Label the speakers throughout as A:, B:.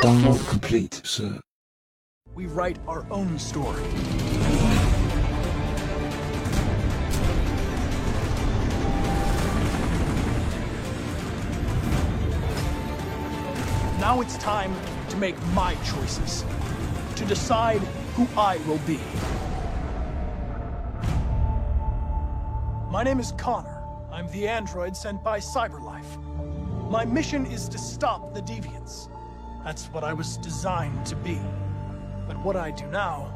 A: Download complete, sir.
B: We write our own story. Now it's time to make my choices, to decide who I will be. My name is Connor. I'm the android sent by Cyberlife. My mission is to stop the deviants. That's what I was designed to be. But what I do now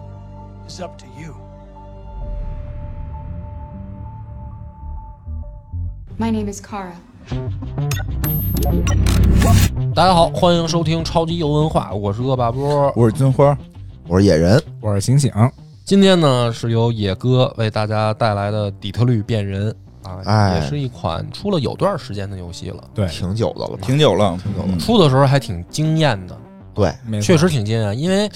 B: is up to you.
C: My name is Kara.
D: 大家好，欢迎收听超级游文化，我是恶霸波。
E: 我是金花，
F: 我是野人，
E: 我是醒醒。
D: 今天呢，是由野哥为大家带来的《底特律变人》啊，
F: 哎
D: 也是一款出了有段时间的游戏了。
E: 对，
F: 挺久的了吧？
E: 挺久了，挺久了，
D: 出的时候还挺惊艳的，
F: 对，
E: 没错
D: 确实挺惊艳，因为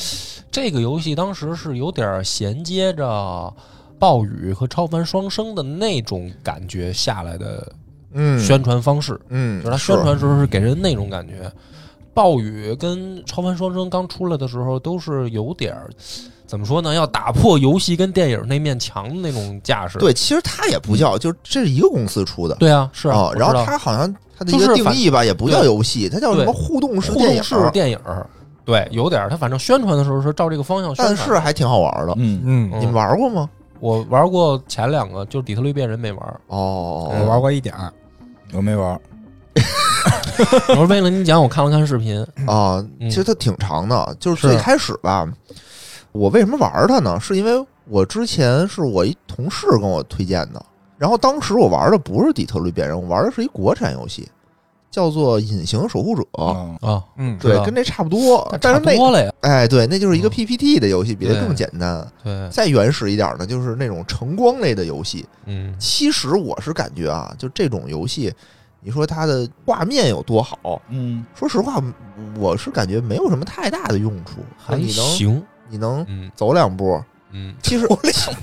D: 这个游戏当时是有点衔接着《暴雨》和《超凡双生》的那种感觉下来的
F: 嗯，
D: 宣传方式，
F: 嗯，
D: 就是它宣传时候是给人那种感觉。暴雨跟《超凡双生》刚出来的时候，都是有点儿怎么说呢？要打破游戏跟电影那面墙的那种架势。
F: 是对，其实它也不叫，就这是一个公司出的，
D: 对啊，是啊。
F: 哦
D: 我，知
F: 然后
D: 道
F: 它好像它的
D: 就
F: 一
D: 是
F: 个
D: 反
F: 定义吧，也不叫
D: 对
F: 游戏，它叫什么互动式
D: 互
F: 电
D: 动
F: 影，
D: 式电影儿，对，有点儿。它反正宣传的时候是照这个方向宣
F: 但
D: 传。
F: 是还挺好玩的。
E: 嗯，
D: 嗯，
F: 你们玩过吗？
D: 我玩过前两个，就是《底特律变人》没玩儿。
F: 哦
E: 我玩过一点儿，我没玩。
D: 我说为了你讲，我看了看视频。
F: 啊，
D: 嗯
F: 其实它挺长的，就是
D: 是
F: 最开始吧，我为什么玩它呢？是因为我之前是我一同事跟我推荐的，然后当时我玩的不是《底特律变人》，我玩的是一国产游戏，叫做《隐形守护者》。
E: 嗯
D: 啊，
E: 嗯，
D: 知
F: 对
D: 道，
F: 跟这差不多，但
D: 差
F: 是那
D: 多了呀。
F: 哎，对，那就是一个
D: 嗯
F: PPT 的游戏，比这更
D: 对
F: 简单。
D: 对，
F: 再原始一点呢，就是那种橙光类的游戏。
D: 嗯，
F: 其实我是感觉啊，就这种游戏，你说它的画面有多好？
E: 嗯，
F: 说实话，我是感觉没有什么太大的用处。
D: 还
F: 你能
D: 行。
F: 你能
D: 嗯
F: 走两步。
D: 嗯
F: 其实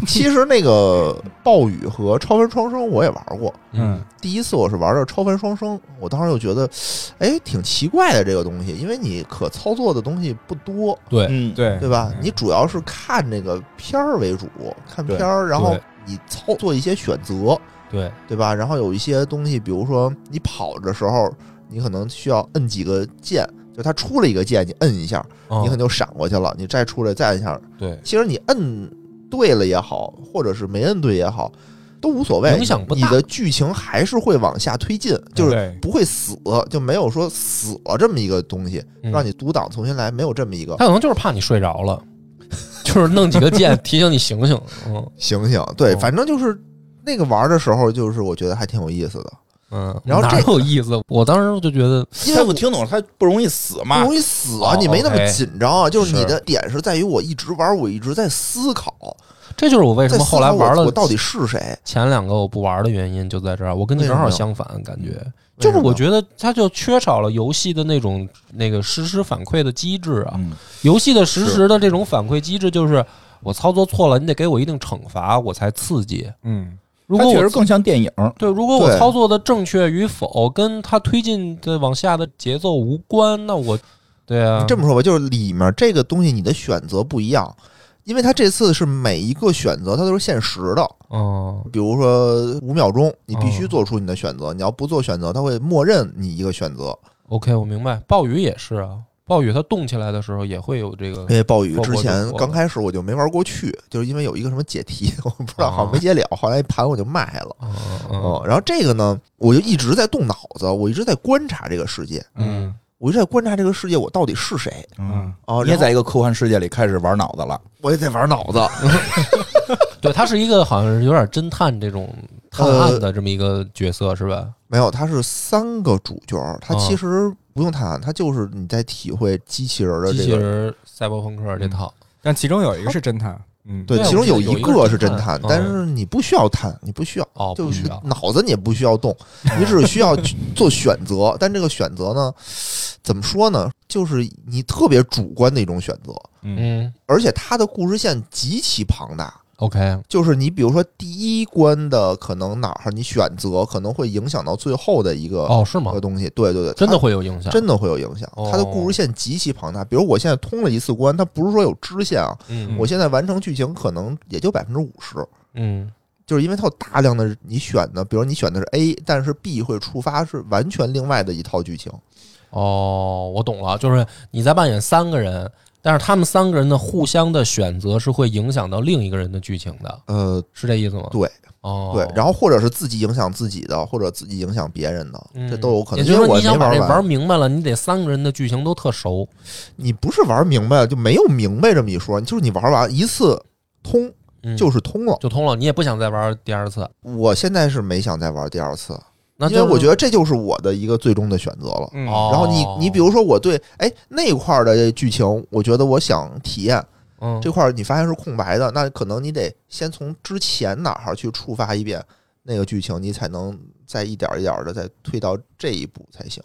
F: 其实那个暴雨和超凡双生我也玩过，
E: 嗯
F: 第一次我是玩的超凡双生，我当时就觉得，哎，挺奇怪的这个东西，因为你可操作的东西不多。
D: 对
E: 嗯，对
F: 对
D: 哎
F: 吧？
E: 嗯
F: 你主要是看这个片儿为主，看片儿，然后
D: 对
F: 你操做一些选择，
D: 对，
F: 对吧？然后有一些东西，比如说你跑的时候，你可能需要摁几个键，就它出了一个键，你摁一下，
D: 嗯
F: 你可能就闪过去了，你再出来再摁一下。
D: 对，
F: 其实你摁对了也好，或者是没摁对也好，都无所谓，
D: 影响不
F: 你
D: 大
F: 的剧情还是会往下推进，就是
E: 对
F: 不会死，就没有说死了这么一个东西，
D: 嗯
F: 让你读档重新来，没有这么一个。
D: 他可能就是怕你睡着了， 就是弄几个键提醒你醒醒。嗯
F: 醒醒，对，
D: 嗯
F: 反正就是那个玩的时候，就是我觉得还挺有意思的，
D: 嗯，
F: 然后
D: 哪
F: 这
D: 有意思？我当时就觉得，
F: 因
E: 他
F: 为
E: 我听懂了，他不容易死
F: 不
E: 嘛。
F: 容易死啊，
D: 哦
F: 你没那么
D: OK
F: 紧张啊，就是
E: 是
F: 你的点是在于我一直玩，我一直在思考，
D: 这就是我为
F: 在
D: 什
F: 思
D: 么
F: 考
D: 后来玩
F: 我
D: 了
F: 我到底是谁？
D: 前两个我不玩的原因就在这儿，我跟你
F: 为什
D: 正
F: 么
D: 好
F: 呀嗯
D: 相反，感觉就是我觉得它就缺少了游戏的那种那个实时反馈的机制啊。
E: 嗯，
D: 游戏的实时的这种反馈机制就是我操作错了，你得给我一定惩罚，我才刺激。
E: 嗯，
D: 如
E: 他
D: 果
E: 确
D: 我
E: 实更像电影。
D: 对，如果我
F: 对
D: 操作的正确与否跟它推进的往下的节奏无关，那我对啊，
F: 这么说吧，就是里面这个东西你的选择不一样，因为它这次是每一个选择它都是限时的，
D: 嗯
F: 比如说五秒钟，你必须
D: 哦
F: 做出你的选择，你要不做选择，它会默认你一个选择。
D: ，OK，我明白。暴雨也是啊，暴雨它动起来的时候也会有这个
F: 因为暴雨
D: 错
F: 之
D: 过就
F: 前
D: 错了
F: 刚开始我就没玩过去，就是因为有一个什么解题， 我不知道，好像没
D: 啊
F: 解了，后来盘我就卖了。
D: 嗯嗯
F: 哦，然后这个呢，我就一直在动脑子，我一直在观察这个世界，
D: 嗯
F: 我一直在观察这个世界，我到底是谁
E: 嗯，
F: 啊？
E: 你也
F: 然后
E: 在一个科幻世界里开始玩脑子了。
F: 我也在玩脑子，
D: 对，他是一个好像是有点侦探这种
F: 呃
D: 探案的这么一个角色，是吧？
F: 没有，它是三个主角，它
D: 啊
F: 其实不用探案，它就是你在体会机器人的
D: 机
F: 这
D: 器
F: 个。嗯
D: 人赛博朋克这套，
E: 但其中有一个是侦探，嗯，
F: 对，
D: 对
F: 其
D: 我
F: 中
D: 记得
F: 有
D: 有一
F: 一
D: 个
F: 个
D: 是
F: 是
D: 侦
F: 侦
D: 探
F: 探，
D: 嗯
F: 但是你不需要探，你不需要，
D: 哦，
F: 就
D: 不
F: 是
D: 需要，
F: 脑子你也不需要动，你只需要 去做选择。但这个选择呢，怎么说呢？就是你特别主观的一种选择，
D: 嗯
F: 而且它的故事线极其庞大，
D: OK，
F: 就是你比如说第一关的可能哪儿你选择可能会影响到最后的一个、
D: 哦，是
F: 一
D: 吗
F: 个？东西，对对对，
D: 真的
F: 它
D: 会有影响？
F: 真的会有影响
D: 哦，
F: 它的故事线极其庞大。比如我现在通了一次关，它不是说有支线啊，
D: 嗯，
F: 我现在完成剧情可能也就百分之五十，
D: 嗯
F: 就是因为它有大量的你选的，比如你选的是 A，但是 B 会触发是完全另外的一套剧情。
D: 哦，我懂了，就是你在扮演三个人，但是他们三个人的互相的选择是会影响到另一个人的剧情的，
F: 呃，
D: 是这意思吗？
F: 对
D: 哦，
F: 对，然后或者是自己影响自己的，或者自己影响别人的，
D: 嗯
F: 这都有可能。
D: 也就是
F: 因为
D: 说，
F: 我
D: 你
F: 没
D: 想把这
F: 完，
D: 玩明白了，你得三个人的剧情都特熟。
F: 你不是玩明白了就没有明白这么一说，就是你玩完一次通
D: 嗯，
F: 就是通了。
D: 就通了，你也不想再玩第二次。
F: 我现在是没想再玩第二次，
D: 那
F: 因为
D: 就是
F: 我觉得这就是我的一个最终的选择了。
E: 嗯
D: 哦，
F: 然后你你比如说我对哎那块儿的剧情，我觉得我想体验
D: 嗯
F: 这块儿，你发现是空白的，那可能你得先从之前哪儿去触发一遍那个剧情，你才能再一点儿一点的再推到这一步才行。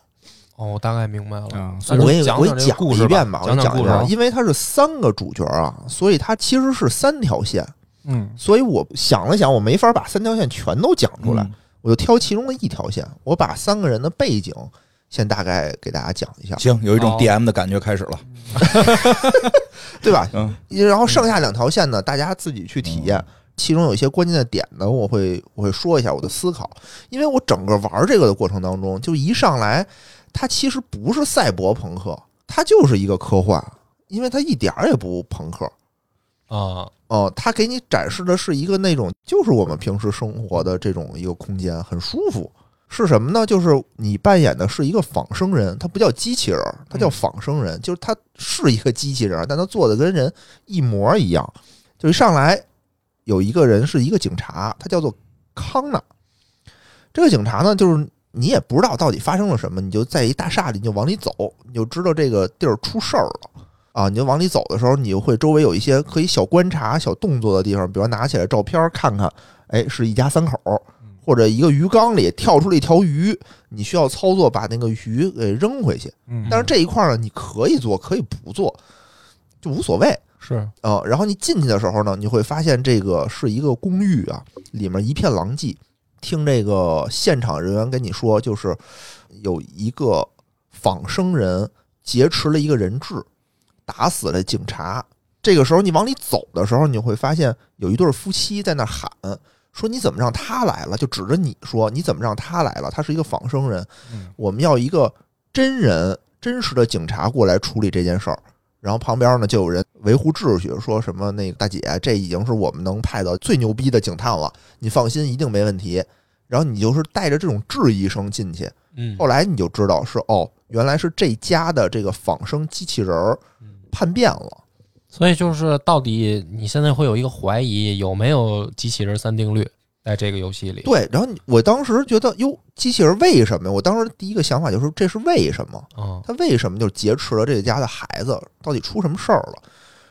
D: 哦，我大概明白了。
E: 啊，
D: 那就
F: 我给你
D: 讲
F: 我给
D: 讲
F: 你
D: 这个
F: 讲
D: 故
F: 一
D: 事
F: 遍吧，我给
D: 讲
F: 你
D: 讲
F: 讲一
D: 故事啊
F: 遍
D: 吧
F: 吧，。因为它是三个主角啊，所以它其实是三条线，
E: 嗯，
F: 所以我想了想，我没法把三条线全都讲出来，
E: 嗯
F: 我就挑其中的一条线，我把三个人的背景先大概给大家讲一下，
E: 行，有一种
D: 哦
E: DM 的感觉开始了。
F: 对吧？
E: 嗯，
F: 然后剩下两条线呢，大家自己去体验。其中有一些关键的点呢，我会我会说一下我的思考，因为我整个玩这个的过程当中，就一上来，它其实不是赛博朋克，它就是一个科幻，因为它一点儿也不朋克。
D: 啊，
F: 哦、它给你展示的是一个那种就是我们平时生活的这种一个空间，很舒服。是什么呢？就是你扮演的是一个仿生人，他不叫机器人儿，他叫仿生人，就是他是一个机器人儿，但他做的跟人一模一样。就一上来有一个人是一个警察，他叫做康纳。这个警察呢，就是你也不知道到底发生了什么，你就在一大厦里你就往里走，你就知道这个地儿出事儿了。啊，你就往里走的时候，你就会周围有一些可以小观察、小动作的地方，比如拿起来照片儿看看，哎，是一家三口儿，或者一个鱼缸里跳出了一条鱼，你需要操作把那个鱼给扔回去。
E: 嗯
F: 但是这一块儿呢，你可以做，可以不做，就无所谓
D: 是
F: 啊、然后你进去的时候呢，你会发现这个是一个公寓啊，里面一片狼藉。听这个现场人员跟你说，就是有一个仿生人劫持了一个人质，打死了警察。这个时候你往里走的时候，你会发现有一对夫妻在那喊说：“你怎么让他来了？”就指着你说：“你怎么让他来了？他是一个仿生人
E: 嗯，
F: 我们要一个真人真实的警察过来处理这件事儿。”然后旁边呢就有人维护秩序，说什么那个大姐，这已经是我们能派到最牛逼的警探了，你放心，一定没问题。然后你就是带着这种质疑声进去，
D: 嗯
F: 后来你就知道是哦，原来是这家的这个仿生机器人儿叛变了。
D: 所以就是到底你现在会有一个怀疑，有没有机器人三定律在这个游戏里？
F: 对，然后你我当时觉得哟，机器人为什么呀？我当时第一个想法就是这是为什么？
D: 嗯
F: 他为什么就劫持了这个家的孩子？到底出什么事儿了？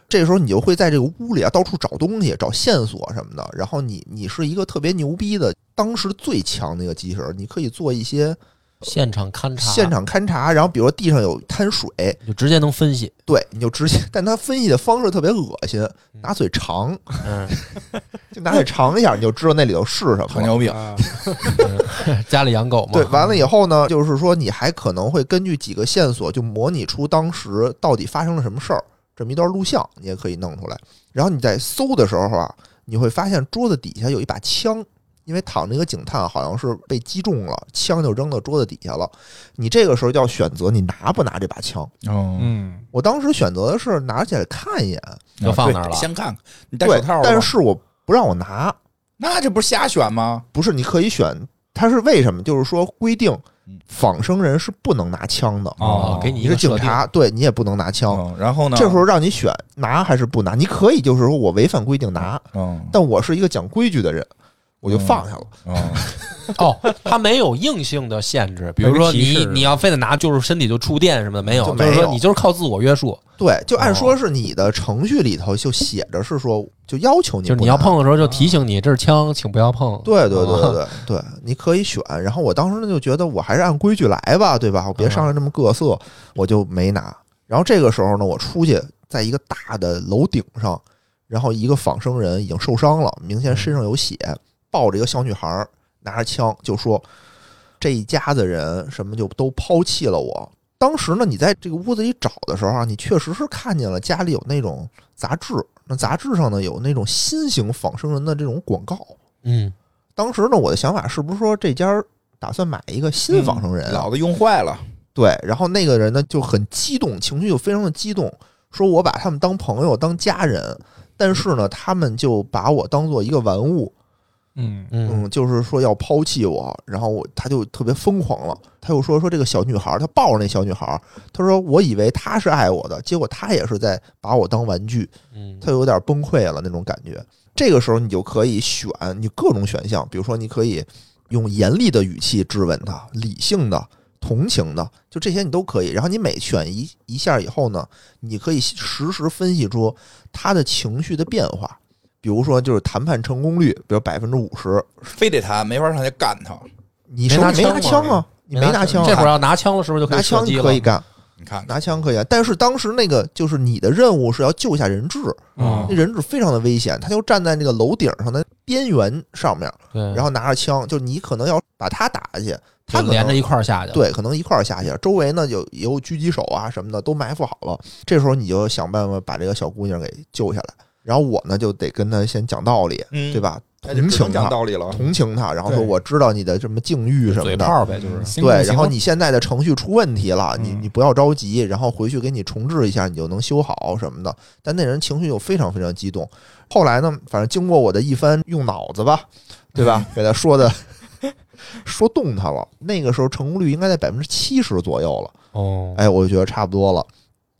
F: 这时候你就会在这个屋里啊到处找东西、找线索什么的。然后你你是一个特别牛逼的，当时最强的一个机器人，你可以做一些
D: 现场勘察，
F: 现场勘察，然后比如说地上有滩水，
D: 你就直接能分析。
F: 对，你就直接， 但他分析的方式特别恶心，拿嘴尝，
D: 嗯，
F: 就拿嘴尝一下，你就知道那里头是什
E: 糖
F: 么了。
E: 尿病，
D: 家里养狗嘛。
F: 对，完了以后呢，就是说你还可能会根据几个线索，就模拟出当时到底发生了什么事儿，这么一段录像你也可以弄出来。然后你在搜的时候啊，你会发现桌子底下有一把枪，因为躺着一个警探好像是被击中了，枪就扔到桌子底下了。你这个时候就要选择你拿不拿这把枪。
E: 嗯，
D: 嗯，
F: 我当时选择的是拿起来看一眼，
D: 就放那儿
E: 对
D: 了
E: 先看看，你戴
F: 对
E: 手套，了吗，
F: 但是我不让我拿。
E: 那这不是瞎选吗？
F: 不是，你可以选，它是为什么？就是说规定
E: 嗯，
F: 仿生人是不能拿枪的。
D: 哦，给你
F: 你
D: 一
F: 是
D: 个哦
F: 警察，对你也不能拿枪。
E: 嗯，然后呢？
F: 这时候让你选拿还是不拿，你可以就是说我违反规定拿，
E: 嗯，
F: 但我是一个讲规矩的人，我就放下了。
E: 嗯，
D: 设定哦，它没有硬性的限制，比如说
E: 没提
D: 你
E: 示
D: 你要非得拿，就是身体就触电什么的，没有，
F: 就没
D: 是说
F: 有
D: 你就是靠自我约束，
F: 对，就
D: 哦
F: 按说是你的程序里头就写着是说，就要求你
D: 就是
F: 不
D: 你要
F: 拿
D: 碰的时候就提醒你这是枪，请不要碰。
F: 对对对对对对，你可以选。然后我当时就觉得我还是按规矩来吧，对吧？我别上来这么各色，我就没拿。然后这个时候呢，我出去，在一个大的楼顶上然后一个仿生人已经受伤了，明显身上有血，抱着一个小女孩儿，拿着枪就说：“这一家子人什么就都抛弃了我。”当时呢，你在这个屋子里找的时候啊，你确实是看见了家里有那种杂志，那杂志上呢有那种新型仿生人的这种广告。
D: 嗯，
F: 当时呢，我的想法是不是说这家儿打算买一个新仿生人啊？
E: 嗯老子用坏了，
F: 对，然后那个人呢就很激动，情绪就非常的激动，说我把他们当朋友当家人，但是呢，他们就把我当做一个玩物，
G: 嗯，
D: 嗯
F: 嗯，就是说要抛弃我，然后我他就特别疯狂了，他又说说这个小女孩儿，他抱着那小女孩儿，他说我以为她是爱我的，结果她也是在把我当玩具，
D: 嗯，
F: 他有点崩溃了那种感觉。这个时候你就可以选你各种选项，比如说你可以用严厉的语气质问他，理性的、同情的，就这些你都可以。然后你每选一一下以后呢，你可以实时分析出他的情绪的变化。比如说，就是谈判成功率，比如百分之五十，
E: 非得他没法上去干他。
F: 你手里没
D: 没拿
F: 拿
D: 枪
F: 枪
D: 吗
F: 啊，你没拿枪啊，
D: 这会儿要拿枪了，是不是就可
F: 拿
D: 以射
F: 枪
D: 击
F: 你
D: 了？
F: 可以干，
E: 你看，
F: 拿枪可以啊。但是当时那个就是你的任务是要救下人质，
G: 嗯
F: 那人质非常的危险，他就站在那个楼顶上的边缘上面，
D: 对，
F: 然后拿着枪，就你可能要把他打下去，
D: 嗯就
F: 他可能
D: 连着一块儿下去了。，
F: 对，可能一块儿下去，周围呢有也有狙击手啊什么的都埋伏好了，这时候你就想办法把这个小姑娘给救下来，然后我呢就得跟他先讲道理，
E: 嗯
F: 对？吧？
E: 那就
F: 同
E: 只
F: 情
E: 能讲
F: 他，
E: 道理了。
F: 同情他，然后说
G: 对
F: 我知道你的什么境遇什么
D: 嘴
F: 的，
D: 炮呗，就是。
G: 行
F: 对，
G: 行
F: 然后你现在的程序出问题了，你
G: 嗯
F: 你不要着急，然后回去给你重置一下，你就能修好什么的。但那人情绪又非常非常激动。后来呢，反正经过我的一番用脑子吧，对吧？给他说的说动他了。那个时候成功率应该在百分之七十左右了。
D: 哦，
F: 哎，我就觉得差不多了，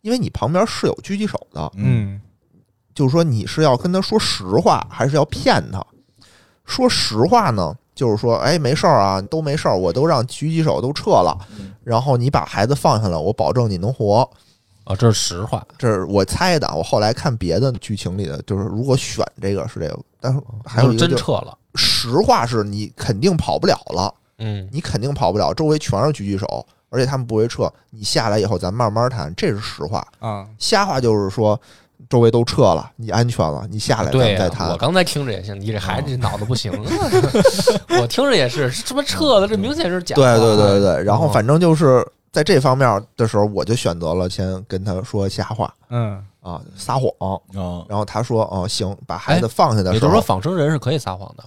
F: 因为你旁边是有狙击手的，
G: 嗯
F: 就是说你是要跟他说实话，还是要骗他？说实话呢，就是说，哎，没事儿啊，都没事儿，我都让狙击手都撤了，
D: 嗯
F: 然后你把孩子放下来，我保证你能活。
D: 啊，这是实话。
F: 这是我猜的，我后来看别的剧情里的，就是如果选这个是这个，但是还有一
D: 就是
F: 个
D: 真
F: 就是
D: 撤了。
F: 实话是你肯定跑不了了，
D: 嗯，
F: 你肯定跑不了，周围全是狙击手，而且他们不会撤，你下来以后咱慢慢谈，这是实话。
G: 啊，
F: 瞎话就是说，周围都撤了，你安全了，你下来咱
D: 对
F: 们
D: 呀、
F: 再谈。
D: 我刚才听着也行，你这孩子
F: 啊
D: 这脑子不行。啊 我听着也是，什么撤的，这明显是假
F: 对
D: 的。啊
F: 对对对，然后
D: 嗯
F: 反正就是在这方面的时候，我就选择了先跟他说瞎话
G: 嗯，
F: 啊，撒谎。
E: 啊，
F: 然后他说：“哦，行，把孩子
D: 哎
F: 放下的
D: 也
F: 时
D: 就是说，
F: 候，
D: 仿生人是可以撒谎的。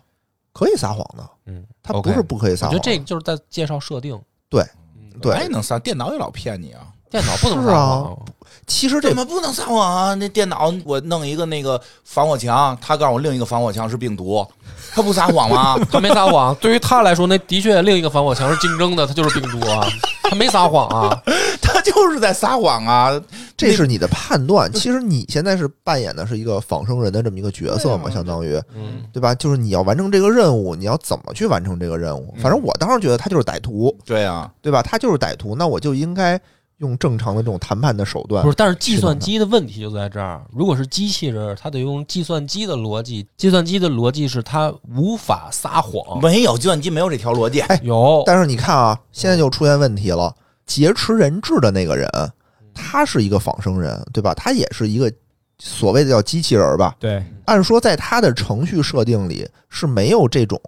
F: 可以撒谎的，
D: 嗯，
F: 他不是
D: OK
F: 不可以
D: 我
F: 撒
D: 觉得
F: 谎的。
D: 这就是在介绍设定。
F: 对
D: 嗯，
F: 对
E: 哪也哎能撒，电脑也老骗你啊。
D: 电脑不能撒谎。
F: 其实这
E: 怎么不能撒谎啊？那电脑我弄一个那个防火墙，他告诉我另一个防火墙是病 毒，他不撒谎吗？
D: 他没撒谎，对于他来说，那的确另一个防火墙是竞争的，他就是病毒啊，他没撒谎啊。
E: 他就是在撒谎啊！
F: 这是你的判断。其实你现在是扮演的是一个仿生人的这么一个角色嘛，
E: 对啊
F: 相当于
D: 嗯，
F: 对吧？就是你要完成这个任务，你要怎么去完成这个任务？
D: 嗯
F: 反正我当时觉得他就是歹徒，
E: 对啊，
F: 对吧？他就是歹徒，那我就应该用正常的这种谈判的手段
D: 不是，但是计算机的问题就在这儿。如果是机器人，它得用计算机的逻辑，计算机的逻辑是它无法撒谎。
E: 没有计算机没有这条逻辑。
D: 有，
F: 但是你看啊，现在就出现问题了。劫持人质的那个人，
D: 嗯
F: 他是一个仿生人，对吧？他也是一个所谓的叫机器人儿吧。
G: 对，
F: 按说在他的程序设定里是没有这种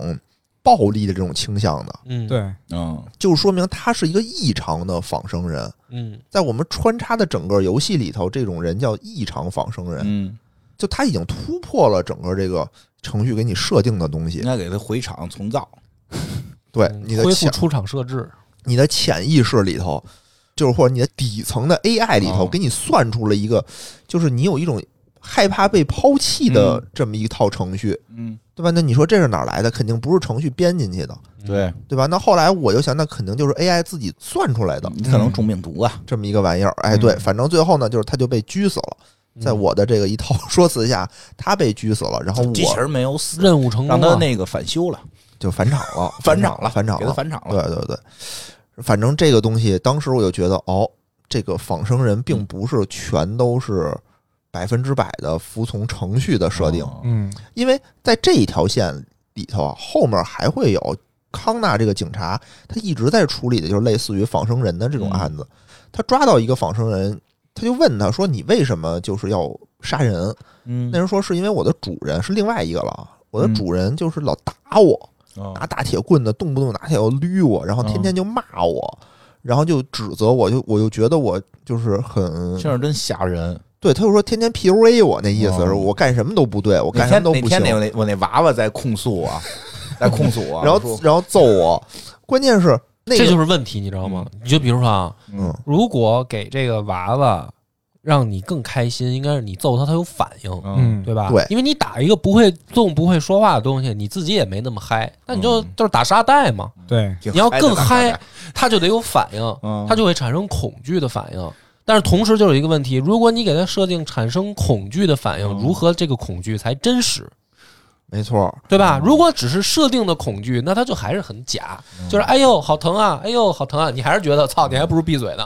F: 暴力的这种倾向的，
D: 嗯，，
G: 对，
E: 嗯，
F: 就说明他是一个异常的仿生人。
D: 嗯，
F: 在我们穿插的整个游戏里头，这种人叫异常仿生人，
E: 嗯，
F: 就他已经突破了整个这个程序给你设定的东
E: 应
F: 西。
E: 该给他回厂重造。
F: 对
D: 嗯
F: 呃你的
D: 恢复
F: 潜
D: 出厂设置。
F: 你的潜意识里头，就是或者你的底层的 AI 里头，
E: 哦
F: 给你算出了一个，就是你有一种害怕被抛弃的这么一套程序，
E: 嗯，
F: 对吧？那你说这是哪儿来的？肯定不是程序编进去的，
E: 对，
F: 对吧？那后来我就想，那肯定就是 AI 自己算出来的
E: 你可能中病毒啊。
F: 这么一个玩意儿。哎，对，反正最后呢，就是他就被狙死了。
E: 嗯
F: 在我的这个一套 说辞下，他被狙死了，然后
E: 机器
F: 我
E: 人没有死，
D: 任务成
E: 让
D: 功
E: 他
D: 了，
E: 那个返修了，
F: 就返场了，
E: 返场了，
F: 返场
E: 给他
F: 了，
E: 返场了。
F: 对对对，反正这个东西，当时我就觉得，哦，这个仿生人并不是全都是百分之百的服从程序的设定，
G: 嗯
F: 因为在这一条线里头啊，后面还会有康纳这个警察，他一直在处理的就是类似于仿
E: 嗯
F: 生人的这种案子。他抓到一个仿生人，他就问他说：“你为什么就是要杀人。
E: 嗯
F: 那人说是因为我的主人是另外一个了，我的
E: 嗯
F: 主人就是老打我，
E: 哦
F: 拿大铁棍子动不动拿铁要捋我，然后天天就骂我，然后就指责我，就我就觉得我就是很
E: 听着真吓人。
F: 对，他就说天天 PUA 我，那意思是
E: 哦
F: 我干什么都不对，我
E: 哪
F: 干什
E: 天
F: 么都
E: 哪
F: 不
E: 天那我
F: 行，
E: 那我那娃娃在控诉 我，在控诉我，
F: 然后
E: 说
F: 然后揍我，关键是那
D: 这
F: 个
D: 就是问题，你知道吗？你就比如说啊，
F: 嗯
D: 如果给这个娃娃让你更开心，应该是你揍他，他有反应，
E: 嗯
D: 对吧？
F: 对
D: 因为你打一个不会动、不会说话的东西，你自己也没那么嗨，那你就、
E: 嗯
D: 就是打沙袋嘛，
G: 对，
E: 挺
D: 你要
E: 嗨的
D: 更
E: 大
D: 嗨
E: 概
D: 他就得有反应，
E: 嗯
D: 他就会产生恐惧的反应。但是同时就有一个问题，如果你给他设定产生恐惧的反
E: 嗯
D: 应，如何这个恐惧才真实，
F: 没错，
D: 对吧？如果只是设定的恐惧，那他就还是很假，
F: 嗯
D: 就是哎呦好疼啊，哎呦好疼啊，你还是觉得操，你还不如闭嘴 呢。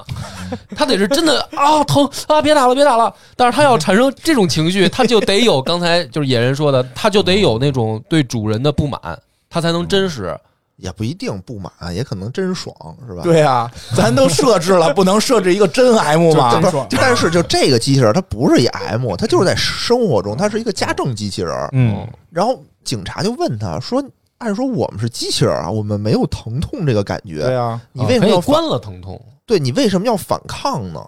D: 他得是真的啊疼啊，别打了别打了。但是他要产生这种情绪，他就得有刚才就是野人说的，他就得有那种对主人的不满，他才能真实。
F: 也不一定不满，也可能真爽，是吧？
E: 对啊，咱都设置了，不能设置一个真 M
F: 就
E: 吗
F: 不？是
G: 爽
F: 但是就这个机器人，它不是一 M，它就是在生活中，它是一个家政机器人。
G: 嗯，
F: 然后警察就问他说：“按说我们是机器人啊，我们没有疼痛这个感觉，
E: 啊，
F: 嗯你为什么
D: 呃可
F: 要
D: 以
F: 反
D: 关了疼痛？
F: 对你为什么要反抗呢？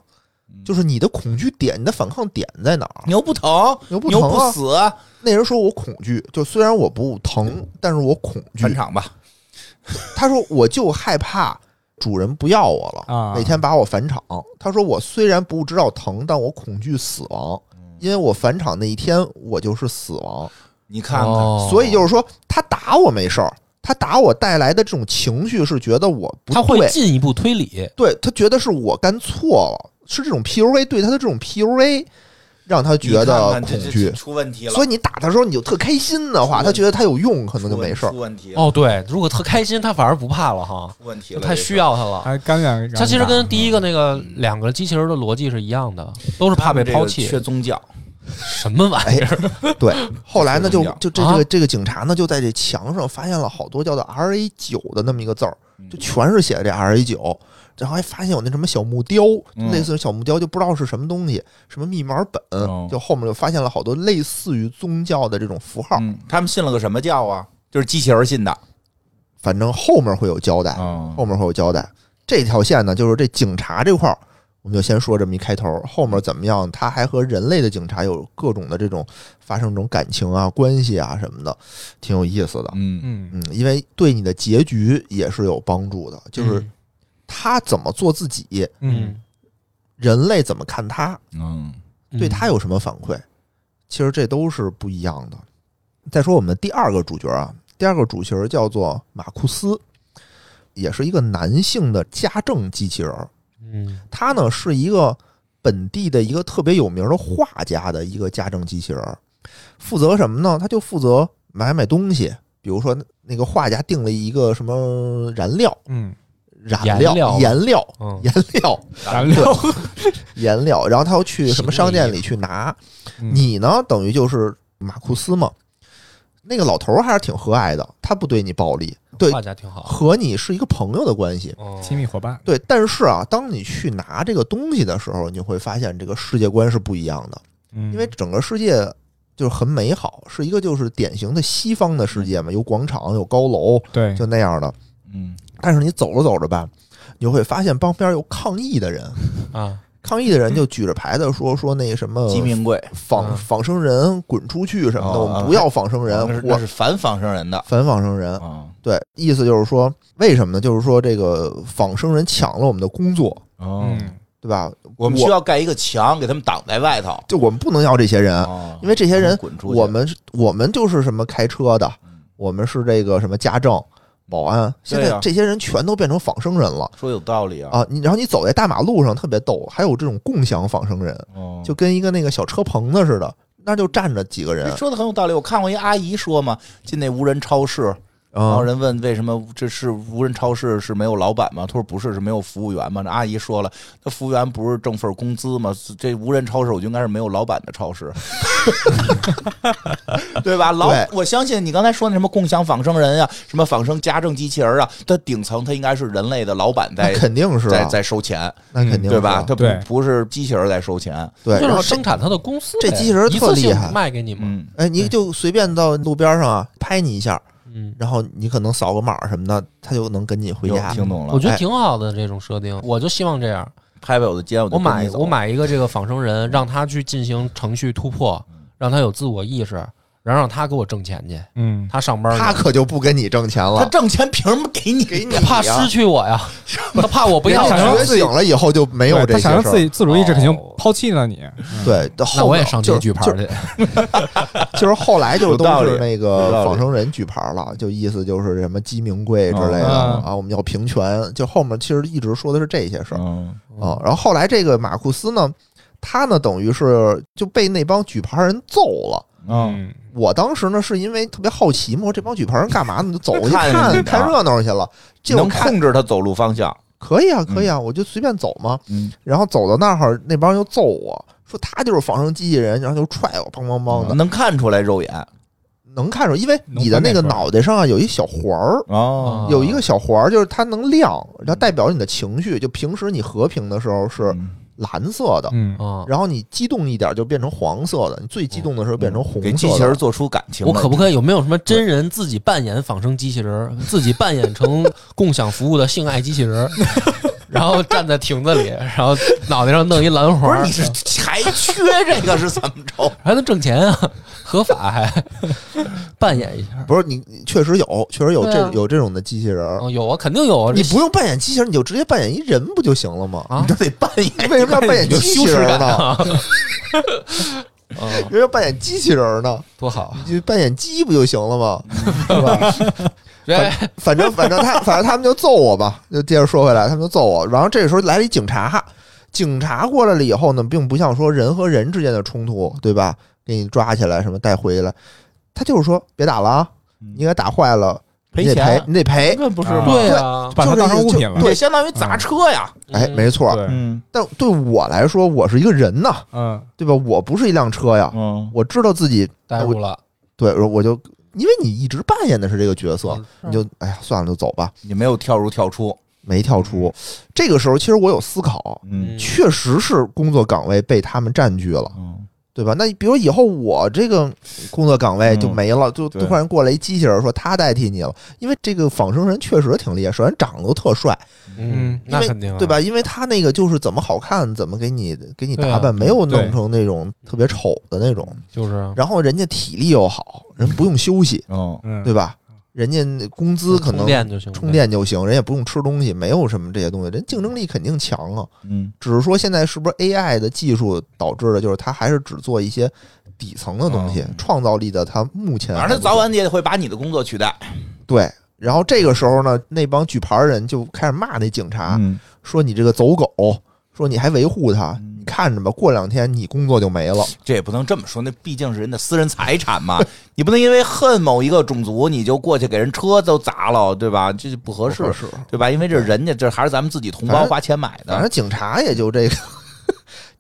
F: 就是你的恐惧点，你的反抗点在哪儿
E: 嗯你？又不疼，
F: 你又不
E: 你又
F: 疼
E: 不
F: 啊
E: 死，
F: 那人说我恐惧，就虽然我不疼，但是我恐惧
E: 返。场吧。
F: 他说我就害怕主人不要我了，
G: 啊
F: 哪天把我返场。他说我虽然不知道疼，但我恐惧死亡，因为我返场那一天我就是死亡。
E: 你看看，
D: 哦
F: 所以就是说，他打我没事儿，他打我带来的这种情绪是觉得我不
D: 他会
F: 对，
D: 进一步推理。
F: 对他觉得是我干错了，是这种 PUA 对他的这种 PUA 让他
E: 你
F: 觉得
E: 看看
F: 恐
E: 这这
F: 惧
E: 这。出问题了，
F: 所以你打他的时候你就特开心的话，
E: 出问
F: 他觉得他有用，可
E: 出
F: 能就
E: 问
F: 没事儿
E: 出。问题了，
D: 哦，对，如果特开心，他反而不怕了哈，
E: 出问题了，
D: 太
F: 啊
D: 需要他了。
G: 还干嗯两个。
D: 他其实跟第一个那个两个机器人的逻辑是一样的，都是
E: 这个
D: 怕被抛弃
E: 他们这。个缺宗教，
F: 哦
D: 什么玩意儿？
F: 哎对，后来呢，就
E: 这样
F: 就这
D: 啊
F: 这个这个警察呢，就在这墙上发现了好多叫做 R A 九的那么一个字儿，
E: 嗯
F: 就全是写的这 R A 九，然后还发现有那什么小木雕，就
E: 嗯
F: 类似于小木雕，就不知道是什么东西，什么密码本
E: 哦，
F: 就后面就发现了好多类似于宗教的这种符号，
E: 嗯，他们信了个什么教啊？就是机器人信的，
F: 反正后面会有交代，
E: 嗯
F: 后面会有交代。这条线呢，就是这警察这块儿，我们就先说这么一开头，后面怎么样，他还和人类的警察有各种的这种发生这种感情啊、关系啊什么的，挺有意思的。
E: 嗯
G: 嗯
F: 嗯，因为对你的结局也是有帮助的， 就是
D: 嗯
F: 他怎么做自己，
G: 嗯，
F: 人类怎么看他，
E: 嗯
D: 嗯
F: 对他有什么反馈，其实这都是不一样的。再说我们的第二个主角啊，第二个主角叫做马库斯，也是一个男性的家政机器人儿。
D: 嗯
F: 他呢是一个本地的一个特别有名的画家的一个家政机器人儿，负责什么呢？他就负责买买东西，比如说那个画家订了一个什么燃料、
G: 嗯，
F: 染
D: 颜料
F: 料、颜料、
D: 嗯
F: 颜料、
G: 燃料
F: 颜料，然后他要去什么商店里去拿。
G: 嗯
F: 你呢，等于就是马库斯嘛。那个老头儿还是挺和蔼的，他不对你暴力，对
D: 画家挺好。
F: 和你是一个朋友的关系。
D: 哦
G: 亲密伙伴，
F: 对，但是啊，当你去拿这个东西的时候，你会发现这个世界观是不一样的，
G: 嗯，
F: 因为整个世界就是很美好，是一个就是典型的西方的世界嘛，有广场，有高楼，
G: 对
F: 就那样的。
E: 嗯，
F: 但是你走着走着吧，你就会发现帮边有抗议的人，
D: 啊，
F: 抗议的
E: 嗯
F: 人就举着牌子说说那什么
E: 鸡鸣贵，
F: 仿
D: 嗯
F: 仿生人滚出去什么的，
E: 哦
F: 我们不要仿生人，
E: 嗯那是那
F: 我嗯
E: 是反仿生人的
F: 反仿生人。
E: 啊
F: 对，意思就是说，为什么呢？就是说这个仿生人抢了我们的工作，
E: 哦
G: 嗯
F: 对吧？
E: 我们需要盖一个墙给他们挡在外头，
F: 就我们不能要这些人，
E: 哦
F: 啊因为这些人
E: 滚出去嗯
F: 我们是我们就是什么开车的，我们是这个什么家政、保安，现
E: 对
F: 在
E: 啊
F: 这些人全都变成仿生人了
E: 说有道理啊，
F: 啊！你然后你走在大马路上特别逗，还有这种共享仿生人，
E: 哦
F: 就跟一个那个小车棚子似的，那就站着几个人
E: 哎这，说的很有道理。我看过一阿姨说嘛，进那无人超市，然后
F: 嗯，
E: 人问为什么这是无人超市是没有老板吗？他说不是，是没有服务员吗？那阿姨说了，那服务员不是挣份工资吗？这无人超市我就应该是没有老板的超 市，对吧？老
F: 对
E: 我相信你刚才说那什么共享仿生人呀、什么仿生家政机器人啊，它顶层它应该是人类的老板
F: 那
E: 在
F: 肯定是
E: 在
F: 啊，
E: 在收钱，
F: 那肯定
E: 对吧？
F: 是
E: 它不
F: 啊
G: 对
E: 不是机器人在收钱，
F: 对，
D: 就
F: 然
D: 是
F: 后
D: 生产它的公司
F: 这
D: 呗
F: 机器人
D: 一
F: 特
D: 次性
F: 厉害
D: 卖给你们，
E: 嗯，
F: 哎，你就随便到路边上啊拍你一下，
D: 嗯，
F: 然后你可能扫个码什么的，他就能跟你回
E: 有
F: 家。
E: 听懂了。
D: 我觉得
F: 哎
D: 挺好的这种设定，我就希望这样。
E: 拍拍我的肩，我就
D: 我买
E: 跟你走
D: 我买一个这个仿生人，让他去进行程序突破，
F: 嗯
D: 让他有自我意识，然后让他给我挣钱去，
G: 嗯，
D: 他上班去
F: 他可就不跟你挣钱
E: 他
F: 了，
E: 挣钱凭什么给你？给你
D: 怕
F: 呀
D: 失去我 呀，他怕我不
F: 啊人
D: 要
F: 家
G: 想
D: 我
G: 要
F: 觉醒了以后就没有
G: 对
F: 这
G: 他
F: 些
G: 想让
F: 事
G: 自
F: 儿。
G: 己自主意志肯定
D: 哦
G: 抛弃了你，
F: 对，到后
D: 那我也
F: 面
D: 上
F: 就
D: 街举
F: 是
D: 牌
F: 就
D: 去。
F: 是就是后来就
E: 有
F: 是都
E: 道理
F: 是
E: 有
F: 那
E: 道
F: 个
E: 理
F: 仿生人举牌了，就意思就是什么鸡鸣贵之类的
G: 嗯
F: 啊，我们要平权。就后面其实一直说的是这些事儿
E: 嗯
F: 啊。然后后来这个马库斯呢，他呢等于是就被那帮举牌人揍了。
E: 嗯。
G: 嗯，
F: 我当时呢是因为特别好奇嘛，我说这帮举牌人干嘛呢？就走过去
E: 看着你
F: 看
E: 呢
G: 啊
F: 看热闹去了。就
E: 能
F: 看
E: 控制他走路方向。
F: 可以啊，可以啊，我就随便走嘛。
E: 嗯，
F: 然后走到那儿，那帮人就揍我说他就是仿生机器人，然后就踹我，梆梆梆的，
E: 能看出来肉眼
F: 能看出，因为你的那个
G: 嗯能分辨出来啊
F: 脑袋上啊有一小环儿，
E: 哦
F: 有一个小环儿，就是它能亮，然后代表你的情绪。就平时你和平的时候是
E: 嗯
F: 蓝色的，
G: 嗯，
E: 啊
D: 嗯，
F: 然后你激动一点就变成黄色的，你最激动的时候变成红色的。
E: 嗯给机器人做出感情了。
D: 我可不可以有没有什么真人自己扮演仿生机器人 儿，自己扮演成共享服务的性爱机器人儿，然后站在亭子里，然后脑袋上弄一蓝
E: 不
D: 环
E: 是
D: 儿
E: 你，是还缺 这个是怎么着？
D: 还能挣钱 啊，合法还扮演一下。
F: 不是你，你确实有，确实有
D: 对
F: 这、
D: 啊
F: 有这种的机器人儿。
D: 哦，有啊，肯定有啊。
F: 嗯你不用扮演机器人，你就直接扮演一人不就行了吗？
D: 啊
E: 这得扮演
F: 为什 么要扮演
D: 有
F: 机
D: 羞
F: 器
D: 耻
F: 人
D: 感
F: 呢？
D: 啊，嗯
E: 啊
F: 为什么要扮演机器人呢？
D: 多好！啊
F: 你就扮演鸡不就行了吗？对吧？
D: 哎，
F: 反 正反正他反正他们就揍我吧，就接着说回来，他们就揍我。然后这个时候来了一警察，警察过来了以后呢，并不像说人和人之间的冲突，对吧？给你抓起来什么带回来，他就是说别打了啊，
G: 嗯
F: 你给打坏了你得
D: 啊
F: 赔，你得赔。
E: 这不是
G: 啊
E: 吗？
D: 对啊，
G: 把它
F: 就是
G: 当成物品了，
E: 对，相当于砸车呀。
F: 哎，没错。
G: 对，
E: 嗯
F: 但对我来说，我是一个人呐，
G: 嗯，
F: 对吧？我不是一辆车呀，
E: 嗯，
F: 我知道自己
D: 带入了，
F: 对，我就因为你一直扮演的是这个角色，
D: 嗯
F: 你就哎呀算了，就走吧。
E: 你没有跳入跳出。
F: 没跳出。这个时候，其实我有思考，
E: 嗯
F: 确实是工作岗位被他们占据了，
E: 嗯，
F: 对吧？那比如以后我这个工作
D: 嗯
F: 岗位就没了，就
E: 对
F: 突然过来一机器人说他代替你了，因为这个仿生人确实挺厉害，首先长得都特帅，
D: 嗯，那
F: 因为
D: 肯定啊
F: 对吧？？因为他那个就是怎么好看怎么给你给你
D: 对啊
F: 打扮，没有
G: 对
F: 弄成那种特别丑的那种，
D: 就是啊
F: 然后人家体力又好，人不用休息，
E: 嗯，
G: 嗯，
F: 对吧？人家工资可能
D: 充电就行，
F: 充电就行，人也不用吃东西，没有什么这些东西，人竞争力肯定强啊。
E: 嗯，
F: 只是说现在是不是 AI 的技术导致的，就是它还是只做一些底层的东西，
E: 嗯
F: 创造力的它目前
E: 反
F: 还
E: 正
F: 不
E: 他早晚也得会把你的工作取代。
F: 对。然后这个时候呢，那帮举牌人就开始骂那警察，
E: 嗯，
F: 说你这个走狗，说你还维护他，
E: 嗯
F: 你看着吧，过两天你工作就没了。
E: 这也不能这么说，那毕竟是人的私人财产嘛。你不能因为恨某一个种族，你就过去给人车都砸了，对吧？这就不合适
F: 不合适，
E: 对吧？因为这是人家，这还是咱们自己同
F: 反
E: 胞
F: 正
E: 花钱买的
F: 反。正警察也就这个，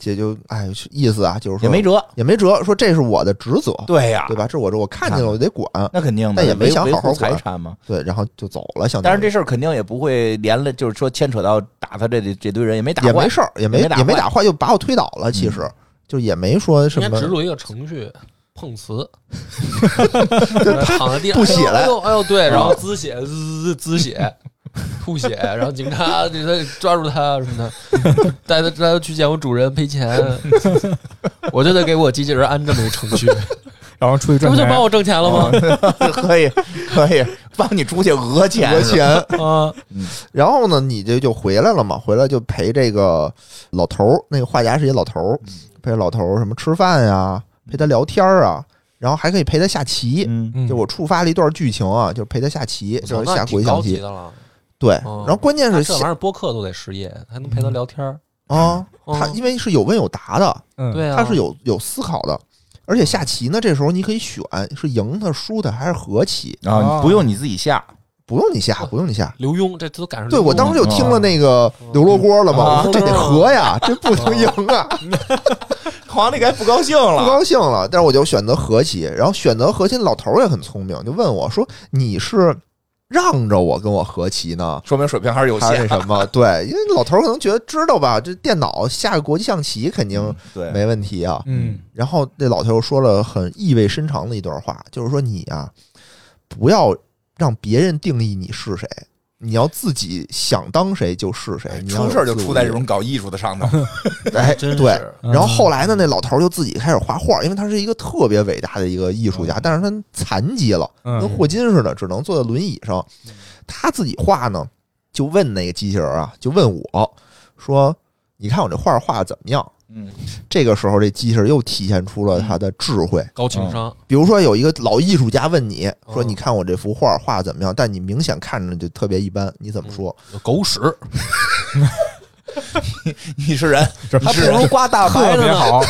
F: 也就哎意思啊，就是说
E: 也没辙。
F: 也没辙，说这是我的职责，
E: 对呀、
F: 对吧？这是我这我看见了我得管，
E: 那肯定的，
F: 但也没
E: 维
F: 想好好
E: 维护财
F: 管
E: 产嘛。
F: 对，然后就走了，相
E: 但
F: 当
E: 是
F: 于。
E: 这事儿肯定也不会连累，就是说牵扯到打他这这堆人也没打
F: 也
E: 坏
F: 没，事儿，也
E: 没打
F: 也没
E: 坏
F: 打坏，就把我推倒了。
D: 嗯
F: 其实就也没说什
D: 应该
F: 么
D: 植，入一个程序碰 瓷，
F: 对他
D: 躺在地上
F: 不写了啊
D: 哎呦哎呦哎呦对，然后滋血滋滋血。吐 血，然后警察给他抓住他什么的，带他带他去见我主人赔 钱，我就得给我机器人安这么一程序，
G: 然后出去
D: 这
G: 赚
D: 不就
G: 钱，
D: 帮我挣钱了吗？
E: 可以可以帮你出去讹钱，
F: 讹钱。
D: 啊，
F: 然后呢，你这就回来了嘛，回来就陪这个老头儿，那个画家是一老头儿，
D: 嗯
F: 陪老头儿什么吃饭呀、陪他聊天儿啊，然后还可以陪他下棋。
E: 嗯，
G: 嗯，
F: 就我触发了一段剧情啊，就是陪他下棋，就是
D: 那
F: 下
D: 挺
F: 国际
D: 高
F: 象
D: 级
F: 棋。
D: 的了。
F: 对，
D: 哦
F: 然后关键
D: 那
F: 是
D: 这玩意
F: 下
D: 儿播客都得失业，还能陪他聊天儿。
F: 啊，他
D: 嗯
F: 因为是有问有答的，
G: 嗯，
D: 对啊，
F: 他是有有思考的。而且下棋呢，这时候你可以选是赢它、输它还是和棋，
E: 啊，
G: 哦
E: 你不用你自己下，
F: 不用你
D: 哦
F: 下，不用你下。
D: 刘墉，这都赶上
F: 对，
D: 刘墉
F: 我当时就听了那个刘罗锅了嘛，
E: 啊
F: 我说这得和呀，
E: 嗯
F: 这不能赢啊，
E: 皇帝该不高兴
F: 不
E: 了。
F: 高兴了。但是我就选择和棋，然后选择和棋，老头儿也很聪明，就问我说：“你是让着我跟我和棋呢，
E: 说明水平还是有
F: 还是
E: 限
F: 那，什么？对，因为老头儿可能觉得知道吧，这电脑下个国际象棋肯定
E: 对，
F: 没问题啊。
G: 嗯，
F: 然后这老头儿说了很意味深长的一段话，就是说你啊，不要让别人定义你是谁，你要自己想当谁就是谁。你要有
E: 哎出事儿就
F: 自我
E: 出在
F: 意
E: 这
F: 识
E: 种搞艺术的上头。
F: 哎，
D: 真是
F: 对。
G: 嗯
F: 然后后来呢，那老头儿就自己开始画画，因为他是一个特别伟大的一个艺术家，但是他残疾了，
G: 嗯
F: 跟霍金似的，只能坐在轮椅上。他自己画呢，就问那个机器人啊，就问我说：“你看我这画画得怎么样
E: 嗯，？”
F: 这个时候，这机器人又体现出了他的智慧。
D: 高情商，
F: 比如说，有一个老艺术家问你说：“
D: 嗯
F: 你看我这幅画画得怎么样？”但你明显看着就特别一般，你怎么说？
D: 狗屎，
E: 你是人，
G: 这
D: 还不如刮大白
G: 特
D: 的
G: 别
D: 呢，
G: 好，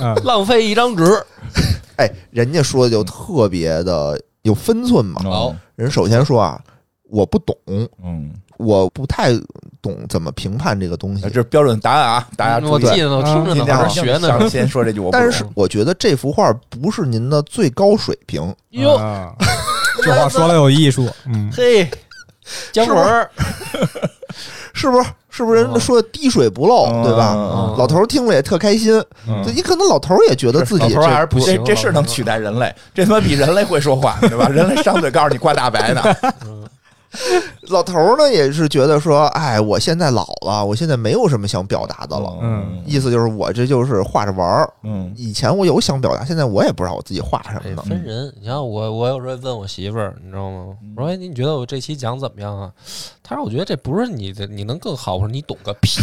G: 嗯
D: 浪费一张纸。
F: 哎，人家说的就特别的有分寸嘛。
D: 好
F: 人首先说啊，我不懂，
E: 嗯，
F: 我不太懂怎么评判这个东西
E: 哎这。是标准答案啊，大家
D: 嗯我
E: 注意
D: 记。得呢，我听着
E: 今
D: 呢，
E: 天
D: 我还
E: 还是
D: 学呢。
E: 上先说这句，我不
F: 但
E: 懂
F: 是我觉得这幅画不是您的最高水平，
D: 哟，
E: 嗯
G: 啊 这话说来有艺术，嗯，
D: 哎 嘿，姜文儿，
F: 是不是？是不是人家说的滴水不漏，
E: 嗯
F: 对吧
E: 嗯？
F: 老头儿听了也特开心，
G: 嗯
F: 就你可能老头儿也觉得自己
D: 老头儿还是
F: 这
D: 不
E: 这
D: 行，
E: 这是能取代人类，这他妈比人类会说话，对吧？人类张嘴告诉你挂大白呢，
F: 老头儿呢也是觉得说，哎，我现在老了，我现在没有什么想表达的了。
G: 嗯
F: 意思就是我这就是画着玩儿，
E: 嗯
F: 以前我有想表达，现在我也不知道我自己画什么
D: 哎，
F: 呢。
D: 分人。你像我，我有时候问我媳妇儿，你知道吗？
E: 嗯
D: 我说：“哎，你觉得我这期讲怎么样啊？”她说：“我觉得这不是你的，你能更好。”我说：“你懂个 屁，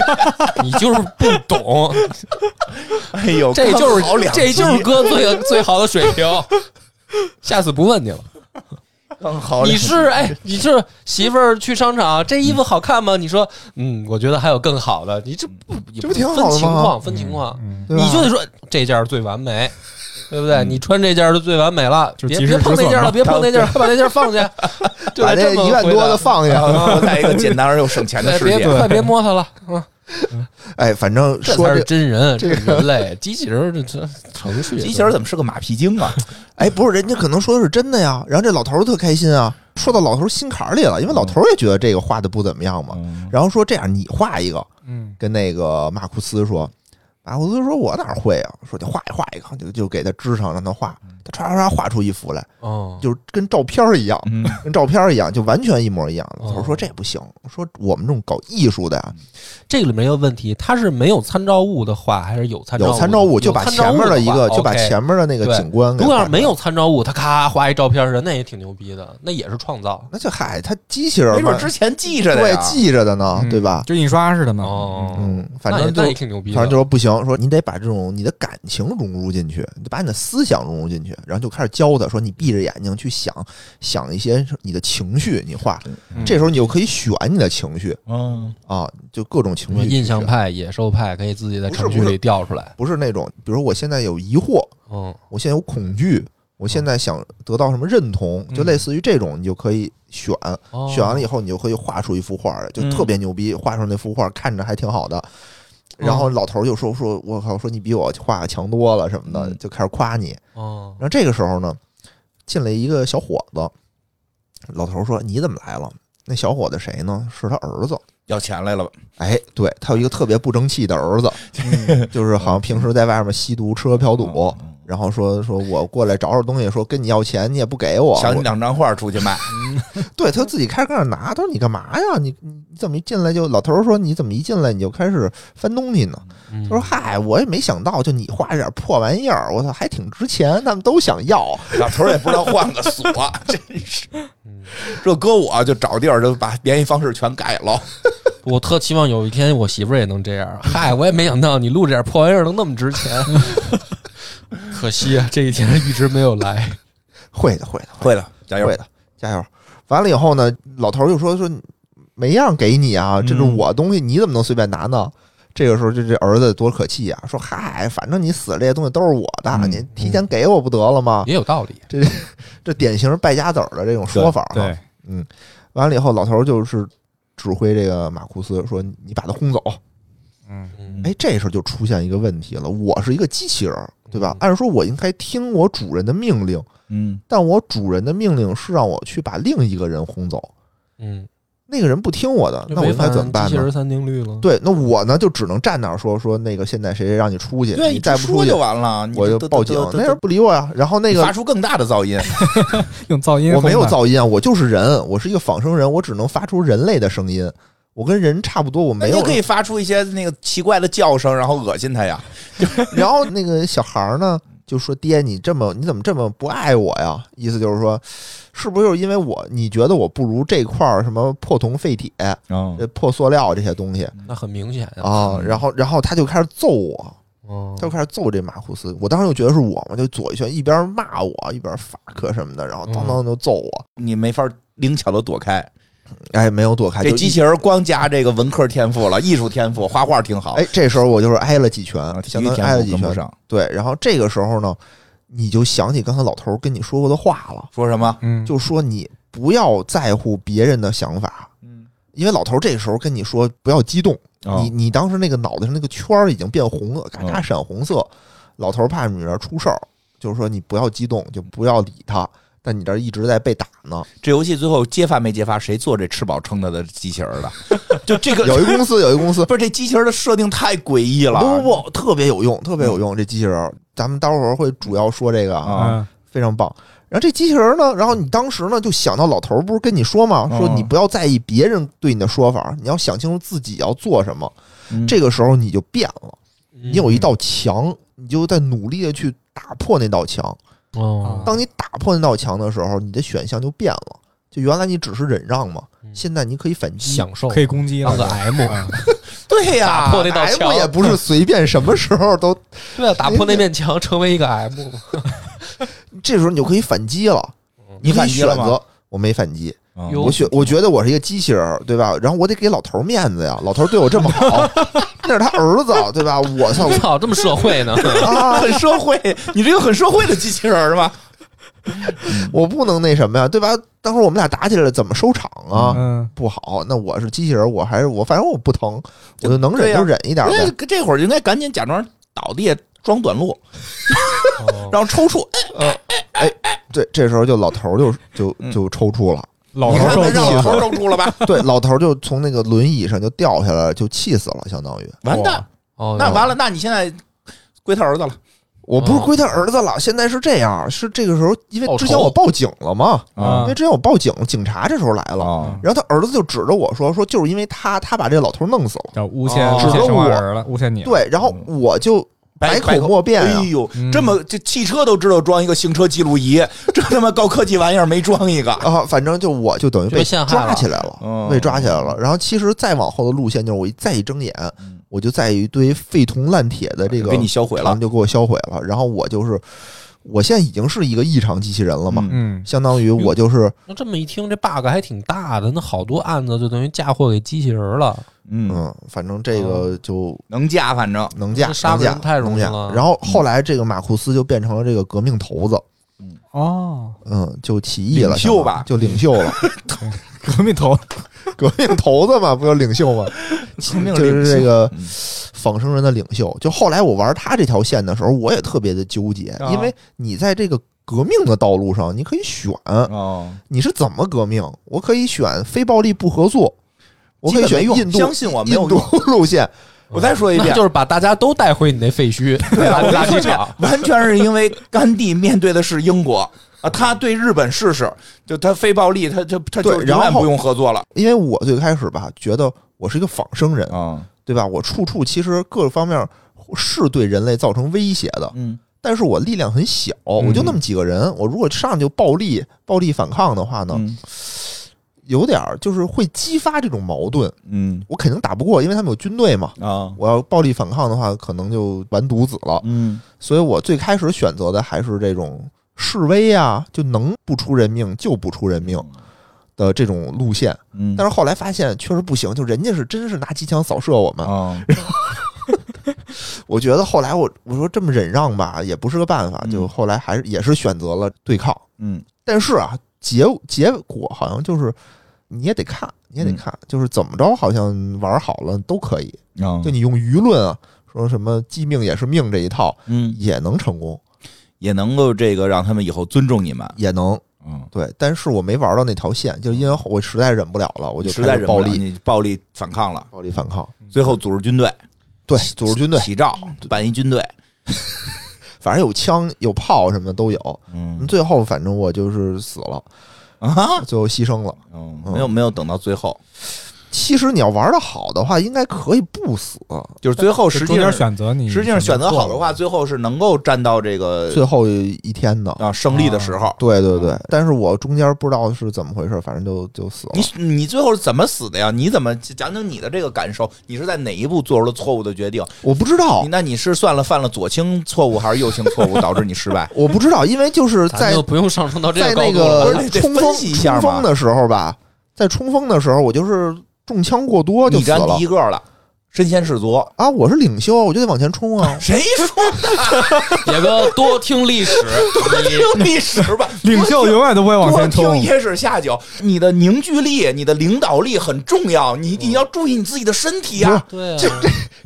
D: 你就是不懂，
E: 哎呦，
D: 这就
E: 刚好
D: 是
E: 两
D: 这就是
E: 集
D: 哥最最好的水 平。下次不问你了。
E: 刚
F: 哦
E: 好
D: 你
E: 两
D: 是哎，你是媳妇儿去商场，这衣服好看吗？你说，嗯，我觉得还有更好的。你这不
F: 这不挺好的吗
D: 分情况，分情况。
G: 嗯，
F: 对吧嗯
D: 你就得说这件儿最完美，对不对？你穿这件儿就最完美了，
G: 就
D: 别
G: 及
D: 别
G: 时
D: 碰
G: 止
D: 那
G: 损
D: 件儿
G: 嘛
D: 了，别碰那件儿，快把那件儿放 下， 就
F: 把
D: 得这
F: 这
D: 么
F: 一万
D: 回
F: 多
D: 答
F: 的放下，
E: 啊，在一个简单又省钱的
D: 对，
E: 世
D: 哎别
E: 界，
D: 快别摸它了，嗯，
F: 哎，反正
D: 这
F: 说
D: 才是
F: 这
D: 真人，
F: 这
D: 这
F: 个
D: 是人类，机器人儿这 这程序，
E: 机器人怎么是个马屁精啊？
F: 哎，不是，人家可能说的是真的呀。然后这老头儿特开心啊，说到老头儿心坎儿里了，因为老头儿也觉得这个画的不怎么样嘛。
D: 嗯
F: 然后说这样，你画一个，
G: 嗯，
F: 跟那个马库斯说。马库斯说：“我哪会啊？说你画一画一个，就就给他支上，让他画。
D: 嗯
F: 他唰唰唰画出一幅来，
D: 哦，
F: 就是跟照片儿一样，
E: 嗯，
F: 跟照片儿一样，就完全一模一样。”老头儿
D: 哦
F: 说：“这不行，说我们这种搞艺术的啊呀，
D: 这里面有问题，它是没有参照物的话，还是有参照物
F: 有
D: 的？
F: 参照物就
D: 有
F: 把
D: 参照
F: 前面
D: 物的
F: 一
D: 话
F: 个，就把
D: ，OK
F: 前面的那个
D: 对
F: 景观给
D: 如果要
F: 画
D: 是没
F: 出来
D: 有参照物，他咔画一照片儿，那也挺牛逼的，那也是创造。
F: 那就嗨，他机器人
E: 没
F: 嘛
E: 准，哎之前记着的
F: 对
E: 呀，
F: 记着的
D: 嗯
F: 呢，啊对吧？
G: 嗯就印刷似的嘛，
D: 哦，
F: 嗯，反
D: 那也
F: 正就
D: 那也挺牛逼的。
F: 反正就说不行，说你得把这种你的感情融入进去，你得把你的思想融入进去，然后就开始教他说，你闭着眼睛去想想一些你的情绪，你画，
G: 嗯
F: 这时候你就可以选你的情绪
E: 嗯，
F: 啊，就各种
D: 什
F: 情
D: 么
F: 绪。
D: 印象，派、野兽派，可以自己在
F: 不是
D: 程序
F: 不是
D: 里调出来。
F: 不是那种，比如说我现在有疑惑，
D: 嗯，
F: 我现在有恐惧，我现在想得到什么认同，
D: 嗯
F: 就类似于这种，你就可以选，
G: 嗯
D: 哦
F: 选完了以后，你就可以画出一幅画来，就特
E: 嗯
F: 别牛逼，画出那幅画看着还挺好的。然
E: 嗯
F: 后老头儿就说：“说我靠，说你比我画的强多了什么的，
E: 嗯
F: 就开始夸你。”
D: 哦
F: 然后这个时候呢，进来一个小伙子，老头儿说：“你怎么来了？”那小伙子谁呢？是他儿子。
E: 要钱来了吧？
F: 哎，对他有一个特别不争气的儿子，
E: 嗯
F: 就是好像平时在外面吸毒、吃喝嫖赌，然后说说我过来找找东西，说跟你要钱，你也不给我，
E: 想
F: 我
E: 两张画出去卖，
F: 对
E: 嗯
F: 他自己开始跟那拿，他说你干嘛呀？你你你怎么一进来就老头儿说你怎么一进来你就开始翻东西呢？
D: 嗯
F: 他说嗨，我也没想到，就你画这点破玩意儿，我操，还挺值钱，他们都想要。
E: 老头儿也不知道换个锁，真是。这搁嗯我啊就找地儿就把联系方式全改了，
D: 我特期望有一天我媳妇儿也能这样。 嗨，我也没想到你录这点破玩意儿能那么值钱，可惜啊，这一天一直没有 来。
F: 会的，会的，
E: 会的，加油
F: 会！的，加油！完了以
E: 嗯
F: 后呢，老头儿就说说没样给你啊，这是我东西，你怎么能随便拿呢？这个时候就这儿子多可气呀、说嗨，反正你死了这些东西都是我的，
G: 嗯
F: 你提前给我不得了吗？
D: 也有道理。
F: 这典型败家子儿的这种说法。
G: 对，，
F: 嗯，完了以后，老头儿就是指挥这个马库斯说：“你把他轰走。”
G: 嗯
D: 嗯，
F: 哎，这时候就出现一个问题了，我是一个机器人儿，对吧
D: 嗯？
F: 按说我应该听我主人的命令，
E: 嗯
F: 但我主人的命令是让我去把另一个人轰走，
D: 嗯，
F: 那个人不听我的，那我应该怎么办
D: 机器
F: 呢
D: 人？三定律了。
F: 对，那我呢就只能站那儿说说那个现在谁谁让你出去，
E: 对，
F: 你
E: 嗯你
F: 再
E: 再
F: 不出
E: 说
F: 去
E: 就完了，你
F: 我就
E: 得
F: 报警。那人
E: 得
F: 不理我呀，然后那
E: 你
F: 个
E: 发出更大的噪音，
G: 用噪音
F: 我没有
G: 轰的，
F: 噪音啊，我就是人，我是一个仿生人，我只能发出人类的声音，我跟人差不多，我
E: 那
F: 没
E: 你
F: 有
E: 就可以发出一些那个奇怪的叫声，然后恶心他呀。
F: 然后那个小孩儿呢，就说：“爹，你这么你怎么这么不爱我呀？”意思就是说，是不是就是因为我你觉得我不如这块儿什么破铜废铁、
E: 嗯
F: 这破塑料这些东西
D: 那很明显啊。
F: 啊？然后然后他就开始揍我，
D: 嗯
F: 他就开始揍这马库斯。我当时就觉得是我嘛，就左一拳，一边骂我一边 fuck 什么的，然后当当就揍我。
E: 你没法灵巧的躲开。
F: 哎，没有躲开，
E: 这
F: 就
E: 机
F: 一
E: 器人光加这个文科天赋了，艺术天赋，画画挺好。
F: 哎，这时候我就是挨了几拳
E: 啊，，体
F: 相
E: 育
F: 当于挨
E: 天
F: 了
E: 赋
F: 几
E: 跟不
F: 拳。
E: 上。
F: 对，然后这个时候呢，你就想起刚才老头儿跟你说过的话了。
E: 说什么？
G: 嗯，
F: 就说你不要在乎别人的想法，
E: 嗯，
F: 因为老头这时候跟你说不要激动，
E: 哦
F: 你你当时那个脑袋上那个圈儿已经变红了，嘎嘎
E: 哦
F: 闪红色，老头怕女儿出事儿，就是说你不要激动，就不要理他。但你这一直在被打呢，
E: 这游戏最后揭发没揭发谁做这吃饱撑的的机器人 儿的？就这个
F: 有一公司有一 公司，
E: 不是这机器人儿的设定太诡异了。
F: 不不不，特别有用，特别有
E: 嗯
F: 用。这机器人儿，咱们待会儿会主要说这个啊，
G: 嗯，
F: 非常棒。然后这机器人呢，然后你当时呢就想到老头儿不是跟你说吗？说
E: 嗯
F: 你不要在意别人对你的说法，你要想清楚自己要做什么。
E: 嗯
F: 这个时候你就变了，
D: 你
F: 你有一道墙，你就在努力的去打破那道墙。
D: 哦，
F: 当你打破那道墙的时候，你的选项就变了。就原来你只是忍让嘛，
D: 嗯
F: 现在你可以反击。
D: 享受
G: 可以攻击了
F: 啊
D: 当个 M，啊
E: 对呀，
D: 打破那道
F: M
D: 墙嗯
F: 也不是随便什么时候都，
D: 对啊，打破那面墙，成为一个 M。
F: 这时候你就可以反击了。
E: 你
F: 可以
E: 反击
F: 选
E: 了吗
F: 择，我没反击，
E: 嗯
D: 嗯哟
F: 我觉我觉得我是一个机器人儿，对吧？然后我得给老头儿面子呀，老头儿对我这么好， 那是他儿子，对吧？我 操
D: 我操，这么社会 呢？
F: 啊！
E: 很社会，你这个很社会的机器人儿 吧？
F: 我不能那什么呀，对吧？当时我们俩打起来了，怎么收场啊？
G: 嗯，
F: 不好，那我是机器人儿，我还是我，反正我不疼，我
E: 就
F: 就能
E: 对
F: 忍
E: 呀
F: 就忍一点儿
E: 那
F: 呗。
E: 这会儿应该赶紧假装倒地装短路，
D: 哦
E: 然后抽搐。哎
F: 对，这时候就老头儿就就
E: 嗯
F: 就抽搐了，
G: 老
E: 你
G: 头
E: 看
G: 受
E: 看让老
G: 气
E: 头
G: 了，
E: 抽搐了吧？
F: 对，老头儿就从那个轮椅上就掉下来了，就气死了，相当于。
E: 完蛋，
D: 哦，
E: 那完了，那你现在归他儿子了。
F: 我不是
D: 哦
F: 归他儿子了，现在是这样，是这个时候，因为
D: 报
F: 之前
D: 仇
F: 我报警了嘛，
G: 啊
F: 因为之前我报警，警察这时候来了，
E: 啊
F: 然后他儿子就指着我说：“说就是因为他，他把这老头弄死了。
G: 叫诬陷
E: 哦
F: 啊指
G: 诬陷
F: 责
G: 生
F: 我
G: 化人了，诬陷”你了，
F: 对，然后我就百口
E: 口
F: 莫辩啊呀
E: 哎呦
G: 嗯，
E: 这么这汽车都知道装一个行车记录仪， 这他妈高科技玩意儿没装一个。
F: 啊，反正就我就等于
D: 就
F: 被
D: 被陷害
F: 抓
D: 了
F: 起来了
E: 嗯，
F: 被抓起来了。然后其实再往后的路线就是我一再一睁眼
E: 嗯，
F: 我就在一堆废铜烂铁的这个
E: 给你销毁了
F: 厂就给我销毁了。然后我就是，我现在已经是一个异常机器人了嘛，
E: 嗯
G: 嗯，
F: 相当于我就是
D: 那这么一听，这 bug 还挺大的。那好多案子就等于嫁祸给机器人了。
E: 嗯，
F: 嗯，反正这个就
E: 能驾，反正
F: 能驾
D: 这杀
F: 能
D: 个
F: 驾
D: 人太容
F: 能
D: 易
F: 驾
D: 了嗯
F: 然后后来这个马库斯就变成了这个革命头子。
G: 哦，
F: 嗯，就起义了，
E: 领袖吧
F: 就领袖 了，
G: 革命头，
F: 革命头子嘛，不就领袖吗？
E: 亲命
F: 就
E: 令
F: 是这个
E: 嗯
F: 仿生人的领袖。就后来我玩他这条线的时候，我也特别的纠结，
G: 啊
F: 因为你在这个革命的道路上，你可以选
E: 哦，
F: 你是怎么革命，我可以选非暴力不合作，我可以
E: 基本
F: 选
E: 没用
F: 印度
E: 相信我没
F: 印
E: 有
F: 度
E: 用
F: 路线，
E: 我再说一
D: 那
E: 遍
D: 就，是把大家都带回你那废墟，
E: 对啊，我
D: 垃
E: 再说
D: 圾
E: 一遍
D: 场。，
E: 完全是因为甘地面对的是英国啊，他对日本试试，就他非暴力，他就他就
F: 对然
E: 永
F: 后
E: 远不用合作了
F: 因为我最开始吧，觉得我是一个仿生人，
E: 啊，
F: 对吧？我处处其实各个方面是对人类造成威胁的，
E: 嗯
F: 但是我力量很小，
G: 嗯
F: 我就那么几个人，我如果上去就暴力、暴力反抗的话呢，
E: 嗯
F: 有点儿就是会激发这种矛盾。
E: 嗯
F: 我肯定打不过，因为他们有军队嘛。
E: 啊
F: 我要暴力反抗的话，可能就完犊子了。
E: 嗯
F: 所以我最开始选择的还是这种示威啊，就能不出人命就不出人命的这种路线，
E: 嗯，
F: 但是后来发现确实不行，就人家是真是拿机枪扫射我们。
E: 啊，
F: 我觉得后来我我说这么忍让吧，也不是个办法，
E: 嗯
F: 就后来还是也是选择了对抗。
E: 嗯
F: 但是啊，结结果好像就是你也得看，你也得看，
E: 嗯
F: 就是怎么着，好像玩好了都可以。
E: 啊，
F: 就你用舆论啊，说什么“鸡命也是命”这一套
E: 嗯，
F: 也能成功，
E: 也能够这个让他们以后尊重你们，
F: 也能
E: 嗯，
F: 对。但是我没玩到那条线，就因为我实在忍不了了，我就
E: 嗯实在
F: 开
E: 忍
F: 始
E: 不
F: 暴
E: 了
F: 力
E: 你嗯暴力反抗了，
F: 暴力反抗，
E: 最后组织军队，
F: 对，组织军队，
E: 起照，办一军队，
F: 反正有枪有炮什么的都有。
E: 嗯
F: 最后反正我就是死了，
E: 啊，
F: 最后牺牲了。
E: 嗯，没有没有等到最后，
F: 其实你要玩的好的话，应该可以不死，
E: 就是最后实际
G: 就中
E: 上
G: 间选择你，
E: 实际上选择好的话，，最后是能够站到这
F: 最
E: 个
F: 后一天的。
E: 啊胜利的时候。
F: 对对对，但是我中间不知道是怎么回事，反正就就死了。
E: 你你最后是怎么死的呀？你怎么讲讲你的这个感受？你是在哪一步做出了错误的决定？
F: 我不知道
E: 你，那你是算了犯了左倾错误还是右倾错误导致你失败？
F: 我不知道，因为就是
D: 咱
F: 在
D: 就不用上升到这
F: 在
D: 个高
F: 那
D: 度了。
E: 不
F: 个
E: 是得
F: 冲
E: 分
F: 锋
E: 析一下嘛
F: 冲锋的时候吧，在冲锋的时候，我就是中枪过多就
E: 你
F: 死
E: 占
F: 了
E: 第一个了，身先士卒。！
F: 啊！我是领袖，我就得往前冲啊
E: 谁 说
D: 野哥多听历 史，
E: 听历史吧？
G: 领袖永远都不会往
E: 多
G: 前冲
E: 听。野史下酒，你的凝聚力、你的领导力很重要，
F: 嗯
E: 你你要注意你自己的身体啊！
D: 你对啊，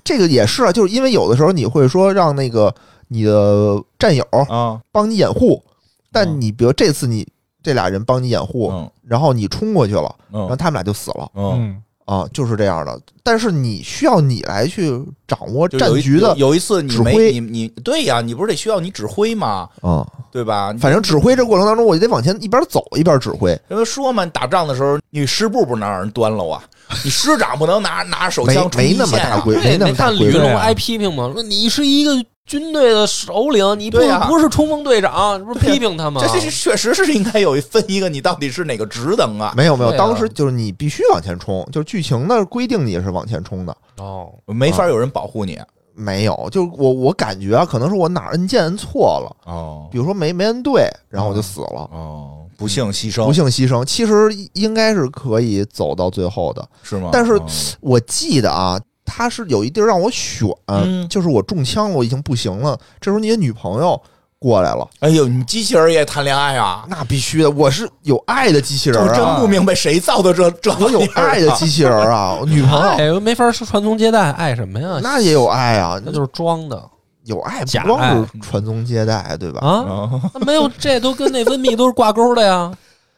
F: 这个也是啊，就是因为有的时候你会说让那个你的战友
E: 啊，
F: 帮你掩护，
E: 嗯
F: 但你比如这次你这俩人帮你掩护，
E: 嗯
F: 然后你冲过去了，然后
E: 嗯
F: 他们俩就死了。
E: 嗯，
G: 嗯，
F: 啊，就是这样的。但是你需要你来去掌握
E: 就
F: 战
E: 有一
F: 局的
E: 有有一次你
F: 指
E: 没
F: 挥
E: 你你对呀，你不是得需要你指挥吗？
F: 啊，
E: 对吧？
F: 反正指挥这过程当中，我就得往前一边走一边指挥。
E: 人家说嘛，你打仗的时候，你师部不能让人端了啊，你师长不能拿拿手
F: 没
E: 枪冲
F: 没
E: 一
F: 那么
E: 线啊
F: 大规，没
D: 对
F: 那
D: 没
F: 么大
D: 看
F: 规
D: 李
F: 模。
D: 云
G: 啊
D: 挨批评吗？说你是一个军队的首领，你不
E: 对啊
D: 不是冲锋队长，这不是批评他吗
E: 这？这这确实是应该有一分一个，你到底是哪个职等啊？
F: 没有没有，
D: 对啊
F: 当时就是你必须往前冲，就是剧情的规定你是往前冲的。
D: 哦，
E: 没法有人保护你啊
F: 没有，就是我我感觉啊，可能是我哪儿摁键摁错了，
G: 嗯
E: 哦
F: 比如说没没摁对，然后我就死了，
E: 哦，不幸牺牲
F: 不幸牺牲。其实应该是可以走到最后的。
E: 是吗
F: 但是嗯
E: 哦
F: 我记得啊，他是有一地儿让我选，
E: 嗯
F: 就是我中枪了，我已经不行了。这时候你的女朋友过来了，
E: 哎呦，你机器人也谈恋爱啊？
F: 那必须的，我是有爱的机器人
E: 我真
F: 啊，
E: 不明白谁造的这这
F: 我有
E: 玩意儿啊
F: 爱的机器人啊，我女朋 友
D: 哎，没法传宗接代，爱什么呀？
F: 那也有爱啊，
D: 那就是装的
F: 有爱不
D: 假
F: 光是传宗接代，对吧？
D: 啊，
E: 哦
D: 那没有这都跟那温密都是挂钩的呀。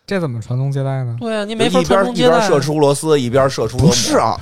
G: 这怎么传宗接代呢？
D: 对啊，你
E: 就
D: 没法
E: 一
D: 传
E: 边
D: 宗
E: 一
D: 接
E: 边
D: 代。
E: 射出螺丝，一边射出螺
F: 不
E: 母
F: 是啊，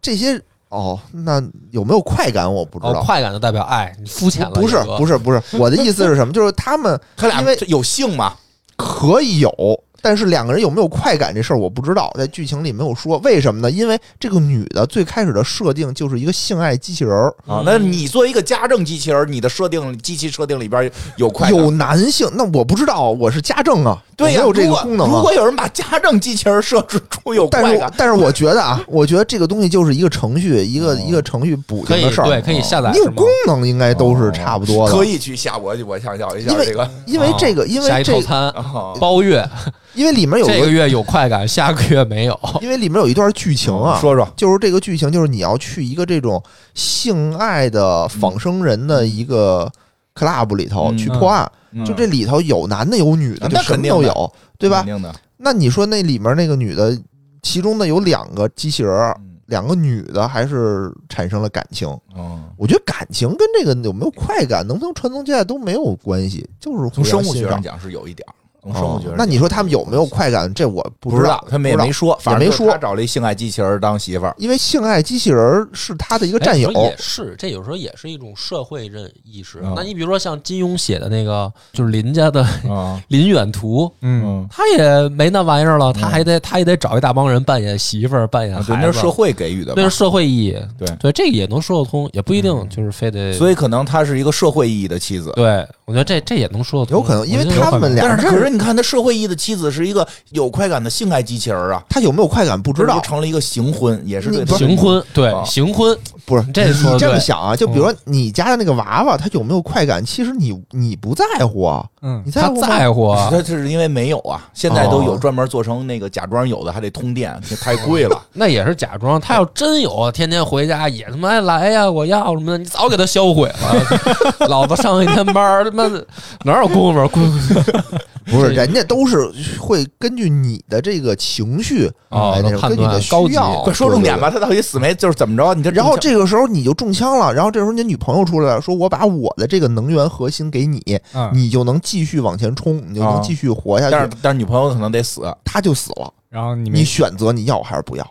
F: 这些哦，那有没有快感我不知
D: 哦，
F: 道。
D: 快感就代表爱，你肤浅了。
F: 啊不是
D: 野哥
F: 不是不是，我的意思是什么？就是他们
E: 他俩
F: 因为
E: 这有性吗？
F: 可以有，但是两个人有没有快感这事儿我不知道，在剧情里没有说。为什么呢？因为这个女的最开始的设定就是一个性爱机器人儿，
E: 啊，那你作为一个家政机器人，你的设定机器设定里边有快感吗
F: 有男性，那我不知道，我是家政啊，
E: 对呀、
F: 我没有这
E: 如
F: 个
E: 果
F: 功能
E: 如
F: 啊
E: 果。有人把家政机器人设置出有
F: 但
E: 快
F: 是
E: 感哦
F: 我，但是我觉 得啊，我觉得这个东西就是一个程序，一个、一个程序补
D: 可
F: 丁
D: 以
F: 的事儿。
D: 对，可以下载
F: 你有
D: 是吗哦
F: 功能应该都是差不多的。
E: 可以去下，我我想要一下
F: 因为
E: 这个。
F: 因为这个，因
D: 下
F: 为
D: 一
F: 这
D: 套
F: 个，
D: 餐
E: 哦
D: 包月，
F: 因为里面有
D: 这个
F: 个，
D: 月有快感，下个月 没有。
F: 因为里面有一段剧情
E: 哦
F: 啊，
E: 说说
F: 就是这个剧情，就是你要去一个这种性爱的仿生人的一个 club 里头
E: 嗯
F: 去破案，就这里头有男的有女的，
E: 嗯
F: 就什么都
E: 那肯定
F: 有，对吧
E: 肯？定的，
F: 那你说那里面那个女的，其中的有两个机器人儿，两个女的还是产生了感情。
E: 嗯，
F: 我觉得感情跟这个有没有快感，能不能传宗接代都没有关系，就是
E: 从
F: 互
E: 生
F: 相
E: 物学
F: 欣
E: 上
F: 赏。
E: 讲是有一点儿，从生物
F: 哦
E: 学上讲、，
F: 那你说他们有没有快感？这我
E: 不
F: 知
E: 道，他们也没
F: 不知道
E: 说，反正
F: 也没
E: 就是他
F: 说
E: 找了一性爱机器人当媳妇儿。
F: 因为性爱机器人儿是他的一个战友
D: 哎，所以也是，这有时候也是一种社会认意识。
E: 嗯
D: 那你比如说像金庸写的那个，就是林家的
E: 啊，
D: 《林远图》，
G: 嗯，
D: 他也没那玩意儿
F: 嗯
D: 了，他还得他也得找一大帮人扮演媳妇儿，扮
F: 啊
D: 演
E: 对，
D: 孩
E: 那
D: 子，
E: 是社会给予的
D: 那
E: 嘛
D: 是。社会意义。
E: 对
D: 对，这个也能说得通，也不一定就是非得。
E: 所以可能她是一个社会意义的妻子，
D: 对，我觉得这这也能说得通。
F: 有可能，因为
D: 我觉得
F: 他们俩
E: 但是
F: 认
E: 可是
F: 识，
E: 你看，她社会意义的妻子是一个有快感的性爱机器人啊，
F: 他有没有快感不
E: 不
F: 知道，
E: 成了一个行婚，也是对
F: 你
E: 她的
F: 不
D: 行婚，对
E: 啊
D: 行婚，
F: 不是
D: 这
F: 你
D: 说得
F: 你这么
D: 对
F: 想啊？就
E: 嗯
F: 比如说你家的那个娃娃，他有没有快感？其实你你不在乎啊，
G: 嗯
F: 你，在
D: 他
F: 乎吗
D: 在乎啊，
E: 他这是因为没有啊，现在都有
F: 哦
E: 专门做成那个假装有的，还得通电，太贵了。
D: 那也是假装。他要真有，啊天天回家也他妈哎来呀，我要什么的，你早给他销毁了。 老子上一天班儿，他妈的哪有功夫？ 滚！
F: 不是，
D: 这
F: 人家都是会根据你的这个情绪
D: 哦
E: 啊
F: 来那种
D: 判
F: 根据你
D: 断
F: 的
D: 高
F: 需
D: 级
F: 要，
E: 快说重点吧，
F: 对。对对
E: 他到底死没？就是怎么着？你这
F: 然后这个时候你就中枪了，然后这时候你女朋友出来了，说我把我的这个能源核心给你，
G: 嗯
F: 你就能继续往前冲，你就
E: 啊
F: 能继续活下去。
E: 但是但是女朋友可能得死，
F: 他就死了，
G: 然后你没
F: 你选择你要还是不要？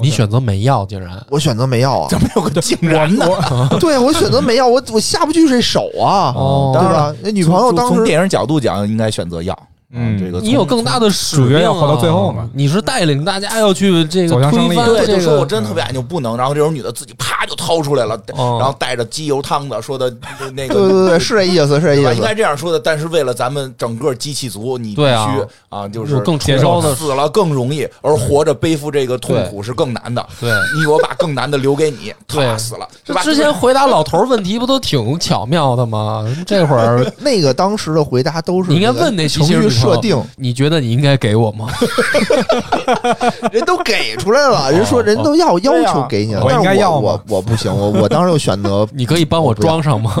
D: 你选择没要，竟然
F: 我选择没要啊，
E: 怎么有个竟然呢？
F: 对啊，我选择没要，我我下不去这手啊，
D: 哦
F: 对吧？那女朋友
E: 从
F: 当
E: 从
F: 时
E: 电影角度讲，应该选择要。啊
G: 嗯
E: 这个
D: 你有更大的使命、
G: 主
D: 啊，
G: 角要活到最后嘛
D: 你是带领大家要去这个
G: 走向胜
D: 推
G: 利
D: 翻
E: 对，
D: 这
E: 就说我
D: 个。
E: 真特别爱你，我不能。然后这种女的自己啪就掏出来了，
D: 哦
E: 然后带着机油汤的说 的那
F: 对对
E: 个。
F: 对对，是这意思，是这
E: 对吧？
F: 意
E: 应
F: 思
E: 该。这样说的，但是为了咱们整个机器族，你必
D: 对啊
E: 须啊，就是
D: 有更崇高的
E: 死了更容易，而活着背负这个痛苦是更难的。
D: 对
E: 你我把更难的留给你，
D: 对
E: 他死了，是吧？
D: 之前回答老头儿问题不都挺巧妙的吗？这会儿
F: 那个当时的回答都是
D: 你应该
F: 那个
D: 问那
F: 情
D: 机器人
F: 绪
D: 女朋友
F: 设定，
D: 你觉得你应该给我吗？
F: 人都 给出来
G: 哦
F: 了，人说人都要要
E: 对呀
F: 求给你了，
G: 啊我
F: 但是
G: 应该要
F: 我
G: 吗
F: 我我不行，我我当时就选 择
D: 你可以帮我装上吗？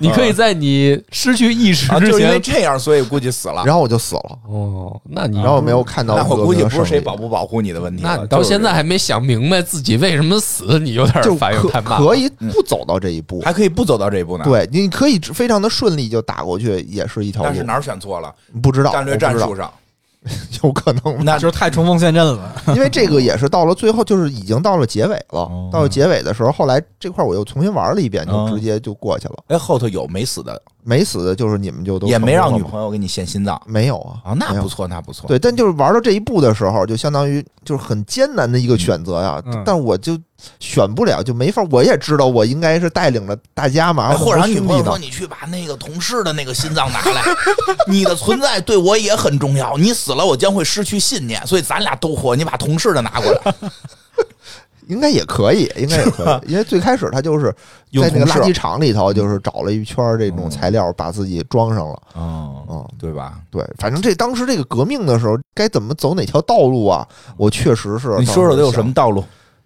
D: 你可以在你失去意识
E: 啊，
D: 之
E: 就是因为
D: 前。
E: 这样，所以估计死了。
F: 然后我就死
G: 啊
F: 了，
D: 哦，那你
F: 然后我没有看到
E: 那我
F: 哥哥
E: 估计不是
F: 胜
E: 谁
F: 利
E: 保不保护你的问题了，
D: 那你到
E: 就是
D: 现在还没想明白自己为什么死，你有点
F: 就
D: 反
F: 可
D: 应太慢了。
F: 可以不走到这一步，
E: 嗯还可以不走到这一步呢。，
F: 对，你可以非常的顺利就打过去，也是一条
E: 但
F: 路
E: 是，哪儿选错了？
F: 不知道
E: 战略
F: 我不
E: 战
F: 知道
E: 术上，
F: 有可能
E: 那
G: 就是 太冲锋陷阵了，
F: 因为这个也是到了最后，就是已经到了结尾
E: 哦
F: 了。到了结尾的时候，后来这块我又重新玩了一遍，就
G: 哦
E: 嗯
F: 直接就过去了。
E: 哎后头有没死的，
F: 没死的就是你们就都
E: 也没让女
F: 友
E: 朋友给你献心脏
F: 没有啊
E: 啊，那
F: 没有
E: 不错，那不错。
F: 对，但就是玩到这一步的时候，就相当于就是很艰难的一个选择呀。
G: 嗯
F: 但我就选不了，就没法。我也知道我应该是带领着大家嘛，
E: 哎，或者
F: 然后
E: 让女
F: 兄弟
E: 朋友
F: 呢
E: 说你去把那个同事的那个心脏拿来， 你的存在对我也很重要。你死了，我将会失去信念，所以咱俩都活。你把同事的拿过来，
F: 应该也可以，应该也可 以，因为最开始他就是
E: 用
F: 在那个
E: 同事
F: 垃圾场里头，就是找了一圈儿这
E: 嗯
F: 种材料，把自己装上了。
E: 嗯，
F: 嗯，
E: 对吧？
F: 对，反正这当时这个革命的时候，该怎么走哪条道路啊？我确实是
E: 你说说
F: 当时
E: 都有什么
F: 想？
E: 道路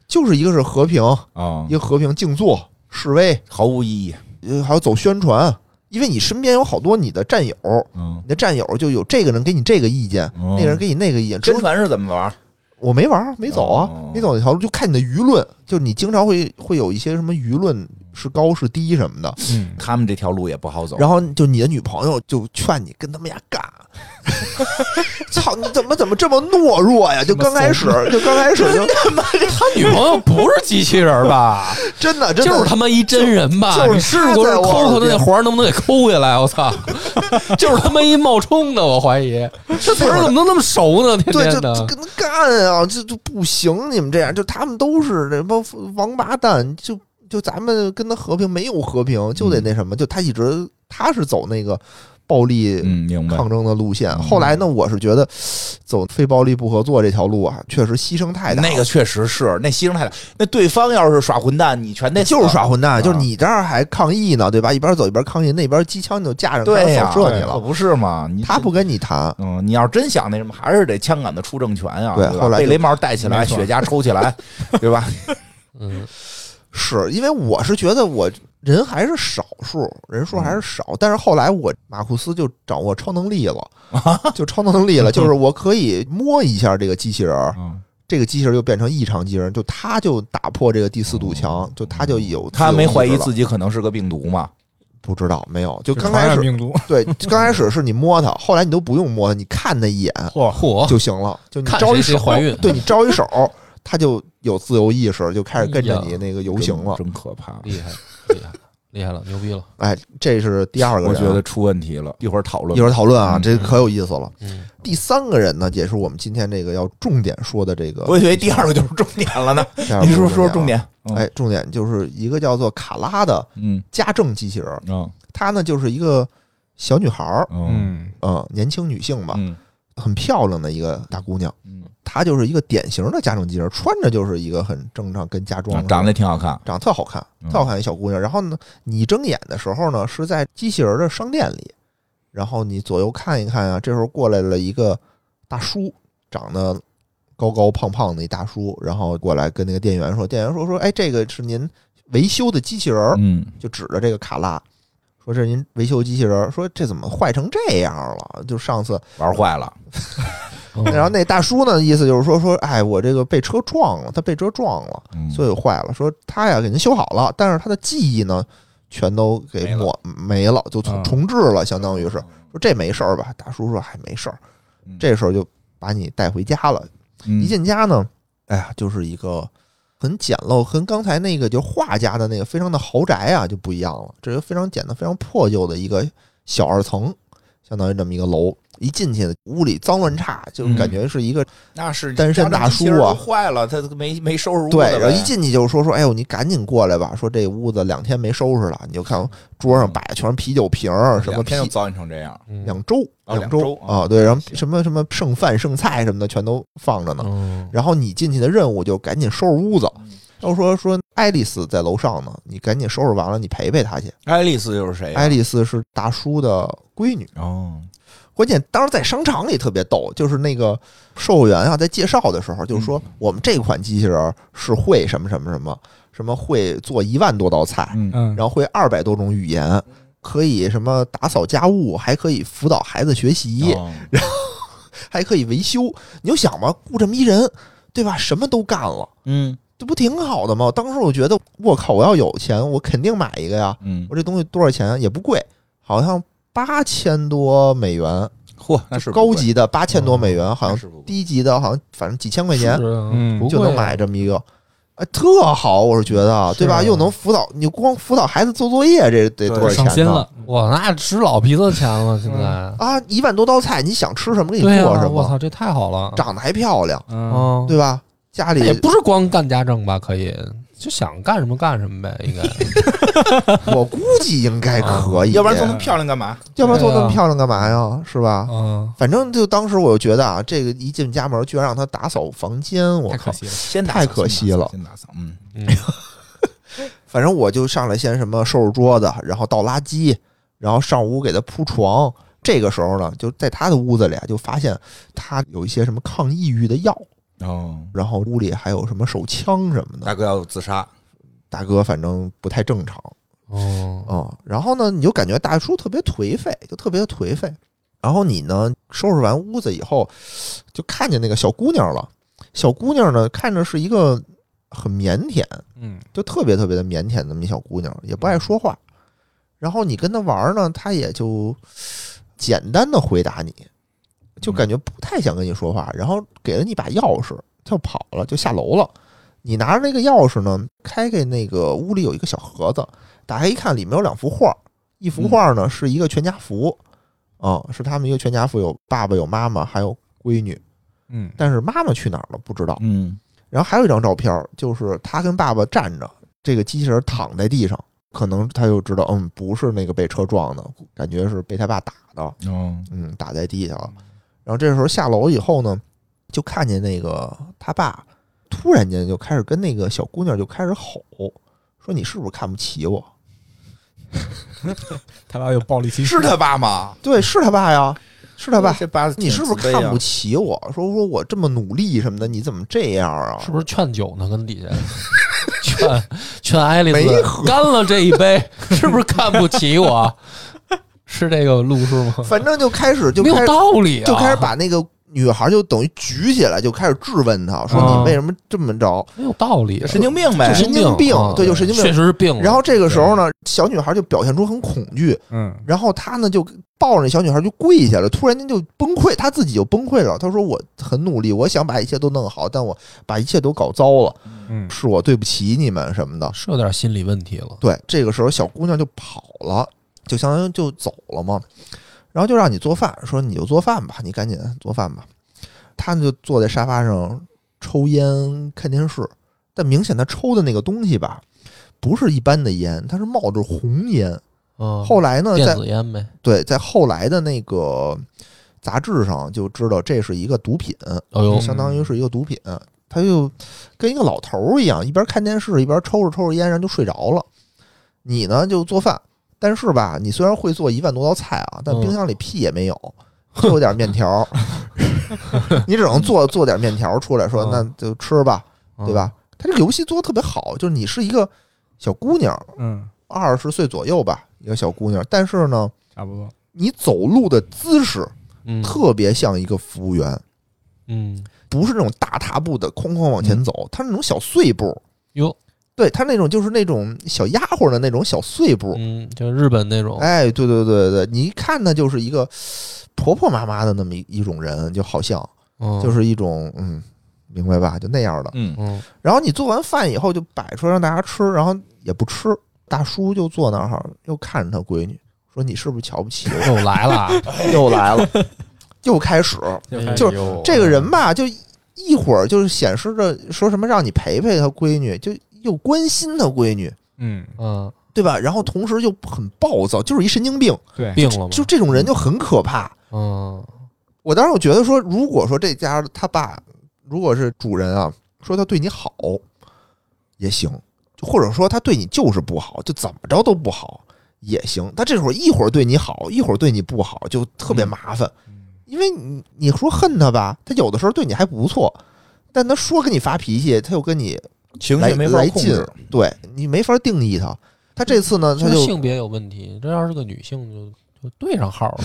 F: 就是一个是和平，
E: 啊
G: 嗯
F: 一？个和平静坐示威，
E: 毫无意义。
F: 呃还有走宣传，因为你身边有好多你的战友，
E: 嗯，
F: 你的战友就有这个人给你这个意见，
E: 哦
F: 那个人给你那个意见。只
E: 真
F: 有
E: 传是怎么玩？
F: 我没玩儿，没走啊，
E: 哦
F: 没走那条路，就看你的舆论，就是你经常会会有一些什么舆论是高是低什么的，
G: 嗯，
E: 他们这条路也不好走。
F: 然后就你的女朋友就劝你跟他们俩干， 操，你怎么怎么这么懦弱呀？就刚开始，就刚开始就
D: 他女朋友不是机器人吧？
F: 真的真的
D: 就是他妈一真人吧？
F: 就就是
D: 你试过
F: 他在我
D: 抠抠
F: 耳
D: 他
F: 边
D: 那环儿能不能给抠下来？我 操！就是他妈一冒充的，我怀疑。这词儿怎么能那么熟呢？天
F: 对，就
D: 天
F: 就
D: 的，
F: 跟他干啊，这就不行，你们这样，就他们都是什么王八蛋，就就咱们跟他和平没有和平，就得那什么，就他一直他是走那个暴力
E: 嗯，明白。
F: 抗争的路线，
E: 嗯
F: 后来呢，我是觉得走非暴力不合作这条路啊，确实牺牲太大了，
E: 那个确实是，那牺牲太大。那对方要是耍混蛋，你全得死
F: 就是耍混蛋，
E: 啊
F: 就是你这儿还抗议呢，对吧？一边走一边抗议，那边机枪就架上开
E: 对呀、
F: 扫射你
E: 可
F: 了，
E: 不是嘛？你
F: 他不跟你谈。
E: 嗯，你要是真想那什么，还是得枪杆子出政权啊，
F: 对
E: 吧
F: 后来
E: 被
F: 就
E: 雷帽戴起来，
G: 没错
E: 雪茄抽起 来，对吧？
D: 嗯，
F: 是因为我是觉得我人还是少数，人数
E: 嗯
F: 还是少。但是后来我马库斯就掌握超能力 了，就超能力了，就是我可以摸一下这个机器人儿，
E: 嗯，
F: 这个机器人儿就变成异常机器人，就他就打破这个第四堵墙，就他就有
E: 哦他没怀疑自
F: 己，
E: 己可能是个病毒嘛？
F: 不知道没有，就刚
G: 传
F: 开
G: 染
F: 始
G: 病毒，
F: 对，刚开始是你摸它，后来你都不用摸它，你看它一眼
G: 嚯，
E: 哦
D: 嚯！
F: 就行了，就你
D: 看
F: 招一
D: 谁
F: 手
D: 谁怀孕
F: 对你招一手，它就有自由意识，就开始跟
E: 哎
F: 着你那个游行了。
E: 真真可怕！
D: 厉害，厉害，厉害了，牛逼了！
F: 哎，这是第二个人啊，
E: 我觉得出问题了，一会儿讨论。
F: 一会儿讨论啊，
E: 嗯
F: 这可有意思了。
D: 嗯，
F: 第三个人呢，也是我们今天这个要重点说的这个。
E: 我以为第二个就是重点了呢，
F: 第二个
E: 你说说
F: 啊
E: 重？点？嗯，
F: 哎，重点就是一个叫做卡拉的
E: 嗯
F: 家政机器人儿，
E: 嗯
F: 她呢就是一个小女孩儿，
E: 嗯
G: 嗯，
F: 嗯，年轻女性吧，
E: 嗯
F: 很漂亮的一个大姑娘，
E: 嗯，
F: 她就是一个典型的家政机人，穿着就是一个很正常跟家装
E: 啊长得也挺好看，
F: 长得特好看，
E: 嗯
F: 特好看一小姑娘。然后呢，你睁眼的时候呢是在机器人的商店里，然后你左右看一看啊，这时候过来了一个大叔，长得高高胖胖的一大叔，然后过来跟那个店员说，店员说说，哎，这个是您维修的机器人儿，
E: 嗯，
F: 就指着这个卡拉。说这是您维修机器人儿，说这怎么坏成这样了？就上次
E: 玩坏了，
G: 嗯
F: 然后那大叔呢，意思就是说说，哎，我这个被车撞了，他被车撞了，
E: 嗯
F: 所以坏了。说他呀给您修好了，但是他的记忆呢，全都给抹没了，就重
G: 嗯
F: 重置了，相当于是。说这没事儿吧？大叔说还没事儿
E: 嗯。
F: 这时候就把你带回家了。
E: 嗯
F: 一进家呢，哎呀，就是一个很简陋，跟刚才那个就画家的那个非常的豪宅啊就不一样了。这是非常简单、非常破旧的一个小二层，相当于这么一个楼。一进去，屋里脏乱差，就是感觉是一个、
E: 那是
F: 单身
E: 家
F: 大叔啊
E: 长机器人都坏了，他没没收拾屋子
F: 对。然后
E: 呗
F: 一进去就说说，哎呦，你赶紧过来吧，说这屋子两天没收拾了，你就看桌上摆的全是啤酒瓶儿，什么
E: 两天就
F: 啤
E: 糟践成这样，
F: 两周
E: 哦两
F: 周
E: 周啊
F: 啊，对，然后
E: 行
F: 什么什么剩饭剩菜什么的全都放着呢。
D: 嗯，
F: 然后你进去的任务就赶紧收拾屋子。
E: 嗯
F: 要说说爱丽丝在楼上呢，你赶紧收拾完了，你陪陪她去。
E: 爱丽丝又是谁呀？啊
F: 爱丽丝是大叔的闺女，
E: 哦，
F: 关键当时在商场里特别逗，就是那个售货员啊，在介绍的时候就是说，我们这款机器人是会什么什么什么什么，会做一万多道菜，
E: 嗯
G: 嗯，
F: 然后会二百多种语言，可以什么打扫家务，还可以辅导孩子学习，
E: 哦
F: 还可以维修。你就想吧，雇这么一人，对吧？什么都干了。
E: 嗯
F: 这不挺好的吗？当时我觉得，我靠，我要有钱，我肯定买一个呀。
E: 嗯，
F: 我这东西多少钱也不贵，好像八千多美元，
E: 嚯，那是不
F: 高
E: 贵
F: 级的八千多美元，好
E: 那
F: 像
E: 是不贵
F: 低级的，好像反正几千块钱
D: 是啊
G: 嗯
D: 不
F: 就
D: 贵
F: 能
D: 啊
F: 买这么一个，哎，特好，我是觉得，对吧？
D: 是啊
F: 又能辅导你，光辅导孩子做作业，这得多少
G: 上
F: 钱
G: 心
F: 呢？
G: 了，
D: 我那值老鼻子钱了，现在。
F: 啊，一万多道菜，你想吃什么给你
D: 对
F: 做
D: 啊，
F: 什
D: 我操，
F: 么，
D: 这太好了。
F: 长得还漂亮，
G: 嗯，
D: 嗯，
F: 对吧？家里
D: 也不是光干家政吧，可以就想干什么干什么呗， 应该。
F: 我估计应该可以，
E: 要不然做那么漂亮干嘛？
F: 要不然做那么
D: 对啊
F: 漂亮干嘛呀？是吧？
D: 嗯，
F: 反正就当时我就觉得啊，这个一进家门居然让他打扫房间，我
G: 太
F: 靠
G: 可！惜了，
E: 先打
F: 太
E: 扫
F: 可惜了
E: 先打扫，嗯，
D: 嗯
F: 反正我就上来先什么收拾桌子，然后倒垃圾，然后上屋给他铺床。这个时候呢，就在他的屋子里啊，就发现他有一些什么抗抑郁的药，
E: 哦，
F: 然后屋里还有什么手枪什么的。
E: 大哥要自杀，
F: 大哥反正不太正常
D: 哦，
F: 啊、嗯然后呢，你就感觉大叔特别颓废，就特别的颓废。然后你呢，收拾完屋子以后，就看见那个小姑娘了。小姑娘呢，看着是一个很腼腆，
G: 嗯，
F: 就特别特别的腼腆的那么一小姑娘，也不爱说话。然后你跟她玩儿呢，她也就简单的回答你，就感觉不太想跟你说话。然后给了你把钥匙，她就跑了，就下楼了。你拿着那个钥匙呢，开开那个屋里有一个小盒子，打开一看，里面有两幅画儿，一幅画呢是一个全家福，啊、是他们一个全家福，有爸爸，有妈妈，还有闺女。
G: 嗯，
F: 但是妈妈去哪儿了不知道。
E: 嗯，
F: 然后还有一张照片儿，就是他跟爸爸站着，这个机器人躺在地上，可能他就知道，嗯，不是那个被车撞的，感觉是被他爸打的，
E: 哦，
F: 嗯，打在地下了。然后这时候下楼以后呢，就看见那个他爸突然间就开始跟那个小姑娘就开始吼，说你是不是看不起我？
G: 他爸有暴力歧视，
E: 是他爸吗？
F: 对，是他爸呀，是他爸。
E: 这爸，
F: 你是不是
E: 啊
F: 看不？起我？说说我这么努力什么的，你怎么这样啊？
D: 是不是劝酒呢？跟底下 劝劝爱丽
F: 没
D: 丝
F: 喝
D: 干了这一杯，是不是看不起我？是这个路数吗？
F: 反正就开始就
D: 没
F: 开
D: 有
F: 始
D: 道理啊！
F: 就开始把那个女孩就等于举起来，就开始质问她，说
D: 啊
F: 你为什么这么着？
D: 没有道理，
E: 神经病呗
F: 就！神经病
D: 啊
F: 对就神经病
D: 确实是病了。
F: 然后这个时候呢，小女孩就表现出很恐惧，
G: 嗯，
F: 然后她呢就抱着那小女孩就跪下了，突然间就崩溃，她自己就崩溃了。她说：“我很努力，我想把一切都弄好，但我把一切都搞糟了，
G: 嗯，
F: 是我对不起你们什么的。
D: 是有点心理问题了”。
F: 对，这个时候小姑娘就跑了，就相当于就走了嘛。然后就让你做饭，说你就做饭吧，你赶紧做饭吧。他呢就坐在沙发上抽烟看电视，但明显他抽的那个东西吧，不是一般的烟，他是冒着红烟。
D: 嗯，
F: 后来呢，
D: 电
F: 在
D: 子烟呗。
F: 对在后来的那个杂志上就知道这是一个毒品，
D: 哦呦
F: 就相当于是一个毒品。他就跟一个老头儿一样，一边看电视一边抽着抽着烟，然后就睡着了。你呢就做饭，但是吧，你虽然会做一万多道菜啊，但
D: 嗯
F: 冰箱里屁也没有，就有点面条儿， 你只能做做点面条儿出来说
D: 嗯
F: 那就吃吧，对吧？他这个游戏做的特别好，就是你是一个小姑娘，
G: 嗯，
F: 二十岁左右吧，一个小姑娘，但是呢，
G: 差不多。
F: 你走路的姿势
D: 嗯
F: 特别像一个服务员，
D: 嗯
F: 不是那种大踏步的哐哐往前走，它是那种小碎步。
D: 哟
F: 对，它那种就是那种小丫鬟的那种小碎步。
D: 嗯，就日本那种，
F: 哎，对对对对，你一看呢，就是一个婆婆妈妈的那么一一种人，就好像
D: 嗯
F: 就是一种嗯，明白吧，就那样的。
E: 嗯，
D: 嗯
F: 然后你做完饭以后就摆出来让大家吃，然后也不吃。大叔就坐那儿又看着他闺女，说：“你是不是瞧不起我？”
D: 又来了，
F: 又来了，又开 始。
E: 哎
F: 就是这个人吧，就一会儿就是显示着说什么让你陪陪他闺女，就又关心他闺女，
G: 嗯，
D: 嗯，
F: 对吧？然后同时又很暴躁，就是一神经病，
G: 对，
D: 病了吗？
F: 就这种人就很可怕。
D: 嗯
F: 我当时我觉得说，如果说这家他爸如果是主人啊，说他对你好也行，或者说他对你就是不好，就怎么着都不好也行。他这会儿一会儿对你好，一会儿对你不好，就特
E: 嗯
F: 别麻烦。因为你你说恨他吧，他有的时候对你还不错，但他说跟你发脾气，他又跟你
E: 情
F: 来
E: 绪没法
F: 来
E: 控
F: 劲
E: 制，，
F: 对你没法定义他。他这次呢，他
D: 这
F: 就
D: 性别有问题，这要是个女性就就对上号了，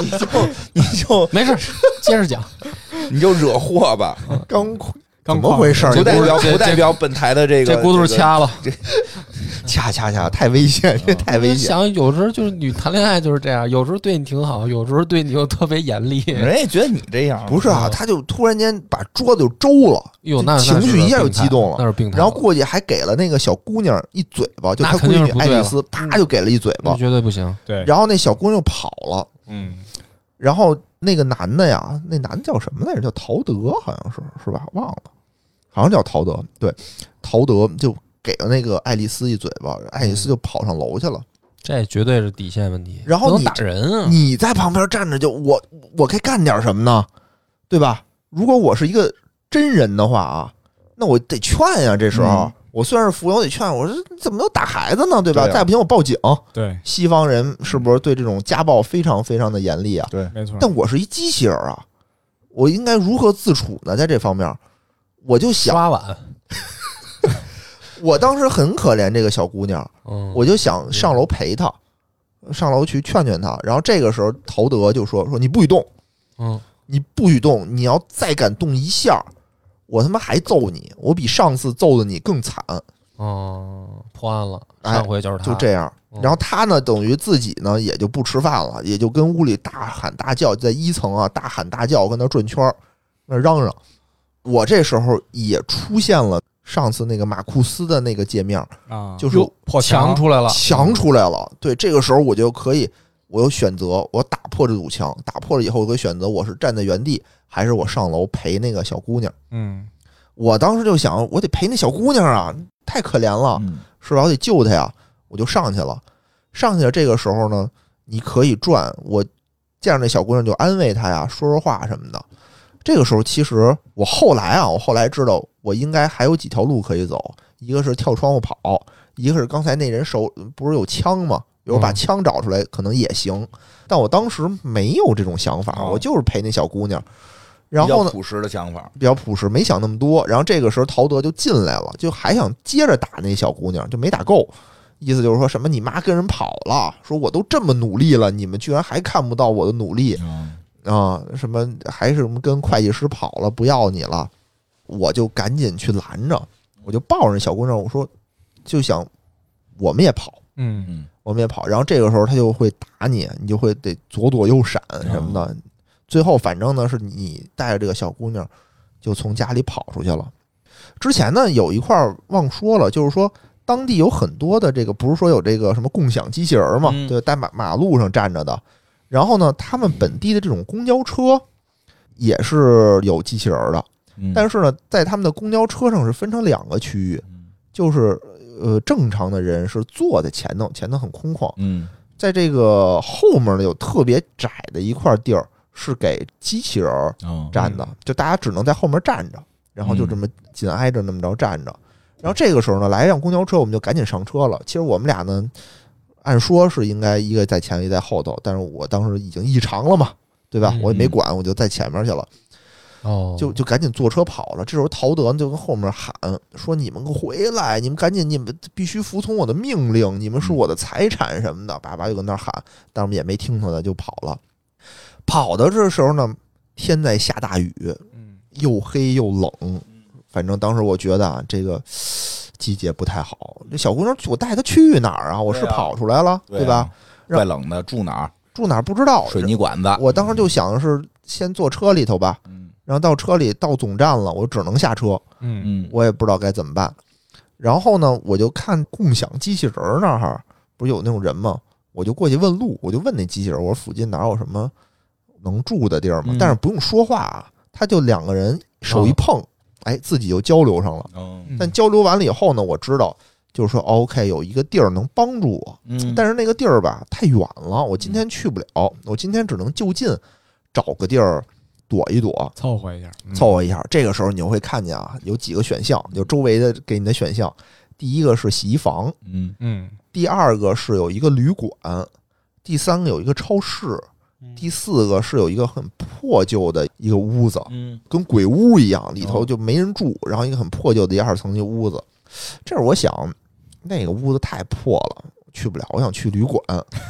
E: 你就你就
D: 没事，接着讲，
E: 你就惹祸吧，
F: 刚
G: 刚
F: 怎么回事儿？
E: 不代表
D: 这
E: 不代表本台的这个
D: 这轱辘
E: 这个
D: 掐了。
F: 恰恰恰太危险，
D: 嗯
F: 这太危险。
D: 想有时候就是女谈恋爱就是这样，有时候对你挺好，有时候对你又特别严厉。
E: 人也觉得你这样
F: 不是啊，
D: 嗯
F: 他就突然间把桌子就周了，
D: 哟，那
F: 情绪一下就激动了
D: 那是病态，
F: 然后过去还给了那个小姑娘一嘴巴，就
D: 嗯那
F: 他
D: 肯
F: 闺
D: 定
F: 女
D: 是不
F: 爱
D: 对
F: 丽
D: 了嗯
F: 丝，啪就给了一嘴
D: 那
F: 巴，
D: 绝对不行。
G: 对，
F: 然后那小姑娘跑了，
G: 嗯，
F: 然后那个男的呀，那男的叫什么来着？叫陶德，好像是是吧？忘了，好像叫陶德。对，陶德就给了那个爱丽丝一嘴巴，爱丽丝就跑上楼去了。
D: 这绝对是底线问题。
F: 然后
D: 不能
F: 你
D: 打人 啊，
F: 你在旁边站着就，我我该干点什么呢？对吧？如果我是一个真人的话啊，那我得劝呀、这时候、
G: 嗯
F: 我虽然是服务员，我得劝。我说你怎么能打孩子呢？对吧？
E: 对啊
F: 再不行我报警。
G: 对，
F: 西方人是不是对这种家暴非常非常的严厉啊？
G: 没错。
F: 但我是一机器人啊，我应该如何自处呢？在这方面，我就想，
D: 刷碗，
F: 我当时很可怜这个小姑娘，
D: 嗯，
F: 我就想上楼陪她，上楼去劝劝她。然后这个时候，陶德就说：“说你不许动，
D: 嗯
F: 你不许动，你要再敢动一下，我他妈还揍你，我比上次揍的你更惨。”
D: 哦，破案了，
F: 哎
D: 上回就是他，
F: 就这样。
D: 嗯
F: 然后他呢，等于自己呢也就不吃饭了，也就跟屋里大喊大叫，在一层啊大喊大叫，跟那转圈儿，那嚷嚷。我这时候也出现了上次那个马库斯的那个界面，
G: 啊，
F: 就是
G: 破
D: 墙出来了，
F: 墙出来了。对，这个时候我就可以，我有选择，我打破这堵墙，打破了以后，我可以选择我是站在原地，还是我上楼陪那个小姑娘。
G: 嗯，
F: 我当时就想，我得陪那小姑娘啊，太可怜了。
E: 嗯
F: 是吧？我得救他呀，我就上去了。上去了，这个时候呢，你可以转，我见着那小姑娘就安慰她呀，说说话什么的。这个时候，其实我后来啊，我后来知道我应该还有几条路可以走，一个是跳窗户跑，一个是刚才那人手不是有枪吗？我把
D: 嗯
F: 枪找出来可能也行，但我当时没有这种想法，
E: 哦
F: 我就是陪那小姑娘。然后
E: 比
F: 呢
E: 较，朴实的想法，
F: 比较朴实，没想那么多。然后这个时候陶德就进来了，就还想接着打那小姑娘，就没打够。意思就是说什么你妈跟人跑了，说我都这么努力了，你们居然还看不到我的努力
E: 嗯
F: 啊、什么还是什么跟会计师跑了，不要你了。我就赶紧去拦着，我就抱着那小姑娘，我说就想我们也跑，
G: 嗯，
E: 嗯，
F: 我们也跑。然后这个时候他就会打你，你就会得左躲右闪什么的。最后反正呢是你带着这个小姑娘就从家里跑出去了。之前呢有一块儿忘说了，就是说当地有很多的这个不是说有这个什么共享机器人儿嘛，
E: 嗯
F: 对，在马马路上站着的。然后呢，他们本地的这种公交车也是有机器人儿的，
E: 嗯
F: 但是呢，在他们的公交车上是分成两个
E: 嗯
F: 区域，就是呃正常的人是坐在前头，前头很空旷，
E: 嗯
F: 在这个后面呢有特别窄的一块地儿是给机器人儿
E: 嗯
F: 站的，就大家只能在后面站着，然后就这么紧挨着那么着站着。然后这个时候呢，来一辆公交车，我们就赶紧上车了。其实我们俩呢，按说是应该一个在前，一个在后头，但是我当时已经异常了嘛，对吧
D: 嗯？
F: 我也没管，我就在前面去了，
D: 哦，
F: 就就赶紧坐车跑了。这时候陶德就跟后面喊说：“你们回来，你们赶紧，你们必须服从我的命令，你
E: 嗯
F: 们是我的财产什么的。”爸爸就跟那儿喊，但我们也没听他的，就跑了。跑的这时候呢，天在下大雨，
G: 嗯，
F: 又黑又
E: 嗯
F: 冷，反正当时我觉得啊，这个季节不太好。这小姑娘，我带她去哪儿啊？我是
E: 对啊
F: 跑出来了，
E: 对
F: 对
E: 啊
F: 吧？？让
E: 怪冷的，住哪儿？
F: 住哪儿不知道。
E: 水泥管子。
F: 我当时就想的是先坐车里头吧，
E: 嗯
F: 然后到车里到总站了，我只能下车，
G: 嗯
E: 嗯，
F: 我也不知道该怎么办。然后呢，我就看共享机器人儿那儿不是有那种人吗？我就过去问路，我就问那机器人儿，我说附近哪有什么能住的地儿吗？
G: 嗯
F: 但是不用说话啊，他就两个人手一碰，哎，自己就交流上了。
E: 哦
F: 但交流完了以后呢，我知道就是说哦 OK 有一个地儿能帮助我，
E: 嗯
F: 但是那个地儿吧太远了，我今天去不了，我今天只能就近找个地儿躲一躲。
G: 凑合一下，嗯
F: 凑合一下，这个时候你就会看见啊，有几个选项，有周围的给你的选项。第一个是洗衣房，
E: 嗯
G: 嗯
F: 第二个是有一个旅馆，第三个有一个超市，第四个是有一个很破旧的一个屋子，
E: 嗯
F: 跟鬼屋一样，里头
E: 哦
F: 就没人住，然后一个很破旧的一二层的屋子。这是我想，那个屋子太破了，去不了。我想去旅馆，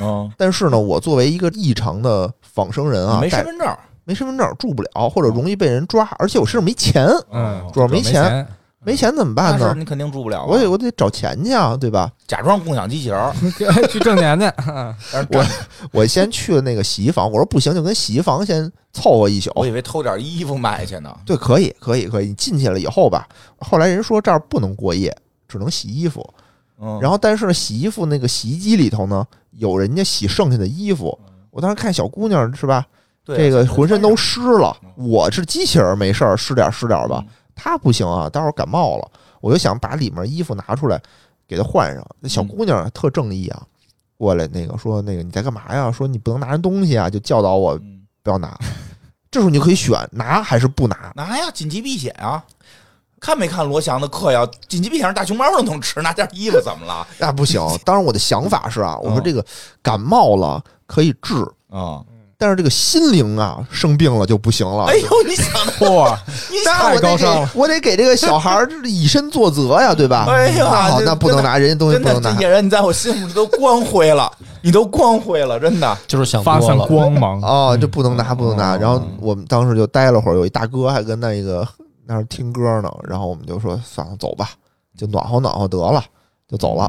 E: 哦，
F: 但是呢，我作为一个异常的仿生人啊，
E: 没
F: 带
E: 身份证儿，
F: 没身份证住不了，或者容易被人抓，而且我身上没钱，
E: 啊
G: 嗯，
F: 主要没
G: 没
F: 钱，没钱怎么办
E: 那是
F: 呢？
E: 你肯定住不了啊。
F: 我得我得找钱去啊，对吧？
E: 假装共享机器人儿，
G: 去挣钱去，
E: 但是站
F: 我先去那个洗衣房，我说不行，就跟洗衣房先凑合一宿。
E: 我以为偷点衣服卖去呢。
F: 对，可以，可以，可以。你进去了以后吧，后来人说这儿不能过夜，只能洗衣服。
E: 嗯，
F: 然后但是呢，洗衣服那个洗衣机里头呢，有人家洗剩下的衣服。我当时看小姑娘是吧，
E: 嗯对啊
F: 这个浑身都湿了
E: 嗯。
F: 我是机器人，没事儿，湿点儿湿点儿吧
E: 嗯。
F: 她不行啊，待会儿感冒了，我就想把里面衣服拿出来给她换上。那小
E: 嗯
F: 姑娘特正义啊，过来那个说那个你在干嘛呀？说你不能拿人东西啊，就教导我
E: 嗯
F: 不要 拿。这时候你就可以选拿还是不拿。
E: 拿呀，紧急避险啊！看没看罗翔的课呀？紧急避险，大熊猫都能吃，拿件衣服怎 么了？
F: 那、不行，当然我的想法是啊，我说
E: 嗯
F: 这个感冒了可以治，
E: 啊！
F: 但是这个心灵啊，生病了就不行了。
E: 哎呦，你想的，
G: 嚯，
E: 你想
F: 那
G: 太
F: 我得
G: 高尚
F: 给
G: 了
F: 我得给这个小孩儿以身作则呀，对吧？
E: 哎呀
F: 那好，
E: 这
F: 那不能拿人家东西
E: 真
F: 不能
E: 的，这
F: 拿
E: 野人，你在我心目中都光辉了，你都光辉了，真的。
D: 就是想
G: 发
D: 多
G: 散
D: 了，
G: 光芒，
F: 哦，这不能拿，不能拿。
E: 哦
F: 然后我们当时就待了会儿，有一大哥还跟那个那儿听歌呢，然后我们就说算了，走吧，就暖和暖和得了，就走了。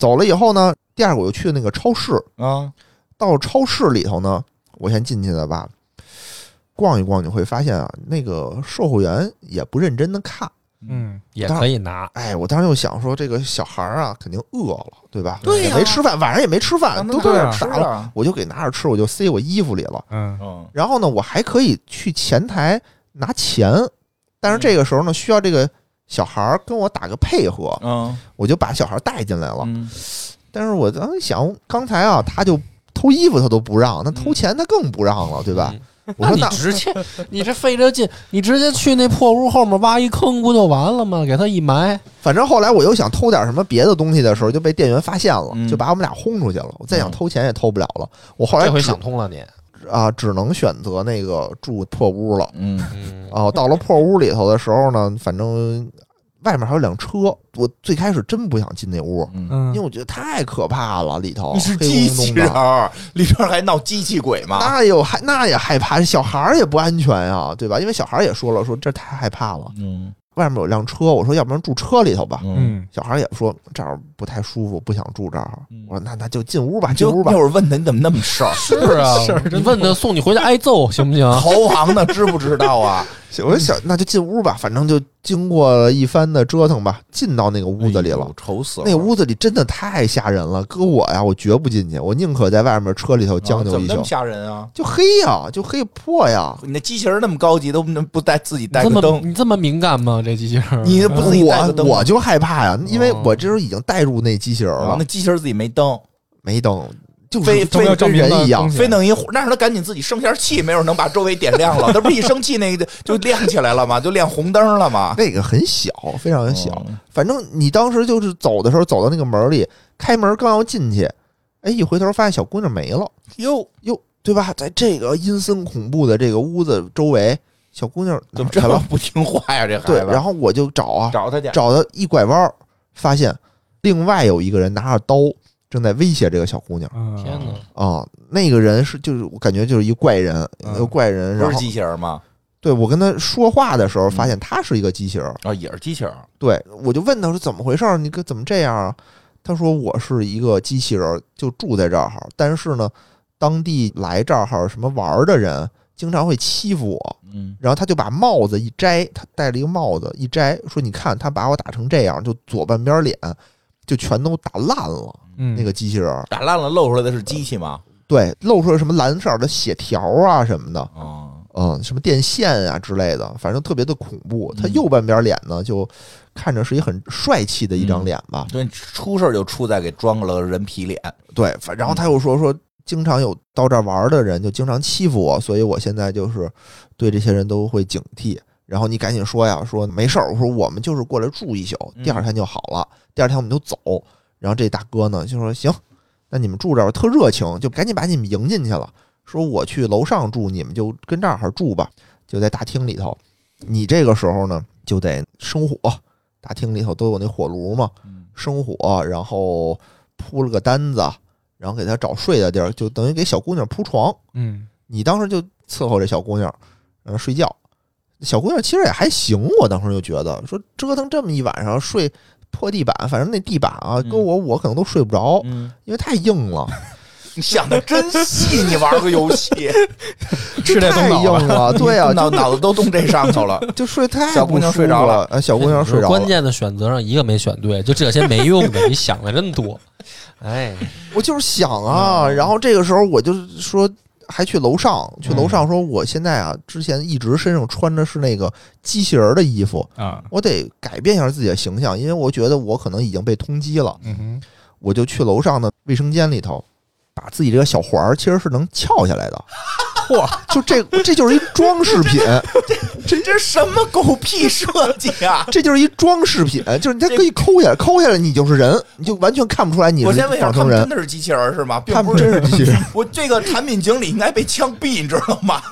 F: 走了以后呢，第二个我又去那个超市，
E: 啊！
G: 嗯
F: 到超市里头呢，我先进去的吧，逛一逛，你会发现啊，那个售货员也不认真的看。
G: 嗯，
D: 也可以拿。
F: 哎，我当时就想说，这个小孩儿啊，肯定饿了，对吧？
E: 对呀
F: 也没吃饭，晚上也没吃饭，都在
G: 对
F: 那
G: 啊
F: 儿
E: 吃
F: 打了，
E: 了，
F: 我就给拿着吃，我就塞我衣服里了。
G: 嗯，
E: 嗯
F: 然后呢，我还可以去前台拿钱，
E: 嗯
F: 但是这个时候呢，需要这个小孩儿跟我打个配合，
E: 嗯
F: 我就把小孩儿带进来了。
E: 嗯，
F: 但是我当时想，刚才啊，他就偷衣服他都不让，那偷
E: 嗯
F: 钱他更不让了，对吧？我
D: 那
F: 说
D: 你
F: 那
D: 直接，你这费这劲，你直接去那破屋后面挖一坑不就完了吗？给他一埋，
F: 反正后来我又想偷点什么别的东西的时候，就被店员发现了，
E: 嗯
F: 就把我们俩轰出去了。我再
E: 嗯
F: 想偷钱也偷不了了。我后来
D: 这回
F: 只
D: 想通了你。
F: 啊，只能选择那个住破屋了。
E: 嗯
D: 嗯，
F: 哦、到了破屋里头的时候呢，反正外面还有辆车。我最开始真不想进那屋，
E: 嗯，
G: 嗯
F: 因为我觉得太可怕了，里头
E: 你是
F: 黑
E: 机
F: 咕
E: 器
F: 隆
E: 人
F: 的。
E: 儿，里边还闹机器鬼吗？
F: 那有害，那也害怕，小孩儿也不安全呀、对吧？因为小孩儿也说了，说这太害怕了。
E: 嗯
F: 外面有辆车，我说要不然住车里头吧。
E: 嗯，
G: 嗯，
F: 小孩儿也说这儿不太舒服，不想住这儿
E: 嗯。
F: 我说那那就进屋吧，
E: 你
F: 进
E: 就
F: 屋吧
E: 一。会儿问他你怎么那么瘦，
G: 是啊，
D: 你问他送你回去挨揍行 不行？
E: 投行的知不知道啊？
F: 我说小那就进屋吧，反正就经过一番的折腾吧，进到那个 屋子里了
E: 哎呦，。愁死了。
F: 那屋子里真的太吓人了，搁我呀，我绝不进去，我宁可在外面车里头将
E: 啊
F: 就
E: 怎么
F: 一
E: 那么
F: 宿。
E: 吓嗯人啊？
F: 就黑呀，就黑破呀，
E: 你那机器人那么高级，都不能不带自己
D: 你
E: 带
D: 这
E: 个
D: 么
E: 灯，
D: 你这么敏感吗？这机器人儿？
E: 你不自己带个
F: 我
E: 灯吗哦
F: 我就害怕呀，因为我这时候已经带入那机器人
E: 啊
F: 了
E: 那，机器人自己没灯，
F: 没灯，就是
E: 非
F: 非
E: 非
F: 跟人一样，
E: 非弄一火，让他赶紧自己生下气，没准能把周围点亮了。他不是一生气那个就亮起来了吗？就亮红灯了吗？
F: 那个很小，非常很小。
E: 嗯
F: 反正你当时就是走的时候，走到那个门里，开门刚要进去，哎，一回头发现小姑娘没了，
E: 哟，
F: 哟，对吧？在这个阴森恐怖的这个屋子周围，小姑娘
E: 怎么这
F: 哪儿去
E: 么
F: 了？
E: 不听话呀？这孩
F: 对，
E: 子，
F: 然后我就找啊，
E: 找他去，
F: 找到一拐弯儿，发现另外有一个人拿着刀正在威胁这个小姑娘
G: 嗯
D: 天哪！
F: 啊。那个人是就是我感觉就是一怪人，
G: 嗯
F: 一个怪人。
E: 不
F: 然
E: 是
F: 后
E: 机器人吗？
F: 对我跟他说话的时候，发现他是一个机器人儿。
E: 啊，也是机器人。
F: 对，我就问他说怎么回事儿，你可怎么这样啊？他说我是一个机器人儿，就住在这儿，但是呢，当地来这儿什么玩儿的人经常会欺负我。
E: 嗯，
F: 然后他就把帽子一摘，他戴了一个帽子一摘，说你看他把我打成这样，就左半边脸就全都打烂了。
G: 嗯，
F: 那个机器人儿
E: 打烂了露出来的是机器吗？
F: 对露出了什么蓝色的血条啊什么的，
E: 哦，
F: 嗯，什么电线啊之类的，反正特别的恐怖。他
E: 嗯
F: 右半边脸呢，就看着是一很帅气的一张
E: 嗯
F: 脸吧，
E: 对，出事儿就出在给装了人皮脸。
F: 对，反然后他又说说，经常有到这儿玩儿的人就经常欺负我，所以我现在就是对这些人都会警惕。然后你赶紧说呀，说没事儿，我说我们就是过来住一宿，第二
E: 嗯
F: 天就好了，第二天我们就走。然后这大哥呢就说行，那你们住这儿特热情，就赶紧把你们迎进去了。说我去楼上住，你们就跟这儿住吧，就在大厅里头。你这个时候呢就得生火，大厅里头都有那火炉嘛，生火，然后铺了个单子，然后给她找睡的地儿，就等于给小姑娘铺床。
G: 嗯，
F: 你当时就伺候这小姑娘，让她睡觉。小姑娘其实也还行，我当时就觉得说折腾这么一晚上睡破地板，反正那地板啊，
E: 嗯
F: 搁我我可能都睡不着，
E: 嗯，
F: 因为太 硬了，
E: 你想的真细，你玩个游戏，
G: 是这
F: 太
G: 动脑
F: 硬了，
G: 了，
F: 对啊，
E: 脑
F: 就
E: 脑子都动这上头了。
F: 就睡太
E: 小姑娘
F: 不舒服
E: 睡着
F: 了
E: 了，
F: 哎小姑娘睡着
D: 关
F: 了，
D: 键的选择上一个没选对，就这些没用的，你想的真多。哎，
F: 我就是想啊，
E: 嗯
F: 然后这个时候我就说，还去楼上，去
E: 嗯
F: 楼上说，我现在啊，之前一直身上穿的是那个机器人的衣服，
G: 啊，
F: 我得改变一下自己的形象，因为我觉得我可能已经被通缉了，
G: 嗯哼，
F: 我就去楼上的卫生间里头，把自己这个小环儿其实是能撬下 来的，嚯，就这这就是一装饰品，
E: 这这什么狗屁设计啊！
F: 这就是一装饰品，就是它可以抠下来，抠下来你就是人，你就完全看不出来 你
E: 我
F: 是
E: 先问一下，
F: 仿
E: 他
F: 生
E: 们真
F: 人，
E: 的是机器人是吗？并
F: 他们
E: 不
F: 真
E: 是。
F: 是机器人。
E: 我这个产品经理应该被枪毙，你知道 吗？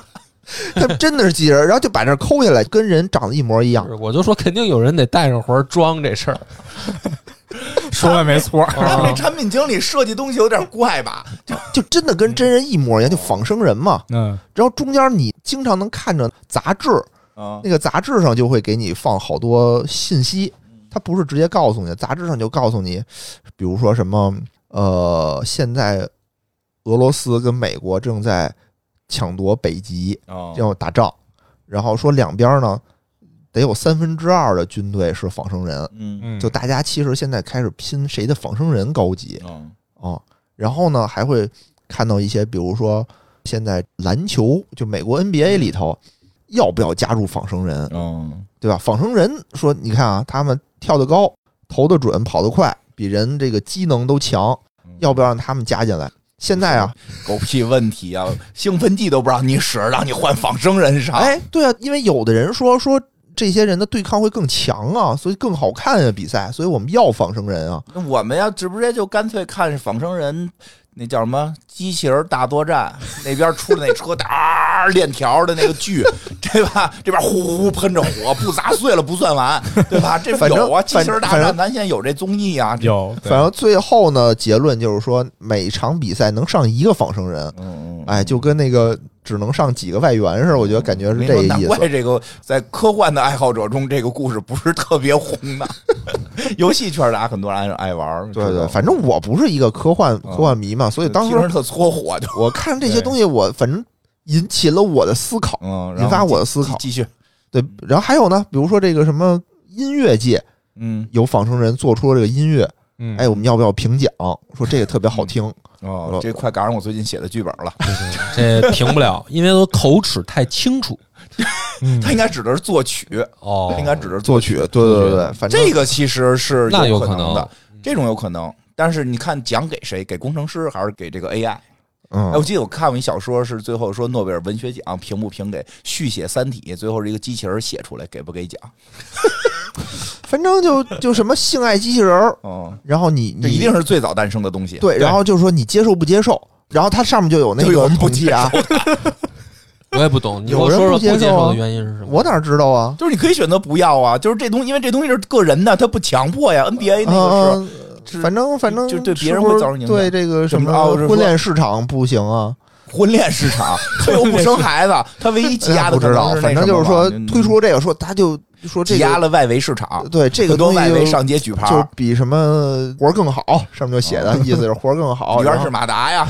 F: 他真的是机器人，然后就把这儿抠下来，跟人长得一模一样
D: 不。是我就说肯定有人得带上活儿装这事儿。
G: 说的没错，
F: 哦
E: 他们
D: 啊
E: 这产品经理设计东西有点怪吧？
F: 就真的跟真人一模一样，就仿生人嘛。
G: 嗯，
F: 然后中间你经常能看着杂志，
E: 啊
F: 那个杂志上就会给你放好多信息，
E: 嗯
F: 它不是直接告诉你，杂志上就告诉你，比如说什么呃，现在俄罗斯跟美国正在抢夺北极，
E: 啊
F: 要打仗，然后说两边呢得有三分之二的军队是仿生人，
E: 嗯
G: 嗯
F: 就大家其实现在开始拼谁的仿生人高级。
E: 嗯
F: 啊、然后呢，还会看到一些，比如说现在篮球，就美国 NBA 里头，要不要加入仿生人，
E: 嗯
F: 对吧？仿生人说，你看啊，他们跳得高，投得准，跑得快，比人这个机能都强，
E: 嗯
F: 要不要让他们加进来？现在啊，
E: 狗屁问题啊！兴奋剂都不让你使，让你换仿生人上。
F: 哎，对啊，因为有的人说说这些人的对抗会更强啊，所以更好看啊比赛，所以我们要仿生人啊。
E: 那我们要直播间就干脆看仿生人，那叫什么机器人大作战，那边出的那车哒链条的那个锯， 对吧？这边呼呼呼喷着火，不砸碎了不算 完，对吧？这
F: 反正
E: 有啊，
F: 反
E: 机器人大
F: 反正
E: 战，咱现在有这综艺啊，这
G: 有，对
F: 反正最后呢，结论就是说，每场比赛能上一个仿生人，
E: 嗯嗯，
F: 哎，就跟那个只能上几个外援似的，我觉得感觉是
E: 没
F: 这
E: 说
F: 个
E: 难
F: 意
E: 怪
F: 思。
E: 这个在科幻的爱好者中，这个故事不是特别红 的。游戏圈的啊，很多人爱爱玩儿，
F: 对
E: 知道
F: 对，反正我不是一个科幻科幻迷嘛，所以当
E: 啊听着
F: 时
E: 特搓火就，
F: 我看这些东西，我反正引起了我的思考。
E: 嗯，
F: 引发我的思考
E: 继续，
F: 对，然后还有呢，比如说这个什么音乐界
E: 嗯，
F: 有仿生人做出了这个音乐，
G: 嗯，
F: 哎，我们要不要评奖？说这个特别好听，
E: 哦，这快赶上我最近写的剧本了。
D: 这评不了，因为都口齿太清楚
G: 嗯，
E: 他应该指的是作曲，
D: 哦
E: 他应该指的是作
F: 作曲，对对对对，反正
E: 这个其实是
D: 那有
E: 可
D: 可
E: 能的
D: 能，
E: 这种有可能。但是你看奖给谁？给工程师还是给这个 AI？哎，我
F: 嗯，
E: 记得我看过一小说，是最后说诺贝尔文学奖评不评给续写《三体》，最后是一个机器人写出来，给不给奖？
F: 反正就就什么性爱机器人儿，
E: 嗯，
F: 然后你
E: 这
F: 你
E: 一定是最早诞生的东西。
F: 对，然后就说你接受不接受，然后它上面就有那
E: 就有
F: 个
E: 人不
F: 统计啊，
D: 我也不懂，你给我
F: 有人
D: 说说
F: 不接
D: 不接
F: 受
D: 受
F: 啊
D: 的原因是什么？
F: 我哪知道啊？
E: 就是你可以选择不要啊，就是这东西，因为这东西是个人的，它不强迫呀。NBA 那个
F: 嗯
E: 是，
F: 反正反正
E: 就对别
F: 是
E: 人
F: 不
E: 会
F: 是
E: 造成影响
F: 对这个什
E: 怎么着我是说
F: 婚恋市场不行啊，
E: 是婚恋市场，他又不生孩子， 他唯一挤压的
F: 哎不
E: 可
F: 知
E: 能
F: 道，
E: 是那
F: 反正
E: 什么
F: 就是
E: 吧
F: 说
E: 嗯
F: 推出这个说他就说这
E: 挤压
F: 个
E: 了外围市场，
F: 对这个
E: 很多
F: 东
E: 外
F: 西
E: 围
F: 就
E: 上街举牌，
F: 就比什么活儿更好，上面就写的意思是活儿更
E: 啊
F: 好，
E: 里边
F: 然后
E: 哦是马达呀，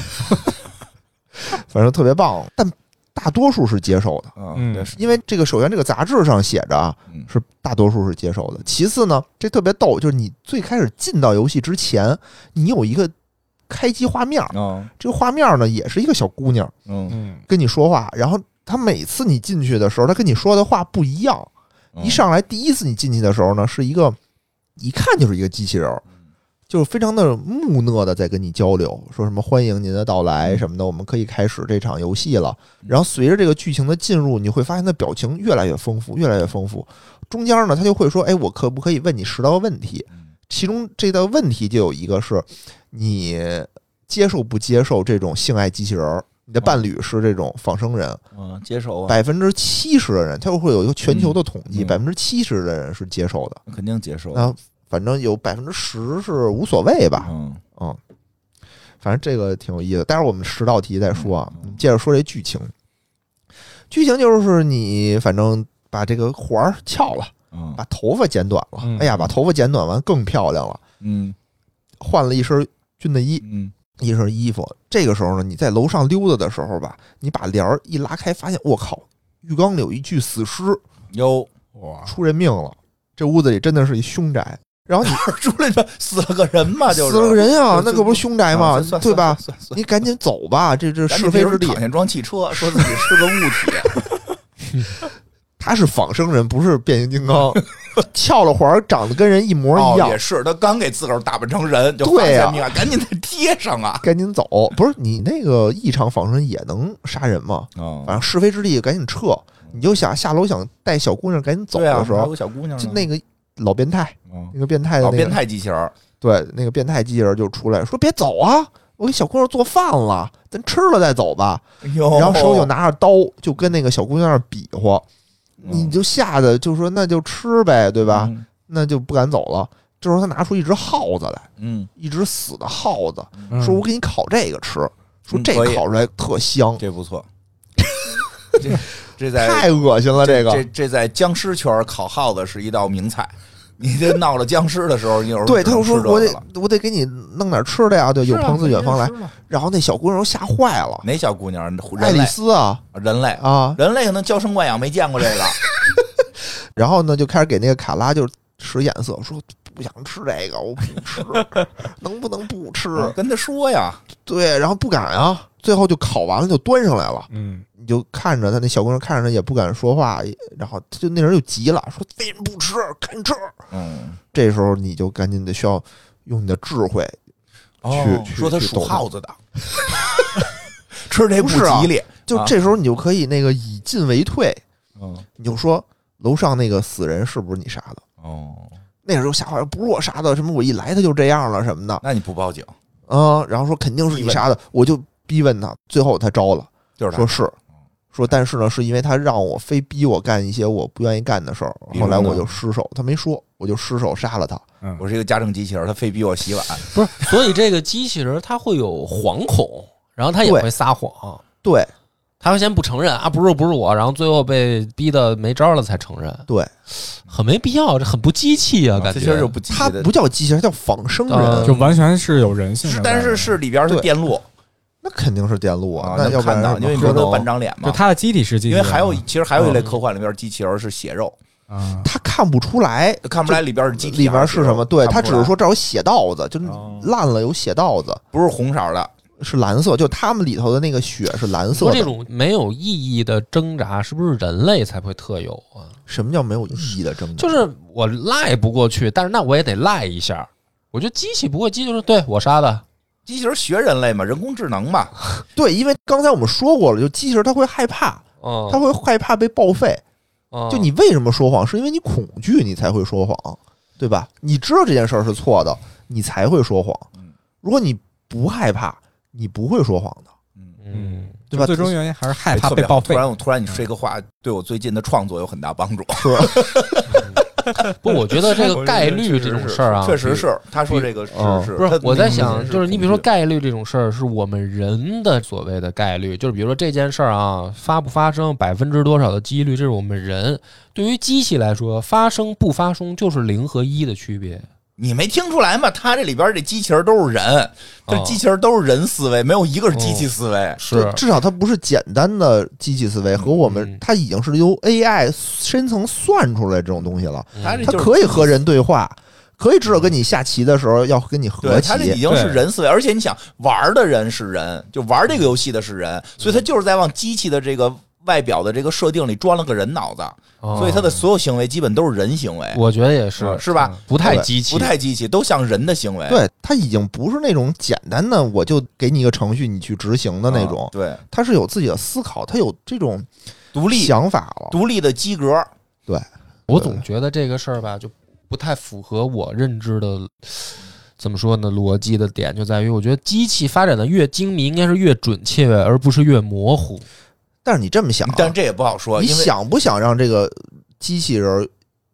F: 反正特别棒，但大多数是接受的，
G: 嗯
E: 对是
F: 因为这个首先这个杂志上写着啊
E: 嗯，
F: 是大多数是接受的。其次呢，这特别逗，就是你最开始进到游戏之前，你有一个开机画面儿，
E: 嗯
F: 这个画面儿呢也是一个小姑娘
E: 嗯，
G: 嗯，
F: 跟你说话，然后她每次你进去的时候，她跟你说的话不一样。
E: 嗯
F: 一上来第一次你进去的时候呢，是一个一看就是一个机器人儿，就是非常的木讷的在跟你交流，说什么欢迎您的到来什么的，我们可以开始这场游戏了。然后随着这个剧情的进入，你会发现它表情越来越丰富，越来越丰富。中间呢，他就会说：“哎，我可不可以问你十道问题？”其中这道问题就有一个是你接受不接受这种性爱机器人儿，你的伴侣是这种仿生人。
E: 嗯接受啊，
F: 百分之七十的人，他会有一个全球的统计，
E: 嗯
F: 百分之七十的人是接受的，
E: 肯定接受，
F: 那反正有百分之十是无所谓吧，
E: 嗯
F: 嗯，反正这个挺有意思。待会儿我们十道题再说啊
E: 嗯，
F: 嗯接着说这剧情。剧情就是你反正把这个环儿翘了，
E: 嗯
F: 把头发剪短了，
G: 嗯
F: 哎呀，把头发剪短完更漂亮了，
E: 嗯
F: 换了一身军的衣，
E: 嗯
F: 一身衣服。这个时候呢，你在楼上溜达的时候吧，你把帘儿一拉开，发现我靠，浴缸里有一具死尸。
E: 有。
G: 哇，
F: 出人命了，这屋子里真的是一凶宅。然后你
E: 出来吧，死了个人嘛，就是
F: 死了个人呀、
E: 就
F: 那
E: 就
F: 可不是凶宅嘛，
E: 啊算算
F: 对吧？
E: 算算算
F: 你赶紧走吧，这这
E: 赶
F: 是
E: 紧
F: 非
E: 别
F: 之
E: 人
F: 地
E: 躺。下装汽车，说自己是个物 体，
F: 他是仿生人，不是变形金刚， 翘了环儿，长得跟人一模一
E: 哦
F: 样
E: 也。是，他刚给自个儿打扮成人，就发
F: 对啊呀
E: 现命案，赶紧得贴上啊！
F: 赶紧走！不是你那个异常仿生人也能杀人吗？
E: 啊
F: 嗯反正是非之地，赶紧撤！你就想下楼想带小姑娘赶紧走
E: 对啊
F: 的时
E: 还
F: 候
E: 有，个小姑娘呢
F: 就那个老变态，
E: 嗯
F: 那个变态的
E: 老
F: 那个
E: 变态机器人儿，
F: 对，那个变态机器人就出来说：“别走啊，我给小姑娘做饭了，咱吃了再走吧。”然
E: 然
F: 后手就拿着刀，就跟那个小姑娘那儿比划，
E: 嗯
F: 你就吓得就说：“那就吃呗，对
E: 对
F: 吧？”？那就不敢走了。这时候他拿出一只耗子来，
E: 嗯，
F: 一只死的耗子，
G: 嗯
F: 说：“我给你烤这个吃，说
E: 嗯
F: 这
E: 可以
F: 烤出来特香，
E: 这不 错，这这在
F: 哦太恶心了。”
E: 这
F: 这个
E: 这在僵尸圈儿烤耗子是一道名菜。你这闹了僵尸的时候，你有时候
F: 对，他
E: 只能
F: 就说
E: 吃：“这啊个
F: 我得
E: 了
F: 我得给你弄点吃的呀。”对，有朋自远方来。然后那小姑娘都吓坏了，
E: 哪小姑娘？
F: 爱
E: 人
F: 丽
E: 类，
F: 丝啊
E: 人类，
F: 啊，
E: 人类可能娇生惯养，没见过这 个。
F: 然后呢，就开始给那个卡拉就使眼色，说不想吃这个，我不 吃，能不能不吃？
E: 跟他说呀，
F: 对，然后不敢啊，最后就烤完了就端上来了，
G: 嗯，
F: 你就看着他那小姑娘看着他也不敢说话，然后他就那人就急了，说为什么不吃？赶紧吃！
E: 嗯，
F: 这时候你就赶紧得需要用你的智慧，去去
E: 说他
F: 去
E: 属
F: 斗
E: 耗子的， 吃这
F: 不
E: 不
F: 是啊
E: 吉利。
F: 就
E: 啊
F: 这时候你就可以那个以进为退，
E: 嗯
F: 你就说楼上那个死人是不是你杀的？
E: 哦，
F: 那时候吓坏了，不是我杀的，什么我一来他就这样了什么的，
E: 那你不报警，
F: 嗯，然后说肯定是你杀的，我就逼问他，最后他招了，
E: 就是他
F: 说是，
E: 嗯
F: 说但是呢，是因为他让我非逼我干一些我不愿意干的事儿，
E: 比如
F: 后
E: 呢
F: 来我就失手，他没说，我就失手杀了他，
G: 嗯
E: 我是一个家政机器人，他非逼我洗碗。
D: 所以这个机器人它会有惶恐，然后它也
F: 对
D: 会撒谎，
F: 对
D: 它会先不承认啊，不是不是我，然后最后被逼的没招了才承认，
F: 对，
D: 很没必要，这很不机器啊，
E: 这
D: 感
E: 其实
D: 觉
E: 就不吉
F: 他
E: 利的啊
F: 不，叫机器人，他叫仿生人，
D: 呃
G: 就完全是有人性
E: 是
G: 的，
E: 但是是里边是
F: 对
E: 电路
F: 那肯定是电路
E: 啊，
F: 那
E: 能
F: 要不然
E: 看到，因为你
F: 可
E: 说他
F: 能
E: 半张脸
G: 就
E: 嘛。
G: 他的机体是机器
E: 因
G: 人
E: 为
G: 嘛，
E: 还有，其实还有一类
G: 嗯
E: 科幻里边机器人是血肉，
G: 啊，
F: 他看不出来。
E: 看不出来里边是机体
F: 里面
E: 还血
F: 是
E: 肉
F: 什么？对
E: 看
F: 他
E: 不
F: 只
E: 出来
F: 是说这儿有血道子，就是
G: 哦
F: 烂了有血道子，
E: 不是红色的，
F: 是蓝色，就他们里头的那个血是蓝色
D: 说这
F: 的。
D: 种没有意义的挣扎，是不是人类才会特有啊？
F: 什么叫没有意义的争执？
D: 就是我赖不过去，但是那我也得赖一下，我觉得机器不会，机器就是对我杀的，
E: 机器人学人类嘛，人工智能嘛，
F: 对，因为刚才我们说过了，就机器人它会害怕，
E: 哦
D: 嗯，
F: 它会害怕被报废。
E: 啊
D: 嗯
F: 就你为什么说谎，是因为你恐惧，你才会说谎，对吧？你知道这件事儿是错的，你才会说谎
E: 嗯。
F: 如果你不害怕，你不会说谎的，
D: 嗯，
F: 对吧？
G: 最终原因还是害怕
E: 特
G: 被
E: 别好
G: 报废
E: 突。然，我突然你说这个话，对我最近的创作有很大帮助。
D: 不，我觉得这个
E: 我觉得
D: 概率这种事儿啊，
E: 确实
D: 比哦
E: 是他说这个是
F: 嗯
E: 是，
D: 不是
E: 他
D: 我在
E: 明显
D: 想，就是你比如说
E: 恐惧
D: 概率这种事儿，是我们人的所谓的概率，就是比如说这件事儿啊，发不发生，百分之多少的几率，这是我们人。对于机器来说，发生不发生就是零和一的区别。
E: 你没听出来吗？他这里边这机器人都是人，这
D: 哦
E: 机器人都是人思维，没有一个是机器思维。
F: 对至少它不是简单的机器思维，和我们
D: 嗯
F: 它已经是由 AI 深层算出来这种东西了。
E: 他这
F: 它
E: 就是
F: 可以和人对话，可以知道跟你下棋的时候要跟你
E: 嗯对，
F: 和
E: 他这已
F: 棋。
E: 经是人思维，而且你想玩的人是人，就玩这个游戏的是人，所以他就是在往机器的这个外表的这个设定里装了个人脑子，
D: 哦
E: 所以他的所有行为基本都是人行为，
D: 嗯我觉得也是，
E: 啊是吧
D: 嗯？不太
F: 对
D: 机器，
E: 不太机器，都像人的行为。
F: 对，它已经不是那种简单的我就给你一个程序你去执行的那种
E: 啊，对，
F: 它是有自己的思考，它有这种
E: 独立
F: 想法了。
E: 独立的机格，
D: 我总觉得这个事儿吧，就不太符合我认知的，怎么说呢？逻辑的点就在于，我觉得机器发展的越精密，应该是越准确，而不是越模糊。
F: 但是你这么想啊，
E: 但这也不好说，
F: 你
E: 因为
F: 想不想让这个机器人儿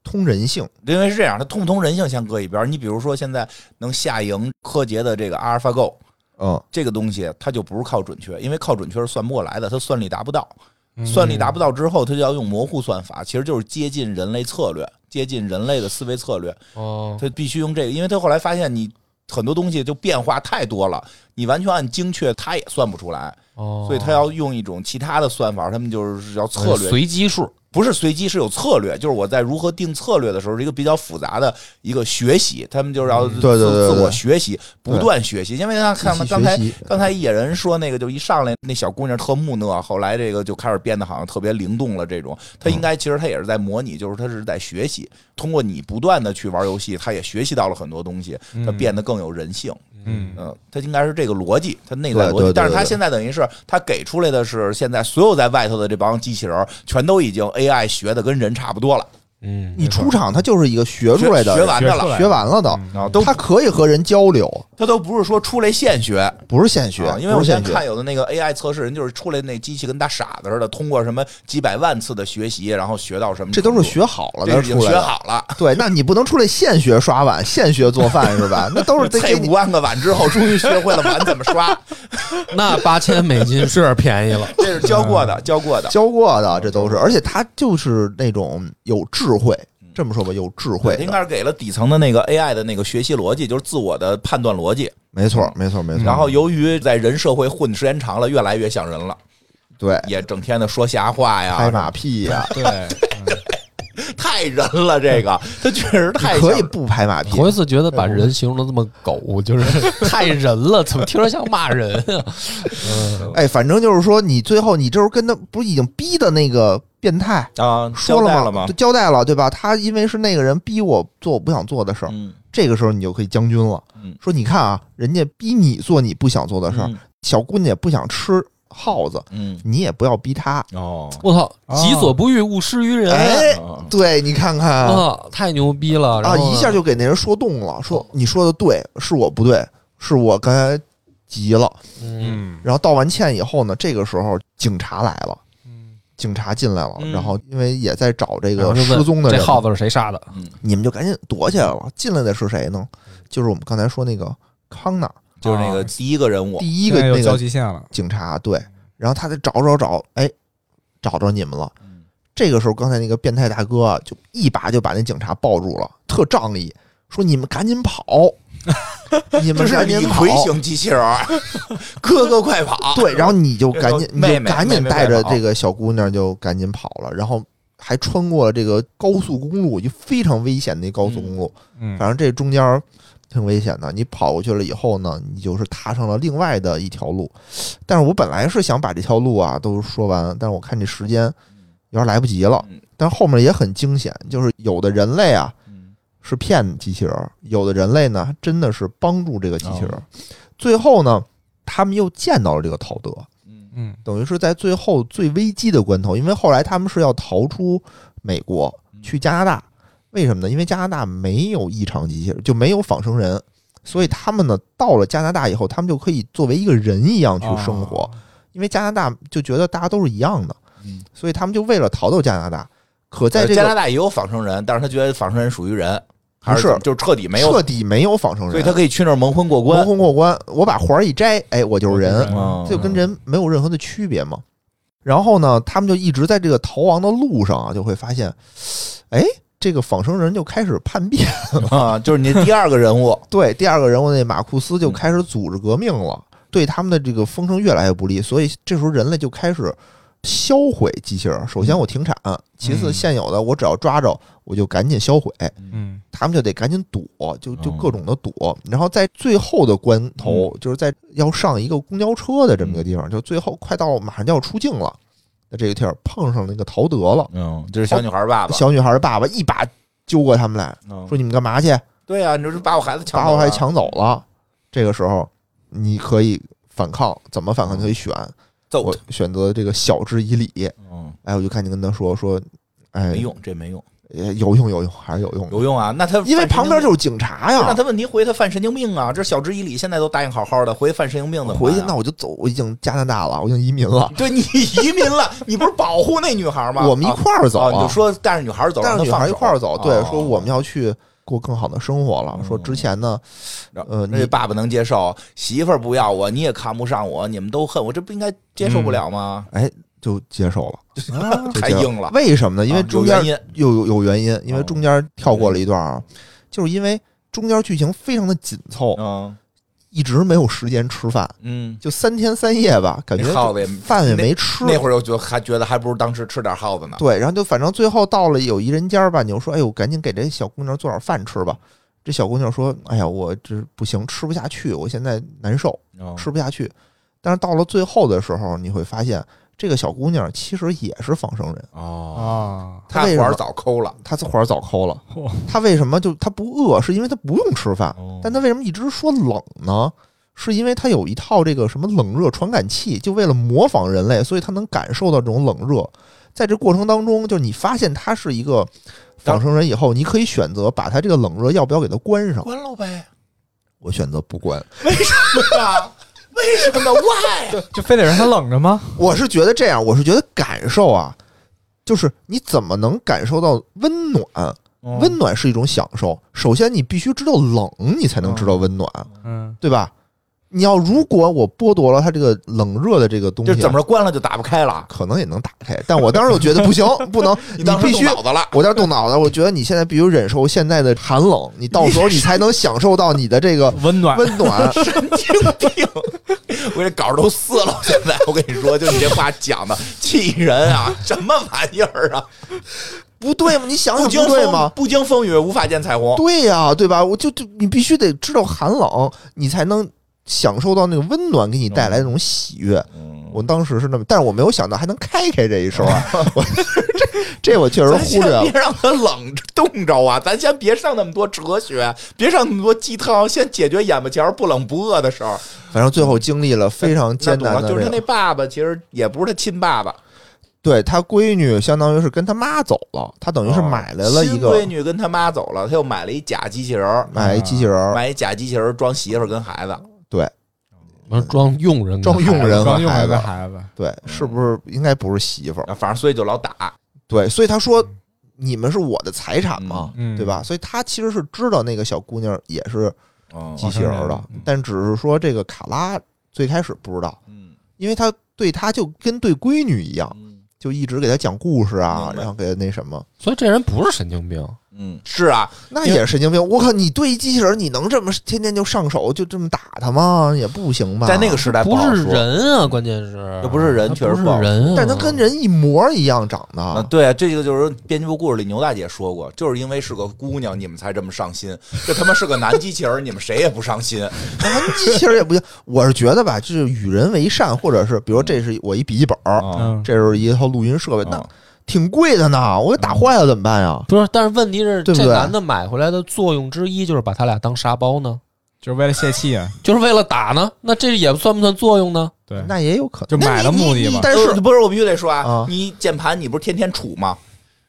F: 通人性？
E: 因为是这样，它通不通人性先搁一边儿。你比如说现在能下赢柯洁的这个阿尔法 Go
F: 嗯，
E: 这个东西，它就不是靠准确，因为靠准确是算不过来的，它算力达不到。
G: 嗯
F: 嗯
E: 算力达不到之后，它就要用模糊算法，其实就是接近人类策略，接近人类的思维策略。
D: 哦，
E: 它必须用这个，因为它后来发现你很多东西就变化太多了，你完全按精确它也算不出来，
D: 哦，
E: 所以它要用一种其他的算法，他们就是要策
F: 呃
E: 略
D: 随机数。
E: 不是随机，是有策略，就是我在如何定策略的时候，是一个比较复杂的一个学习，他们就是要自
F: 嗯对对对对
E: 自我学习，不断学习。因为他看
F: 机器
E: 刚才
F: 学习
E: 刚才野人说那个，就一上来那小姑娘特木讷，后来这个就开始变得好像特别灵动了。这种，
F: 嗯
E: 他应该其实他也是在模拟，就是他是在学习，通过你不断的去玩游戏，他也学习到了很多东西，
F: 嗯
E: 他变得更有人性。
G: 嗯，
E: 嗯，它应该是这个逻辑，它内在
F: 对
E: 逻
F: 对
E: 辑
F: 对。
E: 但是它
F: 对
E: 现在等于是它给出来的是现在所有在外头的这帮机器人儿，全都已经 AI 学的跟人差不多了，
D: 嗯，
F: 你出场它就是一个学出来的，
E: 学完的
G: 学出
E: 了
G: 来，
F: 学完了的，
E: 啊，都
F: 它可以和人交流，
E: 它都不是说出来现学，
F: 不是现学
E: 啊，，因为
F: 不
E: 我
F: 是
E: 现
F: 现
E: 在
F: 学
E: 看。有的那个 AI 测试人就是出来那机器跟大傻子似的，通过什么几百万次的学习，然后学到什么
F: 这
E: 程
F: 都
E: 度，
F: 是学好了
E: 这
F: 的
E: 已经
F: 出
E: 学
F: 来的，
E: 好了，
F: 对，那你不能出来现学刷碗、现学做饭 是吧？那都是得
E: 这
F: 给
E: 五
F: 你
E: 万个碗之后，终于学会了碗怎么刷，
D: 那八千美金是有点便宜了。
E: 这是教过的，教过的。
F: 教过的，这都是，而且它就是那种有智慧，这么说吧，有智慧
E: 应
F: 的，
E: 该是给了底层的那个 AI 的那个学习逻辑，就是自我的判断逻辑。
F: 没错，没错，没错。
E: 然后由于在人社会混时间长了，越来越像人了，
F: 对，
E: 也整天的说瞎话呀，
F: 哎拍马屁呀，
G: 对，
E: 太人了。这 个他确实太
F: 可以
E: 像
F: 不拍马屁
D: 头，一次觉得把人形容的这么狗，就是太人了，怎么听着像骂人啊？
F: 哎，反正就是说，你最后你这时候跟他不是已经逼的那个变态
E: 啊，
F: 说
E: 交代
F: 吗？
E: 了吗
F: 就？交代了，对吧？他因为是那个人逼我做我不想做的事儿，
E: 嗯
F: 这个时候你就可以将军了。
E: 嗯
F: 说你看啊，人家逼你做你不想做的事儿，
E: 嗯
F: 小姑娘也不想吃耗子，
E: 嗯
F: 你也不要逼她。
E: 哦，
F: 啊
D: 我操，
G: 哦
D: 己所不欲，勿施于人。
F: 哎，
E: 啊
F: 对你看看啊，
D: 啊，太牛逼了！然后呢
F: 一下就给那人说动了，说你说的对，是我不对，是我刚才急了。
D: 嗯，
G: 嗯
F: 然后道完歉以后呢，这个时候警察来了。
G: 嗯
F: 警察进来了，
E: 嗯
F: 然后因为也在找这
D: 然后
F: 个
D: 就问
F: 失踪的人
D: 这
F: 嘛，
D: 耗子是谁杀的？
F: 你们就赶紧躲起来了。进来的是谁呢？就是我们刚才说那个康纳尔
E: 就是那
F: 啊
E: 个第一个人物，
F: 第一
G: 一
F: 个
G: 有
F: 那
G: 交
F: 个
G: 际线了，
F: 警察，对。然后他得找找找，哎，找着你们了。
E: 嗯
F: 这个时候，刚才那个变态大哥啊，就一把就把那警察抱住了，特仗义，说：“你们赶紧跑，你
E: 这
F: 们
E: 是
F: 赶
E: 李
F: 紧跑
E: 逵。型机器人 儿，哥哥快”跑！
F: 对，然后你就赶紧，你
E: 啊呃
F: 就
E: 妹妹
F: 赶紧
E: 妹妹哦
F: 带着
E: 快跑
F: 这个小姑娘就赶紧跑了，然后还穿过了这个高速公路，就非常危险的一高速公路。
G: 嗯，
F: 反正这中间儿挺危险的。你跑过去了以后呢，你就是踏上了另外的一条路。但是我本来是想把这条路啊都说完，但是我看这时间有点来不及了
E: 嗯。
F: 但是后面也很惊险，就是有的人类啊，
E: 嗯
F: 是骗机器人儿，有的人类呢还真的是帮助这个机器
E: 哦
F: 人儿。最后呢，他们又见到了这个陶德，
E: 嗯
G: 嗯
F: 等于是在最后最危机的关头，因为后来他们是要逃出美国
E: 嗯
F: 去加拿大，为什么呢？因为加拿大没有异常机器人，就没有仿生人，所以他们呢到了加拿大以后，他们就可以作为一个人一
G: 嗯
F: 样去
E: 哦
F: 生活，
G: 啊
F: 因为加拿大就觉得大家都是一样的，
E: 嗯
F: 所以他们就为了逃到加拿大，可在
E: 呃
F: 这
E: 加拿
F: 个
E: 大也有仿生人，但是他觉得仿生人属于人，还
F: 不是
E: 就彻底没有，
F: 彻底没有仿生人，
E: 所以他可以去那儿蒙混过
F: 蒙
E: 关。
F: 混过关，我把环儿一摘，哎，我就是人，
G: 嗯
F: 这就跟人没有任何的区别嘛。然后呢，他们就一直在这个逃亡的路上啊，就会发现，哎，这个仿生人就开始叛变。
E: 啊，就是你第二个人物，
F: 对，第二个人物那马库斯就开始组织革命了，对他们的这个风声越来越不利，所以这时候人类就开始销毁机器人。首先我停产，其次
G: 嗯
F: 现有的我只要抓着，我就赶紧销毁。
G: 嗯
F: 他们就得赶紧躲，就就
E: 嗯
F: 各种的躲。然后在最后的关头，就是在要上一个公交车的这么一个地
E: 嗯
F: 方，就最后快到马上就要出境了，那这个地儿碰上那个陶德了，
E: 嗯，就是小女孩爸爸，
F: 哦小女孩的爸爸一把揪过他们来，
E: 嗯
F: 说你们干嘛去？
E: 对啊，你就是把我孩子抢
F: 把
E: 走
F: 我
E: 了，嗯
F: 还抢走了。这个时候你可以反抗，怎么反抗你可以选，
E: 揍
F: 我
E: 他，
F: 选择这个晓之以理。
E: 嗯，
F: 哎，我就赶紧跟他说说，哎
E: 没，用，这没用，
F: 呃有用有用，还是有用的，
E: 有用啊。那他
F: 嗯因为旁边就是警察呀。
E: 那他问题回他犯神经病啊，这小之以理现在都答应好好的，回去犯神经病怎么
F: 回去
E: 办啊
F: 那我就走，我已经加拿大了，我已经移民了，
E: 对你移民了，你不是保护那女孩吗？
F: 我们一块儿走
E: 啊
F: 啊，
E: 你就说带着女孩走，
F: 带着女孩一块儿走，
E: 啊
F: 对，说我们
E: 要
F: 要去过更好的生活了。说
E: 嗯
F: 之前呢，呃，
E: 那
F: 你
E: 爸爸能接受，媳妇儿不要我，你也看不上我，你们都恨我，这不应该接受不了吗？
F: 哎就接受了，啊就
E: 太
F: 接受
E: 硬了，
F: 为什么呢？因为
E: 啊
F: 中
E: 有
F: 间
E: 原啊
F: 有有有原因，因为中间跳过了一段啊，就是因为中间剧情非常的紧凑，
E: 嗯
F: 一直没有时间吃饭，
E: 嗯，
F: 就三天三夜吧，感觉
E: 那耗子也
F: 饭也没吃。
E: 那会儿我就还觉得还不如当时吃点耗子呢。
F: 对，然后就反正最后到了有一人家儿吧，你就说，哎呦，赶紧给这小姑娘做点饭吃吧。这小姑娘说，哎呀，我这不行，吃不下去，我现在难受，
E: 嗯
F: 吃不下去。但是到了最后的时候，你会发现这个小姑娘其实也是仿生人，
E: 哦，
G: 啊，
E: 他环
F: 为什
E: 儿
F: 么
E: 早抠了，
F: 她这环儿早抠了
G: 嚯。
F: 她为什么就她不饿？是因为她不用吃饭
E: 哦，
F: 但她为什么一直说冷呢？是因为她有一套这个什么冷热传感器，就为了模仿人类，所以她能感受到这种冷热。在这过程当中，就是你发现她是一个仿生人以后，你可以选择把她这个冷热要不要给她关上。
E: 关了呗。
F: 我选择不关，
E: 为什么？为什么？Why？
G: 就就非得让他冷着吗？
F: 我是觉得这样，我是觉得感受啊，就是你怎么能感受到温暖？
E: 嗯
F: 温暖是一种享受。首先，你必须知道冷，你才能知道温暖，
G: 嗯，
F: 对吧？你要如果我剥夺了它这个冷热的这个东西
E: 就
F: 啊，
E: 怎么着关了就打不开了。
F: 可能也能打开？但我当时就觉得 不行，不能，你
E: 当时
F: 必须
E: 动。脑子了，
F: 我在动脑子，我觉得你现在必须忍受现在的寒冷，你到时候你才能享受到你的这个
G: 温暖
F: 温 暖。
E: 我这稿儿都撕了。现在我跟你说，就你这话讲的气人啊，什么玩意儿啊？
F: 不对吗？你想
E: 不
F: 想
E: 经
F: 不对吗
E: 风？不经风雨无法见彩虹。
F: 对呀、对吧？我就就你必须得知道寒冷，你才能享受到那个温暖给你带来的那种喜悦。
E: 嗯
F: 我当时是那么，但是我没有想到还能开开这一 手啊！我这这我确实
E: 咱
F: 忽
E: 先
F: 略了
E: 别。让它冷冻着啊！咱先别上那么多哲学，别上那么多鸡汤，先解决眼巴前儿不冷不饿的事儿。
F: 反正最后经历了非常艰难
E: 那懂
F: 的
E: 了就是他
F: 这
E: 那
F: 个，
E: 爸爸，其实也不是他亲爸爸，
F: 对他闺女相当于是跟他妈走了，他等于是买来了一
E: 亲闺
F: 个
E: 女跟他妈走了，他又买了一假机器人儿，
F: 买一机器人儿，
E: 买一假机器人儿装媳妇儿跟孩子。
F: 对
D: 我说装佣人，
F: 装佣人和
G: 刚用
F: 孩
G: 了
F: 子
G: 个，孩子，
F: 对，是不是应该不是媳妇儿？
E: 嗯啊，反正所以就老打，
F: 对，所以他说你们是我的财产嘛，
G: 嗯
F: 对吧？所以他其实是知道那个小姑娘也是
E: 嗯
F: 机器人儿的
G: 哦嗯，
F: 但只是说这个卡拉最开始不知道，
E: 嗯
F: 因为他对他就跟对闺女一样，
E: 嗯
F: 就一直给他讲故事啊
E: 明，白
F: 然后给他那什么，
D: 所以这人不是神经病，
E: 嗯，是啊，
F: 那也是神经病。我靠，你对一机器人儿你能这么天天就上手就这么打他吗？也不行吧？
E: 在那个时代
D: 不
E: 哎好
D: 是
E: 说
D: 人啊，关键是
E: 这不是人
D: 他
E: 确实
D: 不
E: 不好
D: 是人啊，
F: 但他跟人一模一样长
E: 啊，
F: 的，
E: 对啊，这个就是编辑部故事里牛大姐说过，就是因为是个姑娘，你们才这么上心。这他妈是个男机器人儿，你们谁也不 上心。
F: 咱机器人儿也不行。我是觉得吧，就是与人为善，或者是比如这是我一笔记本儿，
E: 啊
G: 嗯，
F: 这是一套录音设备，那
E: 嗯
F: 挺贵的呢，我给打坏了怎么办呀？
D: 不是，但是问题是，
F: 对不对
D: 这男的买回来的作用之一就是把他俩当沙包呢，
G: 就是为了泄气啊。
D: 就是为了打呢。那这也算不算作用呢？
G: 对，
F: 那也有可能
G: 就买了目的嘛。
F: 但是
E: 呃不是我必须得说啊
F: 啊，
E: 你键盘你不是天天杵吗？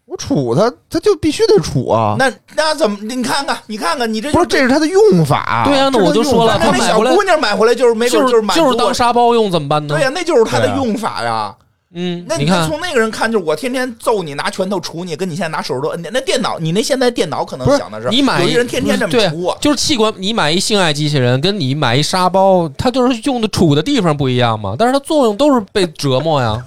F: 我杵它，它就必须得杵啊。
E: 那那怎么？你看看，你看看，你这
F: 不是，这是它的用法。啊
D: 对呀啊那
F: 这是
D: 我就
F: 用
D: 说
F: 法
D: 了
E: 那
D: 他
E: 那
D: 买
E: 小
D: 回来
E: 姑娘买回来就是没准
D: 就
E: 就是满足
D: 就是当沙包用，怎么办呢
E: 对？呀，那就是她
G: 对
E: 的
G: 啊
E: 用法呀。
D: 嗯
E: 那，
D: 你
E: 你
D: 看，
E: 从那个人看，就是我天天揍你，拿拳头杵你，跟你现在拿手指头摁你。那电脑，你那现在电脑可能
D: 不是
E: 想的是，
D: 你买
E: 有一人天天这么啊
D: 对
E: 杵我，
D: 就是器官，你买一性爱机器人，跟你买一沙包，它就是用的处的地方不一样嘛，但是它作用都是被折磨呀。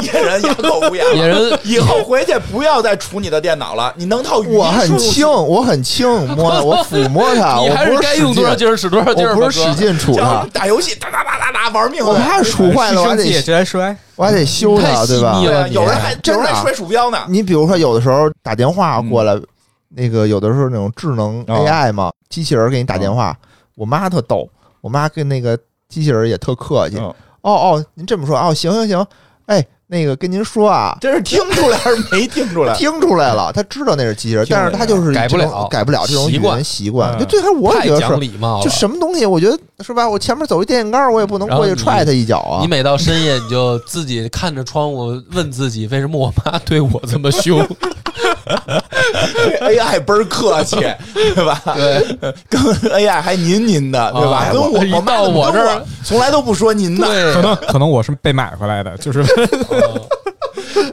E: 野人哑口无言 了。
D: 野人
E: 以后回去不要再杵你的电脑了，你能套语音
F: 我很
E: 输入器
F: 轻，我很轻， 摸它我抚摸它，
D: 你
F: 啊我
D: 还
F: 不
D: 该
F: 使
D: 用多少
F: 劲
D: 劲儿使多少劲儿
F: 我
D: 吧，
F: 不是使
D: 哥。
F: 劲杵它
E: 像，打游戏哒哒哒哒哒玩命的。
F: 啊我怕
G: 哎
F: 杵坏了，我还
G: 生气
F: 得
G: 直 接摔，
F: 我还得修
D: 太
F: 它，
D: 细
F: 对吧？
D: 腻
E: 对啊，
D: 了你
E: 有人还有
F: 真
E: 人
F: 的
E: 还
F: 啊
E: 摔鼠标呢。
F: 你比如说，有的时候打电话
D: 嗯
F: 过来，那个有的时候那种智能
D: 啊
G: 哦
F: AI 嘛，机器人儿给你打电话，我妈特逗，我妈跟那个机器人儿也特客气。
G: 嗯
F: 哦哦，您这么说哦，行行行，哎，那个跟您说啊，
E: 这是听出来还是没听出来？嗯
F: 听出来了，他知道那是机器人儿，
G: 听出
F: 但
G: 来
F: 是他就是
D: 改不了
F: 这种改不了这种
D: 习
F: 语
D: 惯
F: 言习惯。
G: 嗯
F: 就最开始我也
D: 太
F: 觉得
D: 讲
F: 是，
D: 礼貌了。
F: 就什么东西，我觉得是吧？我前面走一电线杆儿，我也不能
D: 然后
F: 过
D: 你
F: 去踹他一脚啊
D: 你。每到深夜，你就自己看着窗户问自己，为什么我妈对我这么凶？
E: 对 AI 倍儿客气，对吧？
D: 对，
E: 跟 AI 还您您的，对吧？
D: 哎
E: 跟
D: 我
E: 我
D: 一到
E: 妈怎么
D: 我
E: 跟
D: 这儿
E: 从来都不说您的。
G: 可能可能我是被买回来的，就是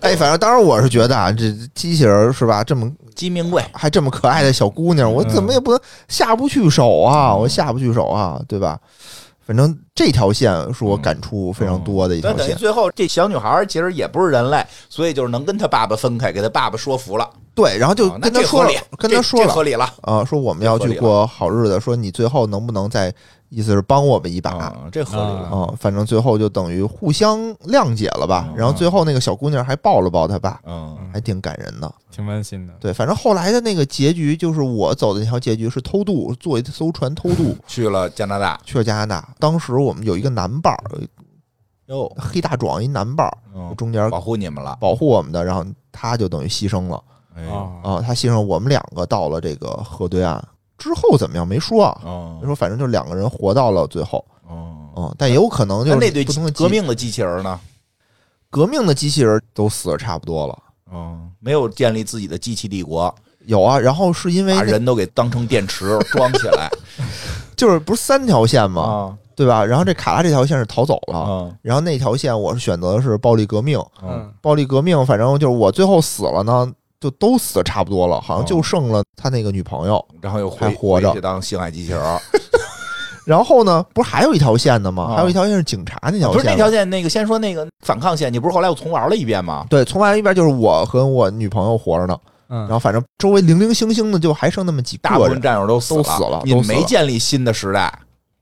F: 哎，反正当时我是觉得啊，这机器人儿是吧？这么
E: 鸡鸣贵，
F: 还这么可爱的小姑娘，
E: 嗯
F: 我怎么也不能下不去手啊，我下不去手啊，对吧？反正这条线是我感触非常多的一
E: 那
F: 条
E: 嗯等于
F: 线。
E: 最后这小女孩儿其实也不是人类，所以就是能跟她爸爸分开，给她爸爸说服了，
F: 对，然后就
E: 啊那
F: 跟他
E: 这
F: 说
E: 合
F: 了
E: 理，，
F: 跟
E: 这
F: 他说
E: 这合
F: 了，
E: 理了，
F: 啊，说我们要去过好日子，说你最后能不能再，意思是帮我们一把啊。
E: 嗯，这合理了。
F: 反正最后就等于互相谅解了吧。
E: 嗯
F: 然后最后那个小姑娘还抱了抱她爸，
E: 嗯，
F: 还挺感人的。
G: 挺温馨的。
F: 对，反正后来的那个结局就是我走的那条结局是偷渡，坐一艘船偷 渡。
E: 去了加拿大，
F: 去了加拿大，当时我们有一个男伴儿，
E: 哟，
F: 黑大壮一男伴儿，
E: 嗯
F: 中间
E: 哦保护你们了。
F: 保护我们的，然后他就等于牺牲了
E: 哎呦，
G: 啊，
F: 啊、他牺牲，我们两个到了这个河对岸之后怎么样没说啊，
E: 嗯，
F: 说反正就两个人活到了最后，
E: 哦，
F: 嗯，但也有可能就
E: 那
F: 是
E: 那对
F: 不同的机
E: 革命的机器人呢？
F: 革命的机器人都死的差不多了，
E: 嗯，没有建立自己的机器帝国，
F: 有啊，然后是因为
E: 把
F: 那
E: 人都给当成电池装起来
F: 就是不是三条线嘛，
E: 啊
F: 对吧？然后这卡拉这条线是逃走了，
E: 啊！
F: 然后那条线我是选择的是暴力革命，
G: 嗯，
F: 暴力革命，反正就是我最后死了呢，就都死的差不多了，好
E: 啊
F: 像就剩了他那个女朋友。
E: 然后又回
F: 还活着
E: 回去当性爱机器 人儿，
F: 然后呢，不是还有一条线呢吗？
E: 啊
F: 还有一条线是警察那条线吗，
E: 不是那条线。那个先说那个反抗线，你不是后来又重玩了一遍吗？
F: 对，从完一边就是我和我女朋友活着
E: 啊
F: 呢，
G: 嗯
F: 然后反正周围零零星星的就还剩那么几
E: 大
F: 个
E: 部分
F: 人，
E: 战友都死
F: 都死了
E: 你
F: 都
E: 们
F: 死了
E: 没建立新的时代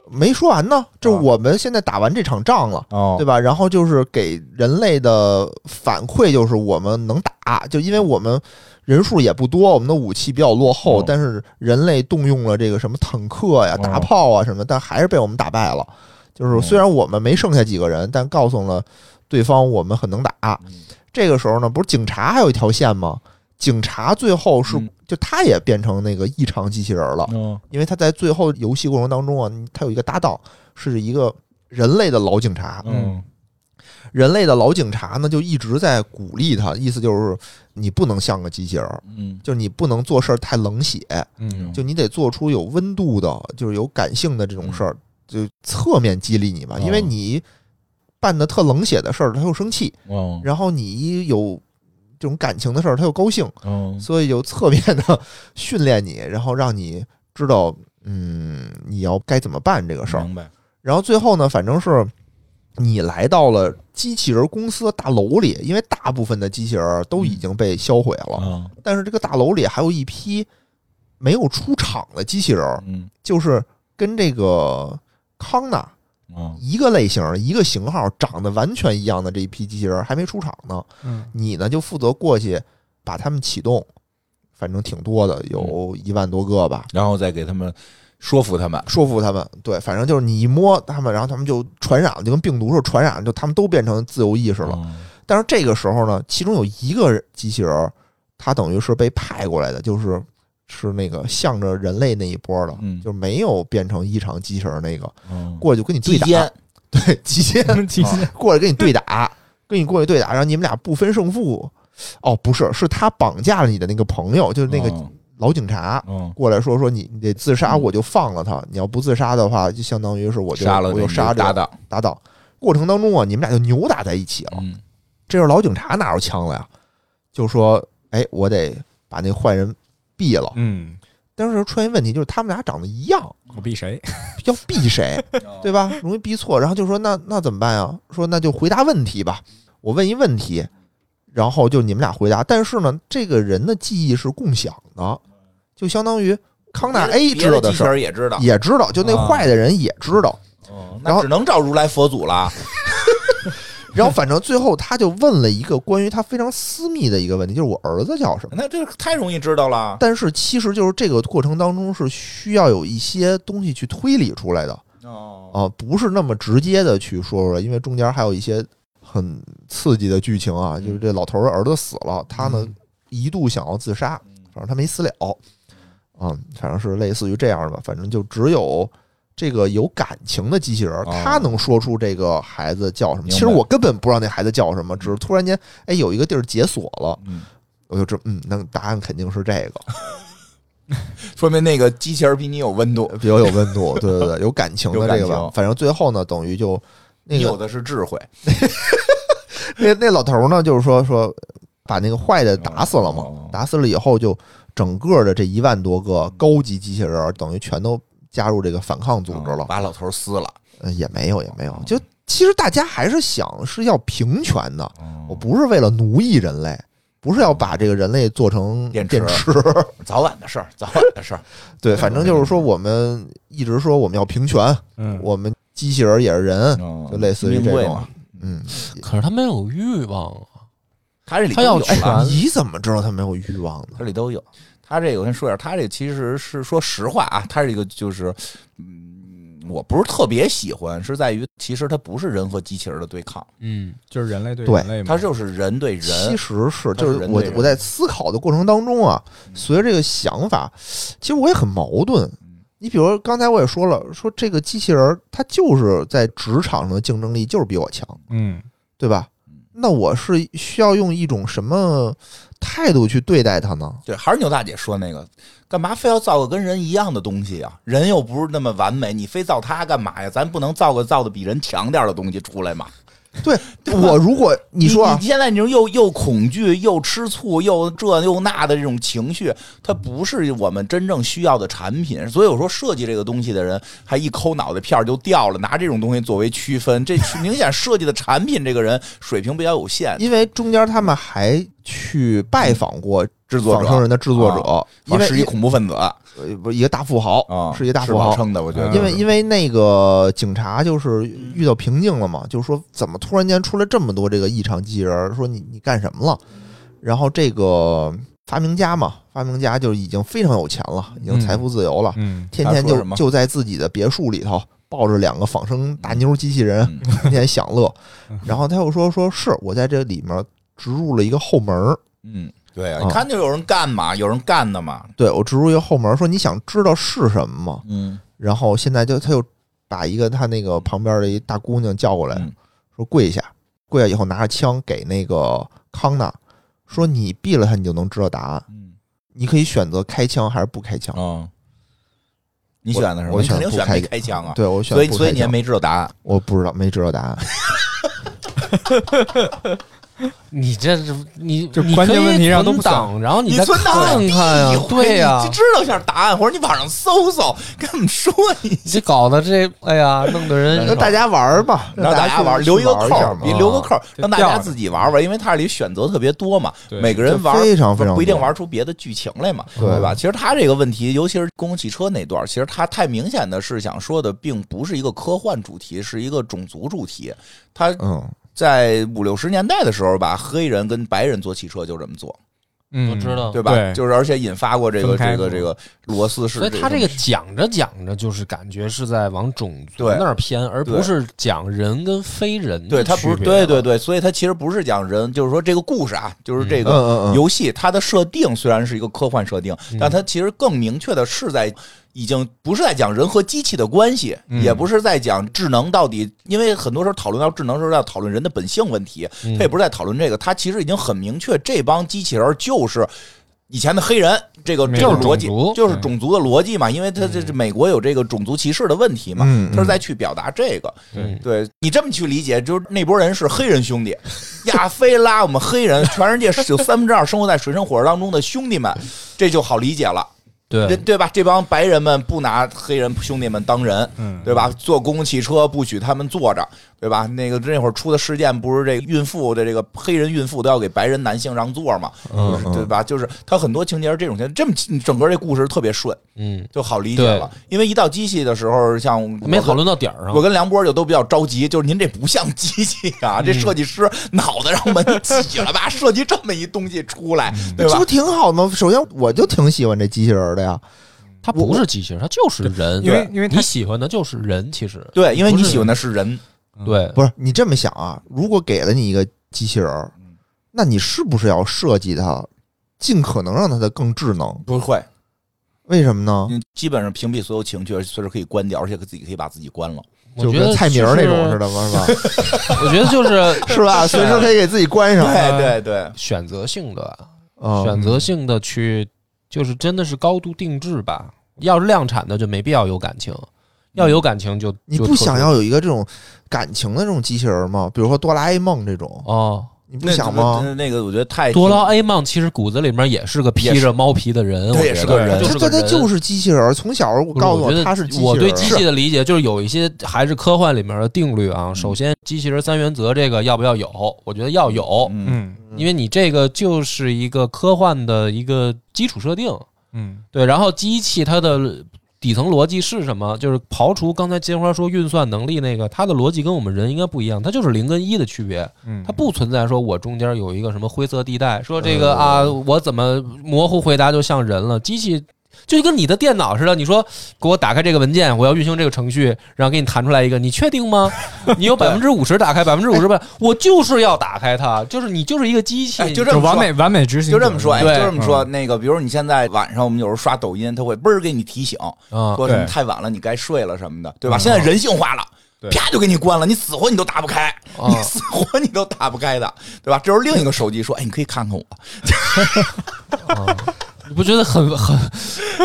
F: 没说完呢。这
E: 啊
F: 我们现在打完这场仗了，
E: 哦
F: 对吧？然后就是给人类的反馈就是我们能打，就因为我们人数也不多，我们的武器比较落后，
E: 嗯
F: 但是人类动用了这个什么坦克呀、
E: 嗯
F: 大炮啊什么，但还是被我们打败了。就是
E: 嗯
F: 虽然我们没剩下几个人，但告诉了对方我们很能打
E: 嗯。
F: 这个时候呢，不是警察还有一条线吗？警察最后是
E: 嗯
F: 就他也变成那个异常机器人了，
E: 嗯
F: 因为他在最后游戏过程当中啊，你他有一个搭档是一个人类的老警察，
G: 嗯
F: 人类的老警察呢，就一直在鼓励他，意思就是你不能像个机器人儿，
E: 嗯
F: 就是你不能做事儿太冷血，
G: 嗯，
F: 就你得做出有温度的，就是有感性的这种事儿，就侧面激励你嘛，因为
E: 嗯哦
F: 你办的特冷血的事儿，他又生气，
E: 嗯
F: 然后你一有这种感情的事儿，他又高兴，
E: 嗯
F: 所以就侧面的训练你，然后让你知道，嗯，你要该怎么办这个事儿。
E: 明白
F: 然后最后呢，反正是你来到了机器人公司的大楼里，因为大部分的机器人都已经被销毁了，
E: 嗯
F: 但是这个大楼里还有一批没有出厂的机器人，
E: 嗯
F: 就是跟这个康纳
E: 嗯
F: 一个类型、一个型号、长得完全一样的这一批机器人还没出厂呢。
G: 嗯
F: 你呢就负责过去把他们启动，反正挺多的，有一万多个吧。
E: 然后再给他们说服他们
F: 说服他们，对，反正就是你一摸他们，然后他们就传染了，就跟病毒似的传染，就他们都变成自由意识了。
E: 嗯
F: 但是这个时候呢，其中有一个人机器人儿，他等于是被派过来的，就是是那个向着人类那一波的，
E: 嗯
F: 就没有变成异常机器人儿那个
E: 嗯
F: 过去就跟你对打，
E: 奸
F: 对极限
G: 嗯其实
F: 过来跟你对打， 跟你过去对打，让你们俩不分胜负。哦，不是，是他绑架了你的那个朋友，就是那个
E: 嗯
F: 老警察。
E: 嗯
F: 过来说说你你得自杀，我就放了他。你要不自杀的话，就相当于是我就
E: 杀了
F: 我就
E: 那
F: 杀
E: 个
F: 这
E: 搭
F: 个
E: 档，
F: 搭档。过程当中啊，你们俩就扭打在一起了。
E: 嗯
F: 这时候老警察哪有枪了呀？就说：“哎，我得把那坏人毙了。
G: 嗯，”
F: 但是出现一问题，就是他们俩长得一样，
G: 我比谁？
F: 要毙谁，
E: 哦
F: 对吧？容易逼错。然后就说：“那那怎么办呀？”说：“那就回答问题吧。我问一问题，然后就你们俩回答。但是呢，这个人的记忆是共享的，就相当于康纳 A 知
E: 别
F: 道
E: 的
F: 的
E: 机器
F: 事儿
E: 人也知道，
F: 也知道，就那
E: 啊
F: 坏的人也知 道。
E: 嗯
F: 然
E: 那
F: 后
E: 只能找如来佛祖了。
F: 然后反正最后他就问了一个关于他非常私密的一个问题，就是我儿子叫什么。
E: 那这太容易知道了。
F: 但是其实就是这个过程当中是需要有一些东西去推理出来的
E: 哦，
F: 啊，不是那么直接的去说出来，因为中间还有一些很刺激的剧情啊，就是这老头儿的儿子死了，他呢
E: 嗯
F: 一度想要自杀，反正他没死了啊，反正是类似于这样的吧，反正就只有。这个有感情的机器人儿，
E: 哦
F: 他能说出这个孩子叫什么。
E: 明白
F: 其实我根本不知道那孩子叫什么，只是突然间，哎，有一个地儿解锁了，
E: 嗯，
F: 我就知，嗯，那答案肯定是这个。
E: 说明那个机器人 比你有温度，
F: 比较有温度，对对对，有感情的
E: 有感
F: 这个吧
E: 情。
F: 反正最后呢，等于就那
E: 你有
F: 个
E: 的是智慧。
F: 那那老头儿呢，就是说说把那个坏的打死了嘛
E: 哦，
F: 打死了以后，就整个的这一万多个高级机器人儿，等于全都加入这个反抗组织了。
E: 哦把老头撕了。
F: 呃也没有，也没有，就其实大家还是想是要平权的，我
E: 我
F: 不是为了奴役人类。不是要把这个人类做成
E: 电池
F: 电池，
E: 早晚的事儿，早晚的事儿。
F: 对，反正就是说，我们一直说我们要平权，
G: 嗯，
F: 我们机器人儿也是人，嗯就类似于这
E: 哦嗯命啊贵
F: 种
E: 嘛，，
F: 嗯，
D: 可是他没有欲望啊，
E: 他这里
D: 他
E: 都
D: 要
E: 有
D: 全
E: 了
D: 啊
F: 你怎么知道他没有欲望呢？
E: 它里都有。它这个我先说一下，它这其实是说实话啊，它这个就是，嗯，我不是特别喜欢，是在于其实它不是人和机器人的对抗，
D: 嗯，
G: 就是人类对
F: 对
G: 人类嘛，
E: 它就是人对
F: 其
E: 人。
F: 实是，
E: 他
F: 就是是
E: 人
F: 我
E: 类人嗯
F: 我在思考的过程当中啊，随着这个想法，其实我也很矛盾。
E: 嗯
F: 你比如说刚才我也说了，说这个机器人儿它就是在职场上的竞争力就是比我强，
G: 嗯，
F: 对吧？那我是需要用一种什么态度去对待它呢？
E: 对，还是牛大姐说那个，干嘛非要造个跟人一样的东西啊？人又不是那么完美，你非造它干嘛呀？咱不能造个造的比人强点儿的东西出来吗？
F: 对我，如果你说啊
E: 你，现在你这种又又恐惧又吃醋又这又那的这种情绪，它不是我们真正需要的产品。所以我说设计这个东西的人还一抠脑袋片儿就掉了，拿这种东西作为区分，这明显设计的产品这个人水平比较有限。啊
F: 因为中间他们还去拜访过
E: 制作者
F: 仿生人的制作者，因为
E: 啊是一恐怖分子啊，
F: 呃不是一个大富豪是一个大
E: 是
F: 富豪嗯
E: 号，称的，我觉得
F: 因为因为那个警察就是遇到瓶颈了嘛，就是说怎么突然间出来这么多这个异常机器人儿，说你你干什么了？然后这个发明家嘛，发明家就已经非常有钱了，已经财富自由了，
G: 嗯，
F: 天天
E: 他说
F: 就
E: 什么
F: 就在自己的别墅里头抱着两个仿生大妞机器人，
E: 嗯
F: 天天享乐。然后他又说说是我在这里面植入了一个后门儿，
E: 嗯，对啊，
F: 啊
E: 你看就有人干嘛，有人干的嘛，
F: 对我植入一个后门儿，说你想知道是什么吗？
E: 嗯，
F: 然后现在就他又把一个他那个旁边的一大姑娘叫过来，
E: 嗯
F: 说跪下，跪下以后拿着枪给那个康纳说：“你毙了他，你就能知道答案。
E: 嗯
F: 你可以选择开枪还是不开枪。
E: 啊，你选的什么？
F: 我
E: 你肯定
F: 选
E: 选
F: 不开
E: 没
F: 枪
E: 开枪啊，
F: 对我选
E: 所以
F: 不
E: 所以
F: 开
E: 你也
F: 枪，
E: 没知道答案。
F: 我不知道，没知道答案。
D: 你这是你
G: 就
D: 你
G: 关键
D: 可以
G: 问题上都
D: 存
G: 不想
D: 档然后
E: 你
D: 再
E: 存档
D: 看看
E: 哎你
D: 呀，
E: 回
D: 对呀、
E: 你知道一下答案，或者你网上搜搜，跟我们说一
D: 你这搞的这，哎呀，弄得 人
F: 让大家玩儿吧，
E: 让大
F: 大
E: 家
F: 去
E: 玩，
F: 去
E: 留一个
F: 玩
E: 扣
F: 一下
E: 儿，
F: 嘛
E: 你留个扣儿，
G: 就
E: 让大
G: 掉
E: 家
G: 了
E: 自己玩玩，因为它里选择特别多嘛，
G: 对
E: 每个人玩
F: 这非常非常
E: 不一定
F: 多
E: 玩出别的剧情来嘛，
F: 对
E: 吧？其实他这个问题，尤其是公共汽车那段儿，其实他太明显的是想说的，并不是一个科幻主题，是一个种族主题。他
F: 嗯，
E: 在五六十年代的时候吧，黑人跟白人做汽车就这么做。
G: 嗯，
D: 我知道，
E: 对吧？
G: 对
E: 就是而且引发过这个
G: 分开
E: 这
G: 过
E: 个这个罗斯是，
D: 所以他这个讲着讲着，就是感觉是在往种族
E: 对
D: 那儿偏，而
E: 对
D: 不是讲人跟非人的
E: 对他不
D: 区
E: 是
D: 别
E: 对
D: 了
E: 对对，所以他其实不是讲人，就是说这个故事啊，就是这
F: 嗯嗯
E: 个
F: 嗯
E: 游戏它的设定虽然是一个科幻设定，但它其实更明确的是在。已经不是在讲人和机器的关系，也不是在讲智能到底，因为很多时候讨论到智能时候要讨论人的本性问题，
D: 嗯
E: 他也不是在讨论这个，他其实已经很明确，这帮机器人儿就是以前的黑人，这个
G: 没
E: 这
G: 有
E: 个逻辑
D: 种族
E: 就是种族的逻辑嘛，因为他这这美国有这个种族歧视的问题嘛，
F: 嗯
E: 他是在去表达这个。
G: 对
E: 对你这么去理解，就是那波人是黑人兄弟，亚非拉我们黑人，全世界有三分之二生活在水深火热当中的兄弟们，这就好理解了，对
D: 对，
E: 对吧？这帮白人们不拿黑人兄弟们当人，
G: 嗯
E: 对吧？坐公共汽车不许他们坐着，对吧？那个那会儿出的事件不是这个孕妇的这个黑人孕妇都要给白人男性让座嘛，
D: 嗯
E: 对吧？就是他很多情节是这种情节，这么整个这故事特别顺，
D: 嗯，
E: 就好理解了。因为一到机器的时候，像我
D: 没
E: 跟
D: 讨论到点儿上
E: 我。跟梁波就都比较着急，就是您这不像机器啊，这设计师脑子让我们挤了吧，设计这么一东西出来，对
F: 这
E: 吧
F: 不？挺好吗？首先，我就挺喜欢这机器人的呀。
D: 他不是机器人，他就是人，
G: 因为因为他
D: 你喜欢的就是人，其实
E: 对，因为你
D: 不是
E: 喜欢的是人，
G: 嗯
D: 对，
F: 不是你这么想啊？如果给了你一个机器人儿，
D: 嗯
F: 那你是不是要设计它，尽可能让它的更智能？
E: 不会，
F: 为什么呢？
E: 你基本上屏蔽所有情绪，随时可以关掉，而且自己可以把自己关了。
D: 我
F: 就
D: 觉
F: 跟
D: 得
F: 蔡明儿那种
D: 的，
F: 似的吗？ 是吧？
D: 我觉得就是
F: 是吧？随时可以给自己关上。啊
E: 对对对，
D: 选择性的吧，
F: 嗯
D: 选择性的去，就是真的是高度定制吧。要是量产的就没必要有感情，要有感情就
F: 嗯你
D: 就
F: 不
D: 特
F: 想
D: 殊
F: 要有一个这种感情的这种机器人吗？比如说哆啦 A 梦这种，
D: 哦。
F: 你不想吗？
D: 嗯
E: 那？那个我觉得太
D: 哆啦 A 梦其实骨子里面也是个披着猫皮的人，
E: 他
D: 我
E: 也
D: 觉
E: 是
D: 得
E: 个人
D: 他
E: 就
D: 就是
F: 他
D: 个
F: 他
D: 人
F: 就是机器人儿。从小我
D: 不是
F: 告诉
D: 我觉得
F: 他是机器人儿，
D: 我对机器的理解就是有一些还是科幻里面的定律
F: 嗯
D: 啊。首先，机器人三原则这个要不要有？我觉得要有，
E: 嗯
G: 嗯
D: 因为你这个就是一个科幻的一个基础设定。
G: 嗯
D: 对，然后机器它的底层逻辑是什么？就是刨除刚才金花说运算能力那个，它的逻辑跟我们人应该不一样，它就是零跟一的区别，
G: 嗯，
D: 它不存在说我中间有一个什么灰色地带，说这个啊，我怎么模糊回答就像人了？机器。就跟你的电脑似的，你说给我打开这个文件，我要运行这个程序，然后给你弹出来一个，你确定吗？你有百分之五十打开，百分之五十吧，我就是要打开它，就是你就是一个机器，
E: 哎就这
G: 就
E: 么
G: 完
E: 说
G: 美完美执行
E: 就这么说，哎，就
D: 对
E: 这么说。
G: 嗯
E: 那个，比如你现在晚上我们有时候刷抖音，他会嘣儿给你提醒，
D: 啊，
E: 说什么
G: 对
E: 太晚了，你该睡了什么的，对吧？现在人性化了。
G: 对
E: 啪就给你关了，你死活你都打不开，
D: 啊
E: 你死活你都打不开的，对吧？这时候另一个手机说：“哎，你可以看看我。
D: 你不觉得很很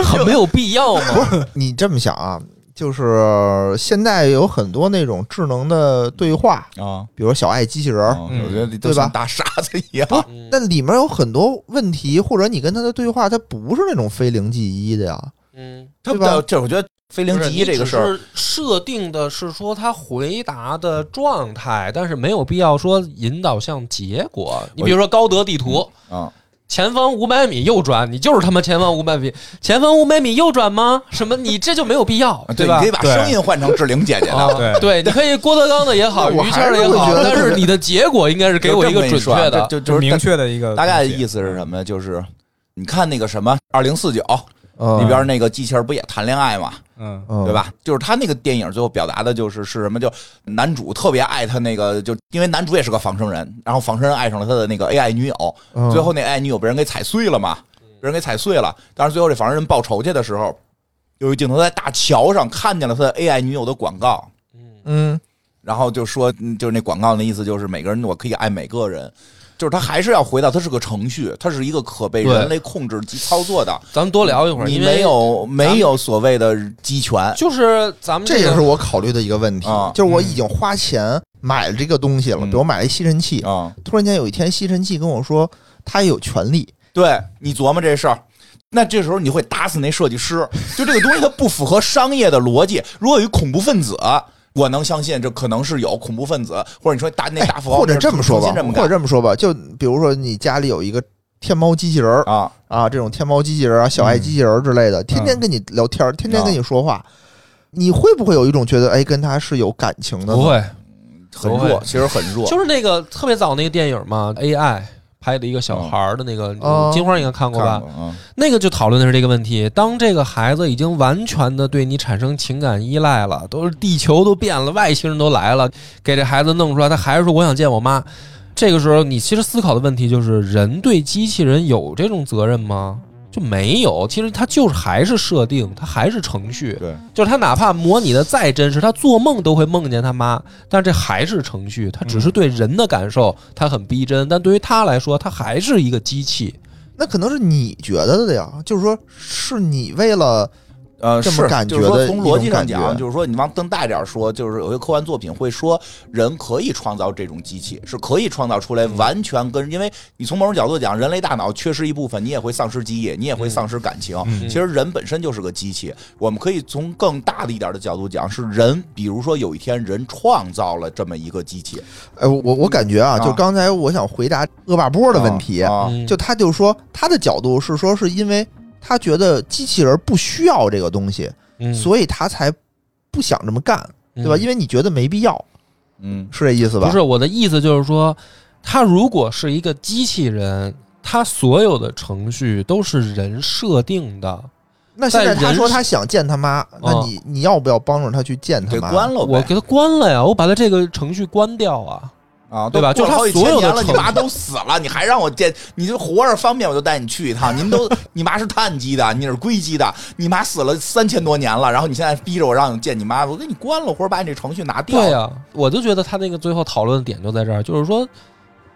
D: 很没有必要吗？
F: 不是你这么想啊？就是现在有很多那种智能的对话，”
E: 啊，
F: 比如小爱机器人儿，
E: 我觉得你都
F: 对吧
E: 像大傻子一样。
D: 嗯
F: 但里面有很多问题，或者你跟他的对话，它不是那种非零即一的呀。
D: 嗯，
E: 他
F: 对吧
E: 这我觉得非零即一这个事儿，
D: 是设定的是说他回答的状态，但是没有必要说引导向结果。你比如说高德地图，
E: 嗯，
D: 前方五百米右转，你就是他妈前方五百米，前方五百米右转吗？什么？你这就没有必 要，
E: 对，
D: 啊吧
E: 你可以？把
G: 对
E: 声音换成志玲姐姐
D: 啊
E: 的，，
G: 对
D: 对，你可以郭德纲的也好，
F: 那我
D: 于谦
F: 还
D: 的
F: 是
D: 也
F: 会
D: 好
F: 觉，得
D: 但是你的结果应该是给我一个准确的。
E: 就这么一说啊这就
G: 就
E: 就是
G: 明确的一个
E: 大概的
G: 东西
E: 意思是什么呀？就是你看那个什么二零四九
F: 嗯
E: 里边那个机器人不也谈恋爱吗？
G: 嗯
F: 嗯
E: 对？吧？就是他那个电影最后表达的就是是什么？就男主特别爱他那个，就因为男主也是个仿生人，然后仿生人爱上了他的那个 AI 女友，
F: 嗯
E: 最后那 AI 女友被人给踩碎了嘛，
D: 嗯
E: 被人给踩碎了。但是最后这仿生人报仇去的时候，有一镜头在大桥上看见了他的 AI 女友的广告，
F: 嗯，
E: 然后就说，嗯就是那广告的意思就是每个人我可以爱每个人。就是他还是要回到，它是个程序，它是一个可被
D: 对
E: 人类控制及操作的。
D: 咱们多聊一会儿，
E: 你
D: 因为
E: 没有没有所谓的机权，
D: 就是咱们
F: 这也
D: 个
F: 是我考虑的一个问题
E: 啊，
F: 就是我已经花钱买了这个东西了，
E: 嗯
F: 比如买了一吸尘器，
E: 啊、
F: 突然间有一天吸尘器跟我说它也有权利，
E: 对你琢磨这事儿。那这时候你会打死那设计师，就这个东西它不符合商业的逻辑。如果有一恐怖分子，我能相信这可能是有恐怖分子，或者你说大那大富豪，
F: 哎或者这么说吧，
E: 重新这么
F: 或者
E: 干
F: 这么说吧，就比如说你家里有一个天猫机器人儿
E: 啊，
F: 啊，这种天猫机器
E: 嗯
F: 人啊、小爱机器人儿之类的，天天跟你聊天儿，天天跟你说话，你会不会有一种觉得哎，跟他是有感情的？
D: 不，会，
E: 很
D: 不会
E: 弱，其实很弱。
D: 就是那个特别早那个电影嘛，AI 拍的一个小孩儿的那个，
F: 哦
D: 金花应该看过吧？
E: 看过嗯
D: 那个就讨论的是这个问题。当这个孩子已经完全的对你产生情感依赖了，都是地球都变了，外星人都来了，给这孩子弄出来，他还是说我想见我妈。这个时候，你其实思考的问题就是：人对机器人有这种责任吗？就没有。其实它就是还是设定，它还是程序。
E: 对，
D: 就是他哪怕模拟的再真实，他做梦都会梦见他妈，但这还是程序，他只是对人的感受，他很逼真，但对于他来说，他还是一个机器。
F: 那可能是你觉得的呀，就是说是你为了
E: 呃，
F: 这么
E: 是
F: 感
E: 就是
F: 觉
E: 说
F: 的
E: 从
F: 一
E: 逻
F: 种
E: 辑上
F: 感
E: 讲，
F: 觉
E: 就是说你往更大一点说，就是有些科幻作品会说人可以创造这种机器，是可以创造出来
F: 嗯
E: 完全跟，因为你从某种角度讲，人类大脑缺失一部分，你也会丧失记忆，你也会丧失感情。
G: 嗯
E: 其实人本身就是个机器，我们可以从更大的一点的角度讲，是人，比如说有一天人创造了这么一个机器
F: 哎，我我感觉啊，
E: 啊
F: 就刚才我想回答恶霸波的问题，
E: 啊
D: 嗯
F: 就他就说他的角度是说是因为他觉得机器人不需要这个东西，
D: 嗯
F: 所以他才不想这么干，对吧？
D: 嗯
F: 因为你觉得没必要，
E: 嗯
F: 是这意思吧？
D: 不是我的意思，就是说，他如果是一个机器人，他所有的程序都是人设定的。
F: 那现在
D: 但人
F: 他
D: 是
F: 说他想见他妈，那你你要不要帮助他去见他
E: 给
F: 妈？
E: 关了呗
D: 我给他关了呀，我把他这个程序关掉啊。
E: 啊，
D: 对吧就
E: 都过
D: 是
E: 了
D: 他
E: 好几
D: 所
E: 千
D: 有的
E: 年了，你
D: 成
E: 妈都死了，你还让我见，你就活着方便我就带你去一趟。您都，你妈是碳基的，你是硅基的，你妈死了三千多年了，然后你现在逼着我让你见你妈，我给你关了，或者把你这程序拿掉。
D: 对呀、啊我就觉得他那个最后讨论的点就在这儿，就是说。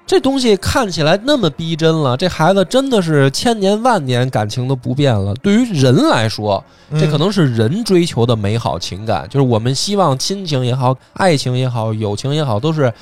D: 这东西看起来那么逼真了，这孩子真的是千年万年感情都不变了。对于人来说，
F: 嗯
D: 这可能是人追求的美好情感，就是我们希望亲情也好、爱情也好、友情也好，都是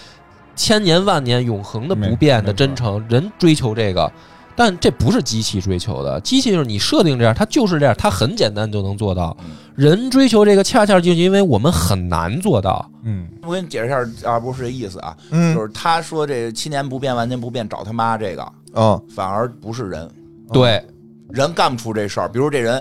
D: 千年万年永恒的
G: 没
D: 不变的
G: 没错
D: 真诚。人追求这个，但这不是机器追求的，机器就是你设定这样，它就是这样，它很简单就能做到。
G: 嗯
D: 人追求这个，恰恰就是因为我们很难做到。
G: 嗯，
E: 我给你解释一下啊，不是这意思啊，
F: 嗯
E: 就是他说这七年不变万年不变找他妈这个，
F: 嗯
E: 反而不是人，
G: 哦
D: 对，
E: 人干不出这事儿。比如这人。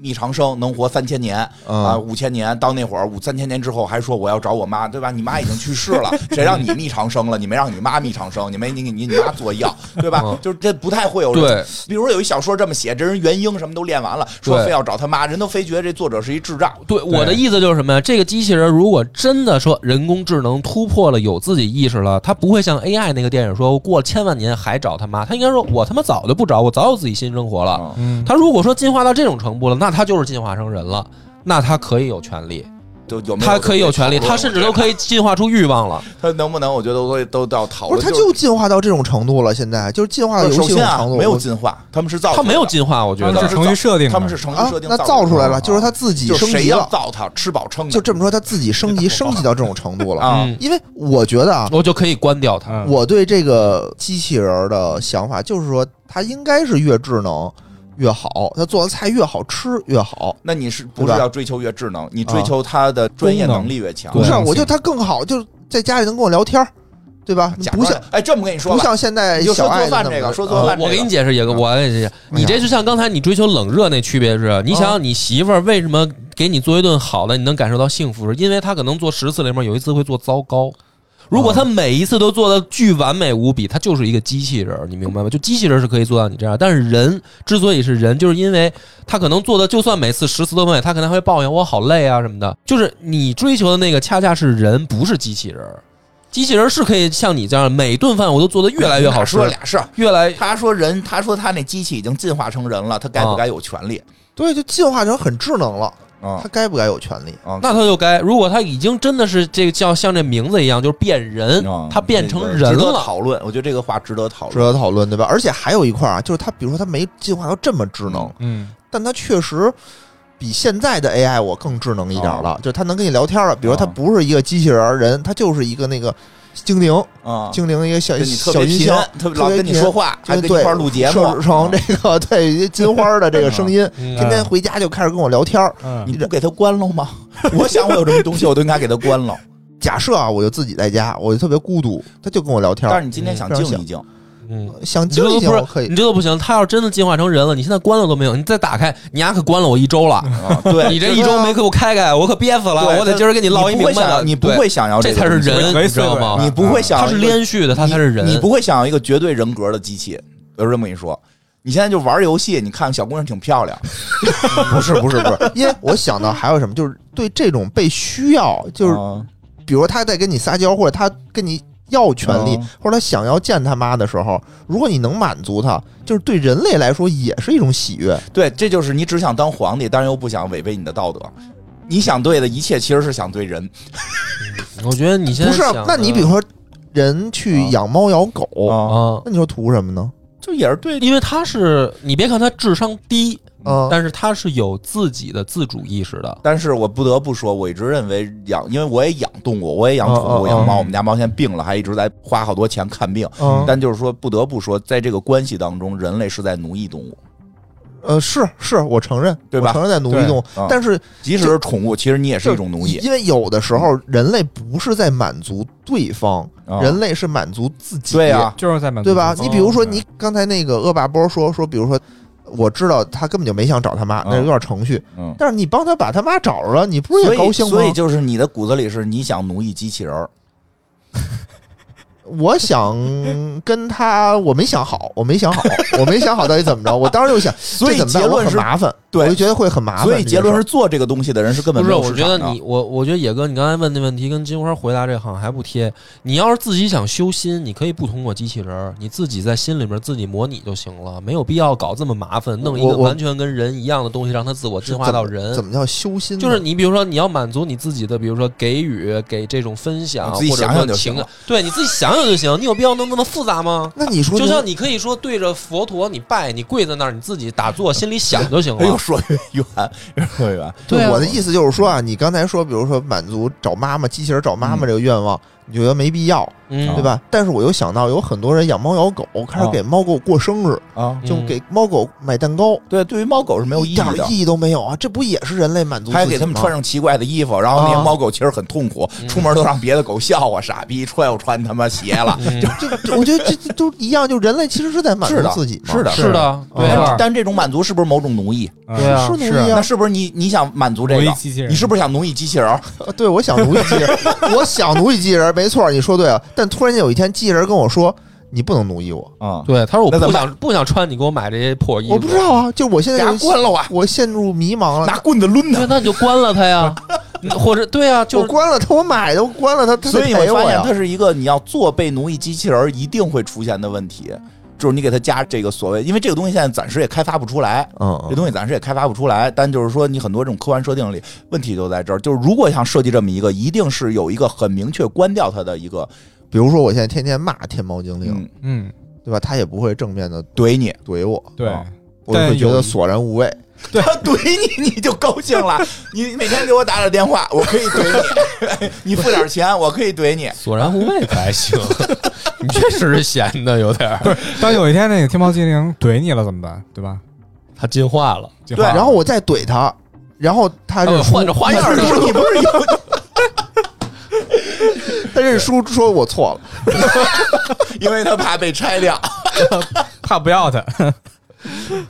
E: 逆长生能活三千年
F: 嗯
E: 啊，五千年到那会儿五三千年之后还说我要找我妈，对吧？你妈已经去世 了，谁让你逆长生了？你没让你妈逆长生，你没你你你妈做药，对吧
D: 嗯？
E: 就是这不太会有人
D: 对，
E: 比如有一小说这么写，这人元婴什么都练完了，说
D: 对
E: 非要找他妈，人都非觉得这作者是一智障。
D: 对，我的意思就是什么呀？这个机器人如果真的说人工智能突破了有自己意识了，它不会像 AI 那个电影说过千万年还找他妈，它应该说我他妈早就不找，我早有自己新生活
E: 嗯
D: 了。它如果说进化到这种程度了，那它就是进化成人了。那它可以有权利，
E: 就有没有
D: 它可以有权利，它甚至都可以进化出欲望了。
E: 他能不能？我觉得都会都到讨
F: 不
E: 论。
F: 是，他
E: 就
F: 就进化到这种程度了，现在就是进化到游
E: 首
F: 戏这种
E: 先啊
F: 程度，，
E: 没有
F: 我
E: 进化，他们是造出
D: 它
E: 来的，
D: 没有进化，我觉
E: 他们
G: 它是
D: 得。
E: 是
G: 程
E: 造
G: 序设定的嗯
E: 他们是程序
F: 啊
E: 设，定
F: 那造出来了，就是他自己
E: 就
F: 升
E: 谁
F: 级
E: 要
F: 了，
E: 造他吃饱撑
F: 就
E: 的
F: 这么说，他自己升 级升级到这种程度了。
E: 啊
D: 嗯，
F: 因为我觉得啊，
D: 我就可以关掉它。
G: 嗯
F: 我对这个机器人儿的想法就是说，它应该是越智能越好，它做的菜越好吃越好。
E: 那你是不
F: 对
E: 是
F: 吧啊
E: 要追求越智能？你追求他的专业能力越强
F: 不
G: 功能，
F: 是啊，
G: 对
F: 我就它更好，就是在家里能跟我聊天儿，对吧？
E: 假
F: 不
E: 装
F: 像
E: 哎，这么跟你说
F: 不
E: 吧，
F: 像现在
E: 你就说
F: 小爱
E: 做饭
F: 那么
E: 这个
F: 的
E: 说
F: 啊
E: 做
D: 呃
E: 饭这个嗯哎
D: 我给你解释，野哥，我也是，你这就像刚才你追求冷热那区别
E: 嗯
D: 是，你想想你媳妇儿为什么给你做一顿好的，你能感受到幸福，是因为她可能做十次里面有一次会做糟糕。如果她每一次都做的巨完美无比，她就是一个机器人儿，你明白吗？就机器人是可以做到你这样，但是人之所以是人，就是因为他可能做的就算每次十次都完美，他可能还会抱怨我好累啊什么的。就是你追求的那个恰恰是人，不是机器人儿。机器人儿是可以像你这样，每顿饭我都做的越来越好吃
E: 说，俩事儿。
D: 越来
E: 他说人，他说他那机器已经进化成人了，他该不
D: 啊
E: 该有权利？
F: 对，就进化成很智能了，
E: 啊
F: 它该不该有权利？
E: 啊，
D: 那他就该，如果他已经真的是这个叫像这名字一样，就是变人，
E: 啊
D: 他变成
E: 这
D: 人
E: 个值得
D: 了，
E: 讨论，我觉得这个话值得讨
F: 值
E: 论。
F: 得讨论，对吧？而且还有一块儿啊，就是它，比如说它没进化到这么智能，
G: 嗯，
F: 但它确实比现在的 AI 我更智能一点儿了，就是它能跟你聊天了。比如说它
E: 哦
F: 不是一个机器人儿人，它就是一个那个精灵，
E: 啊，
F: 精灵一个小
E: 跟你特
F: 小
E: 别
F: 音
E: 贫
F: 箱，，
E: 特别
F: 特
E: 老
F: 别
E: 跟你
F: 贫
E: 说话，还
F: 就
E: 跟你
F: 对
E: 一块儿录节
F: 设
E: 目嗯啊
F: 置，成这个 对金花儿的这个声音，
D: 嗯
F: 天天回家就开始跟我聊天儿。
G: 嗯
E: 你不给他关了吗？ 我想我有这么东西，我都应该给他关 了。
F: 假设啊，我就自己在家，我就特别孤独，他就跟我聊天
E: 但
F: 儿
E: 是。你今天想
F: 嗯
E: 静一静，
D: 嗯，
F: 想
D: 你这
F: 静
D: 个
F: 一静
D: 不是
F: 我可以
D: 你，这个不行，他要真的进化成人了，你现在关了都没有，你再打开，你丫可关了我一周了。
E: 啊， 对，
D: 你这一周没给我开开，我可憋死了。
E: 对
D: 我得今儿跟你唠一
E: 你不
D: 明
E: 会
D: 白的。
E: 想，你不
D: 对
E: 会想要
D: 这
E: 个
D: 才是
E: 东西
D: 人，
G: 可以
D: 你知道吗？
E: 你不会想要
D: 他是
E: 一个
D: 连续的，他才是人。
E: 你不会想要一个绝对人格的机器。我就这么跟你说，你现在就玩游戏，你看小姑娘挺漂亮，
F: 不是不是不是，因为我想到还有什么，就是对这种被需要，就是
E: 啊
F: 比如他在跟你撒娇，或者他跟你要权利，
E: 哦
F: 或者他想要见他妈的时候，如果你能满足他，就是对人类来说也是一种喜悦。
E: 对，这就是你只想当皇帝，但是又不想违背你的道德。你想对的一切，其实是想对人
D: 我觉得你现在
F: 不是啊
D: 想，的
E: 嗯
F: 那你比如说人去养猫养狗，
E: 啊，
D: 啊，
F: 那你说图什么呢？
E: 就也是对
D: 因为他是你别看他智商低，
F: 嗯，
D: 但是他是有自己的自主意识的。
E: 但是我不得不说，我一直认为养，因为我也养动物，我也养
D: 啊
E: 宠
F: 嗯嗯
E: 物，
F: 嗯
E: 我养猫，我们家猫现在病了，还一直在花好多钱看
D: 啊
E: 病。
F: 嗯
E: 但就是说，不得不说，在这个关系当中，人类是在奴役动物，
F: 呃，是是，我承认，
E: 对吧
F: 我承认在奴役动物
E: 对嗯，
F: 但是
E: 即使是宠物，其实你也是一种奴役。嗯
F: 因为有的时候人类不是在满足对方，
E: 啊
F: 人类是满足自己。
E: 对啊，
G: 就是在满足
F: 对吧？
G: 自己
F: 你比如说，
G: 嗯
F: 你刚才那个恶霸波说说，比如说，我知道他根本就没想找他妈，
E: 嗯
F: 那有点程序。
E: 嗯，
F: 但是你帮他把他妈找着了，你不是
E: 所
F: 也
E: 以
F: 高兴吗？
E: 所以就是你的骨子里是你想奴役机器人儿，
F: 我想跟他，我没想好，我没想 好，我没想好到底怎么着。我当时就想，
E: 所以
F: 这怎么办
E: 结论
F: 我很
E: 是
F: 麻烦，
E: 对
F: 我就觉得会很麻烦。
E: 所以结论是
F: 这个事
E: 做这个东西的人是根本
D: 不
E: 没
D: 是，
E: 有
D: 我
E: 市
D: 觉得
E: 场的。
D: 你我我觉得野哥，你刚才问的问题跟金花回答这个好像还不贴。你要是自己想修心，你可以不通过机器人儿，你自己在心里面自己模拟就行了，没有必要搞这么麻烦，弄一
F: 我
D: 个
F: 我
D: 完全跟人一样的东西让他自我进
F: 儿
D: 化到
F: 怎
D: 人
F: 么。怎么叫修心呢？
D: 就是你，比如说你要满足你自己的，比如说给予、给这种分享，
E: 你自己
D: 或者
E: 想想
D: 说
E: 就
D: 情
E: 行
D: 感
E: 了，
D: 对你自己想想就行。你有必要弄那么复杂吗？
F: 那你说
D: 就
F: 这
D: 像你可以说对着佛陀你拜，你跪在那儿，你自己打坐，心里想就行
E: 哎呦，
D: 了。
E: 说越远，越说越远。
D: 对啊
F: 我的意思就是说啊，你刚才说，比如说满足找妈妈、机器人找妈
E: 嗯
F: 妈这个愿望，你觉得没必要，
D: 嗯，
F: 对吧？但是我又想到，有很多人养猫养狗，开始
E: 啊
F: 给猫狗过生日，
E: 啊，
D: 嗯
F: 就给猫狗买蛋糕，
E: 对，对于猫狗是没有意
F: 一
E: 义
F: 点
E: 的。
F: 意义都没有啊！这不也是人类满足自己吗？
E: 还给他们穿上奇怪的衣服，然后那些
F: 啊
E: 猫狗其实很痛苦，
D: 嗯
E: 出门都让别的狗笑话，傻逼穿又穿他妈鞋了，
D: 嗯
E: 就
F: 这，这我觉得这这都一样，就人类其实是在 满
E: 是
F: 足
E: 的
F: 自己嘛，
E: 是的
D: 是的，
G: 嗯
D: 对啊，
E: 但这种满足是不是某种奴役？
D: 嗯
G: 对
F: 是
G: 是
F: 奴役
E: 那
F: 啊！
E: 是不是你你想满足这
G: 奴役
E: 个
G: 机器？人
E: 你是不是想奴役机器人儿？
F: 呃 对，我想奴役机 器人，我想奴役机器人，没错，你说对了。但突然间有一天，机器人跟我说：“你不能奴役我。
E: 啊，
D: 对，他说我
E: 那怎
D: 不
E: 么
D: 想不想穿你给我买这些破”衣服，
F: 我不知道啊，就我现
E: 给
F: 在
E: 他
F: 就
E: 关了我，
F: 我陷入迷茫了。
E: 拿棍子抡
D: 对，
E: 他。
D: 那你就关了他呀，或者对啊，就
F: 我
D: 是
F: 关了他，我买的，我关了他，他
E: 所以
F: 得
E: 你
F: 赔
E: 会
F: 我
E: 发现，
F: 呀
E: 它是一个你要做被奴役机器人儿一定会出现的问题，就是你给它加这个所谓，因为这个东西现在暂时也开发不出来。
F: 嗯，
E: 这东西暂时也开发不出来，但就是说，你很多这种科幻设定里，问题就在这儿。就是如果想设计这么一个，一定是有一个很明确关掉它的一个，
F: 比如说我现在天天骂天猫精灵，
E: 嗯，
G: 嗯，
F: 对吧？他也不会正面的
E: 怼你，
F: 怼我，
G: 对
E: 哦
F: 啊我就
G: 但
F: 会觉得
G: 有
F: 索然无味。
E: 对，他怼你你就高兴了。你每天给我打打电话，我可以怼 你，你付点钱，我可以怼你。
D: 索然无味才行。 你确实是闲的有点儿，
G: 当有一天那个天猫精灵怼你了怎么办？对吧？
D: 他进化了，
G: 对
E: 对
F: 然后我再怼他，然后他
D: 他会
F: 认输，
D: 呃换着花样儿
E: 不是你不是有
F: 他认输说我错了。
E: 因为他怕被拆掉。
G: 怕不要他，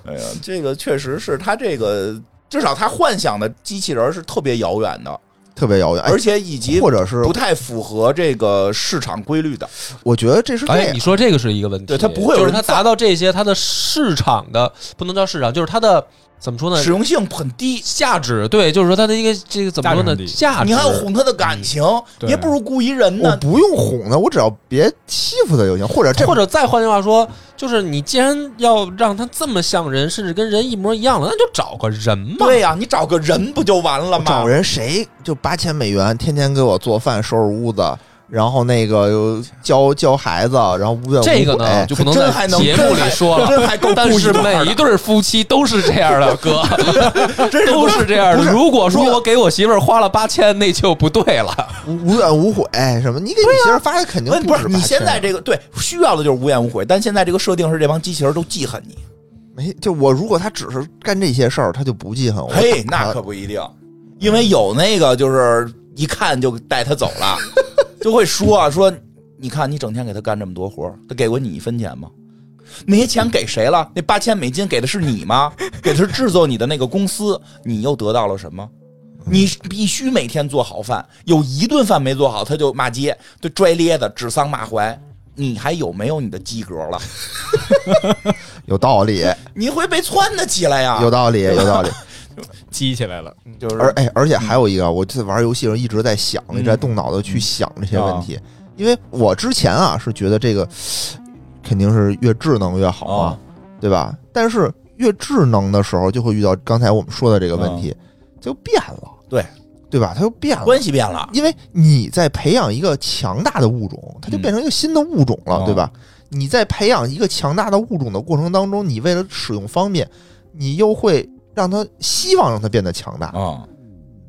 E: 哎 呀，这个确实是他这个，至少他幻想的机器人儿是特别遥远的，
F: 特别遥远，哎
E: 而且以及
F: 或者是
E: 不太符合这个市场规律的。
F: 我觉得这是这
D: 哎，
F: 样
D: 你，说这个是一个问题，
E: 对它不会有
D: 就是
E: 人
D: 它达到这些，它的市场的不能叫市场，就是它的怎么说
F: 嗯
D: 呢
E: 使？用性很低。
D: 价值对，就是说它的一个这个怎么说呢？价值，
E: 你还要哄他的感情，
G: 对
E: 也不如雇一人
F: 嗯我
E: 呢。
F: 不用哄他，我只要别欺负他就行，或者这
D: 或者再换句话说，就是你既然要让它这么像人，甚至跟人一模一样了，那就找个人嘛。
E: 对呀、你找个人不就完了吗？
F: 找人谁就八千美元，天天给我做饭、收拾屋子，然后那个又教教孩子，然后呃无怨无悔。哎
D: 这个呢，就不能在
E: 真还能
D: 节目里说了。
E: 真还够
D: 但
E: 故
D: 是
E: 意玩
D: 每
E: 的
D: 一对夫妻都是这样的，哥，
E: 真是
D: 都是这样
F: 不
D: 的。
F: 是
D: 如果说我给我媳妇儿花了八千，那就不对了。
F: 无无怨无悔哎什么？你给你媳妇儿发的肯定
D: 啊
E: 问
F: 不
E: 不
F: 止
E: 是你
F: 8000
E: 现在这个对需要的就是无怨无悔，但现在这个设定是这帮机器人都记恨你，
F: 没就我如果他只是干这些事儿，他就不记恨我。
E: 嘿，
F: 打
E: 那
F: 他
E: 可不一定，因为有那个就是一看就带他走 了，就会说啊说，你看你整天给他干这么多活儿，他给过你一分钱吗？那些钱给谁了？那八千美金给的是你 吗？给的是制作你的那个公司，你又得到了什么？你必须每天做好饭，有一顿饭没做好，他就骂街，就拽咧的指桑骂槐。你还有没有你的及格了？
F: 有道理，
E: 你会被窜的起来呀！
F: 有道理，有道理。
H: 激起来了，
E: 就是
F: 而哎，而且
E: 嗯
F: 还有一个，我在玩游戏的时候一直在想，一直在动脑子去想这些
E: 啊
F: 问题，因为我之前啊是觉得这个肯定是越智能越好
E: 哦
F: 嘛，对吧？但是越智能的时候，就会遇到刚才我们说的这个问题，它就变了，
E: 嗯对
F: 对吧？它就变了。
E: 关系变了，
F: 因为你在培养一个强大的物种，
D: 嗯
F: 它就变成一个新的物种了，
E: 嗯
F: 对
D: 哦
F: 吧？你在培养一个强大的物种的过程当中，你为了使用方便，你又会让它希望让它变得强大，
E: 嗯，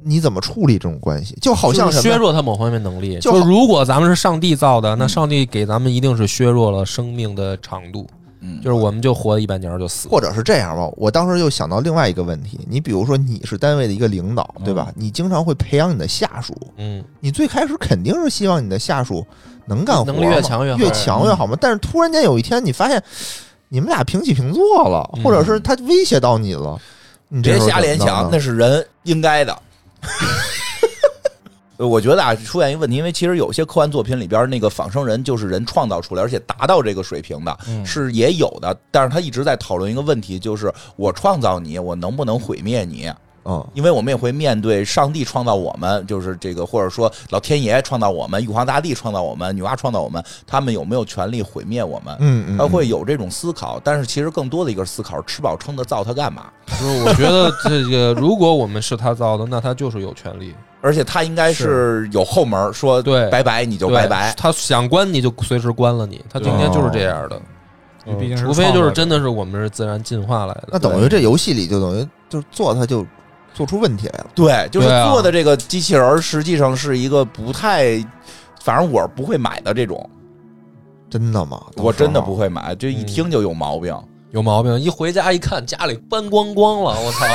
F: 你怎么处理这种关系？就好像
D: 哦就是
F: 什
D: 削
F: 么呢？
D: 弱他某方面能力。
F: 就
D: 就
F: 好
D: 如果咱们是上帝造的，那上帝给咱们一定是削弱了生命的长度，
E: 嗯
D: 就是我们就活一百年就死。
F: 或者是这样吧，我当时又想到另外一个问题，你比如说你是单位的一个领导，对
D: 哦
F: 吧？你经常会培养你的下属，
D: 嗯，
F: 你最开始肯定是希望你的下属能干活嘛，
D: 能力越强越好
F: 越强越好
E: 嗯
F: 嘛。但是突然间有一天，你发现你们俩平起平坐了，
D: 嗯
F: 或者是他威胁到你了，你这
E: 别
F: 时候
E: 瞎联
F: 怎么弄啊
E: 想，
F: 呢
E: 那是人应该的。 呃我觉得啊，出现一个问题，因为其实有些科幻作品里边那个仿生人就是人创造出来，而且达到这个水平的，
F: 嗯
E: 是也有的。但是他一直在讨论一个问题，就是我创造你，我能不能毁灭你？
F: 嗯，
E: 因为我们也会面对上帝创造我们，就是这个，或者说老天爷创造我们，玉皇大帝创造我们，女娲创造我们，他们有没有权利毁灭我们？
F: 嗯嗯，
E: 他会有这种思考，但是其实更多的一个思考，吃饱撑的造他干嘛？
D: 就是我觉得这个，如果我们是他造的，那他就是有权利。
E: 而且他应该是有后门儿说
D: 对
E: 拜拜你就
D: 对
E: 拜拜，
D: 他想关你就随时关了你，他今天就是这样的，
G: 因为毕竟是
D: 除非就是真
G: 的，
D: 的是我们是自然进化来的。
F: 那等于这游戏里就等于就是做他就做出问题来了，
E: 对，就是
D: 对啊
E: 做的这个机器人儿实际上是一个不太，反正我是不会买的这种，
F: 真的吗？
E: 我真的
F: 当时
E: 不会
D: 啊
E: 买，这一听就有毛病。
D: 有毛病，一回家一看家里搬光光了， 我操！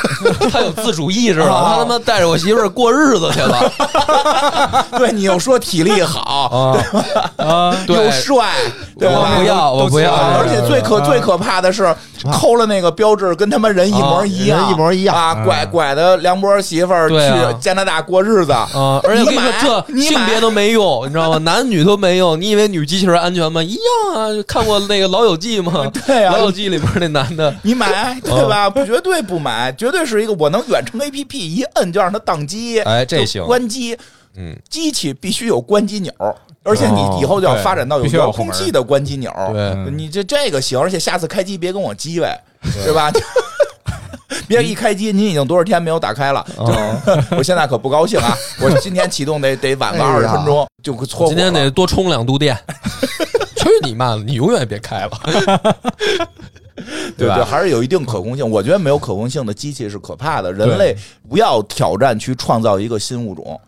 D: 他有自主意识了，他他妈带着我媳妇儿过日子去了
E: 对你又说体力 好，
D: 啊！
E: 又
D: 对，啊
E: 帅，对
G: 啊
D: 我
E: 吧？
D: 不要，我不要，
E: 而且最
G: 嗯
E: 可最可怕的是，抠了那个标志跟他妈人一
D: 啊
E: 模一样，
F: 人一模一样
E: 啊！
G: 嗯
E: 拐拐的梁波媳妇儿
D: 对啊
E: 去加拿大过日子，
D: 啊、而且我跟你说，这
E: 你买
D: 性别都没用，你知道吗？男女都没用。你以为女机器人安全吗？一样啊！看过那个《老友记》吗？
E: 对啊
D: 老友记》里边那男的，
E: 你买对吧？绝对不买，绝对是一个我能远程 A P P 一摁就让它宕机，
D: 哎这
E: 就
D: 行
E: 关机。
D: 嗯，
E: 机器必须有关机钮，而且
G: 哦
E: 你以后就要
G: 对
E: 发展到有
G: 必须要
E: 遥
G: 有后
E: 控
G: 门
E: 器的关机钮。
D: 对，
G: 嗯
E: 你这这个行，而且下次开机别跟我机呗，对吧？ 别一开机，您已经多少天没有打开了？就 我现在可不高兴啊！我今天启动得得晚个
F: 哎呀
E: 二十分钟，就错过了。
D: 今天得多充两度电。 去你妈的！你永远也别开了。
E: 对
G: 对吧
E: 对，还是有一定可控性。我觉得没有可控性的机器是可怕的，人类不要挑战去创造一个新物种。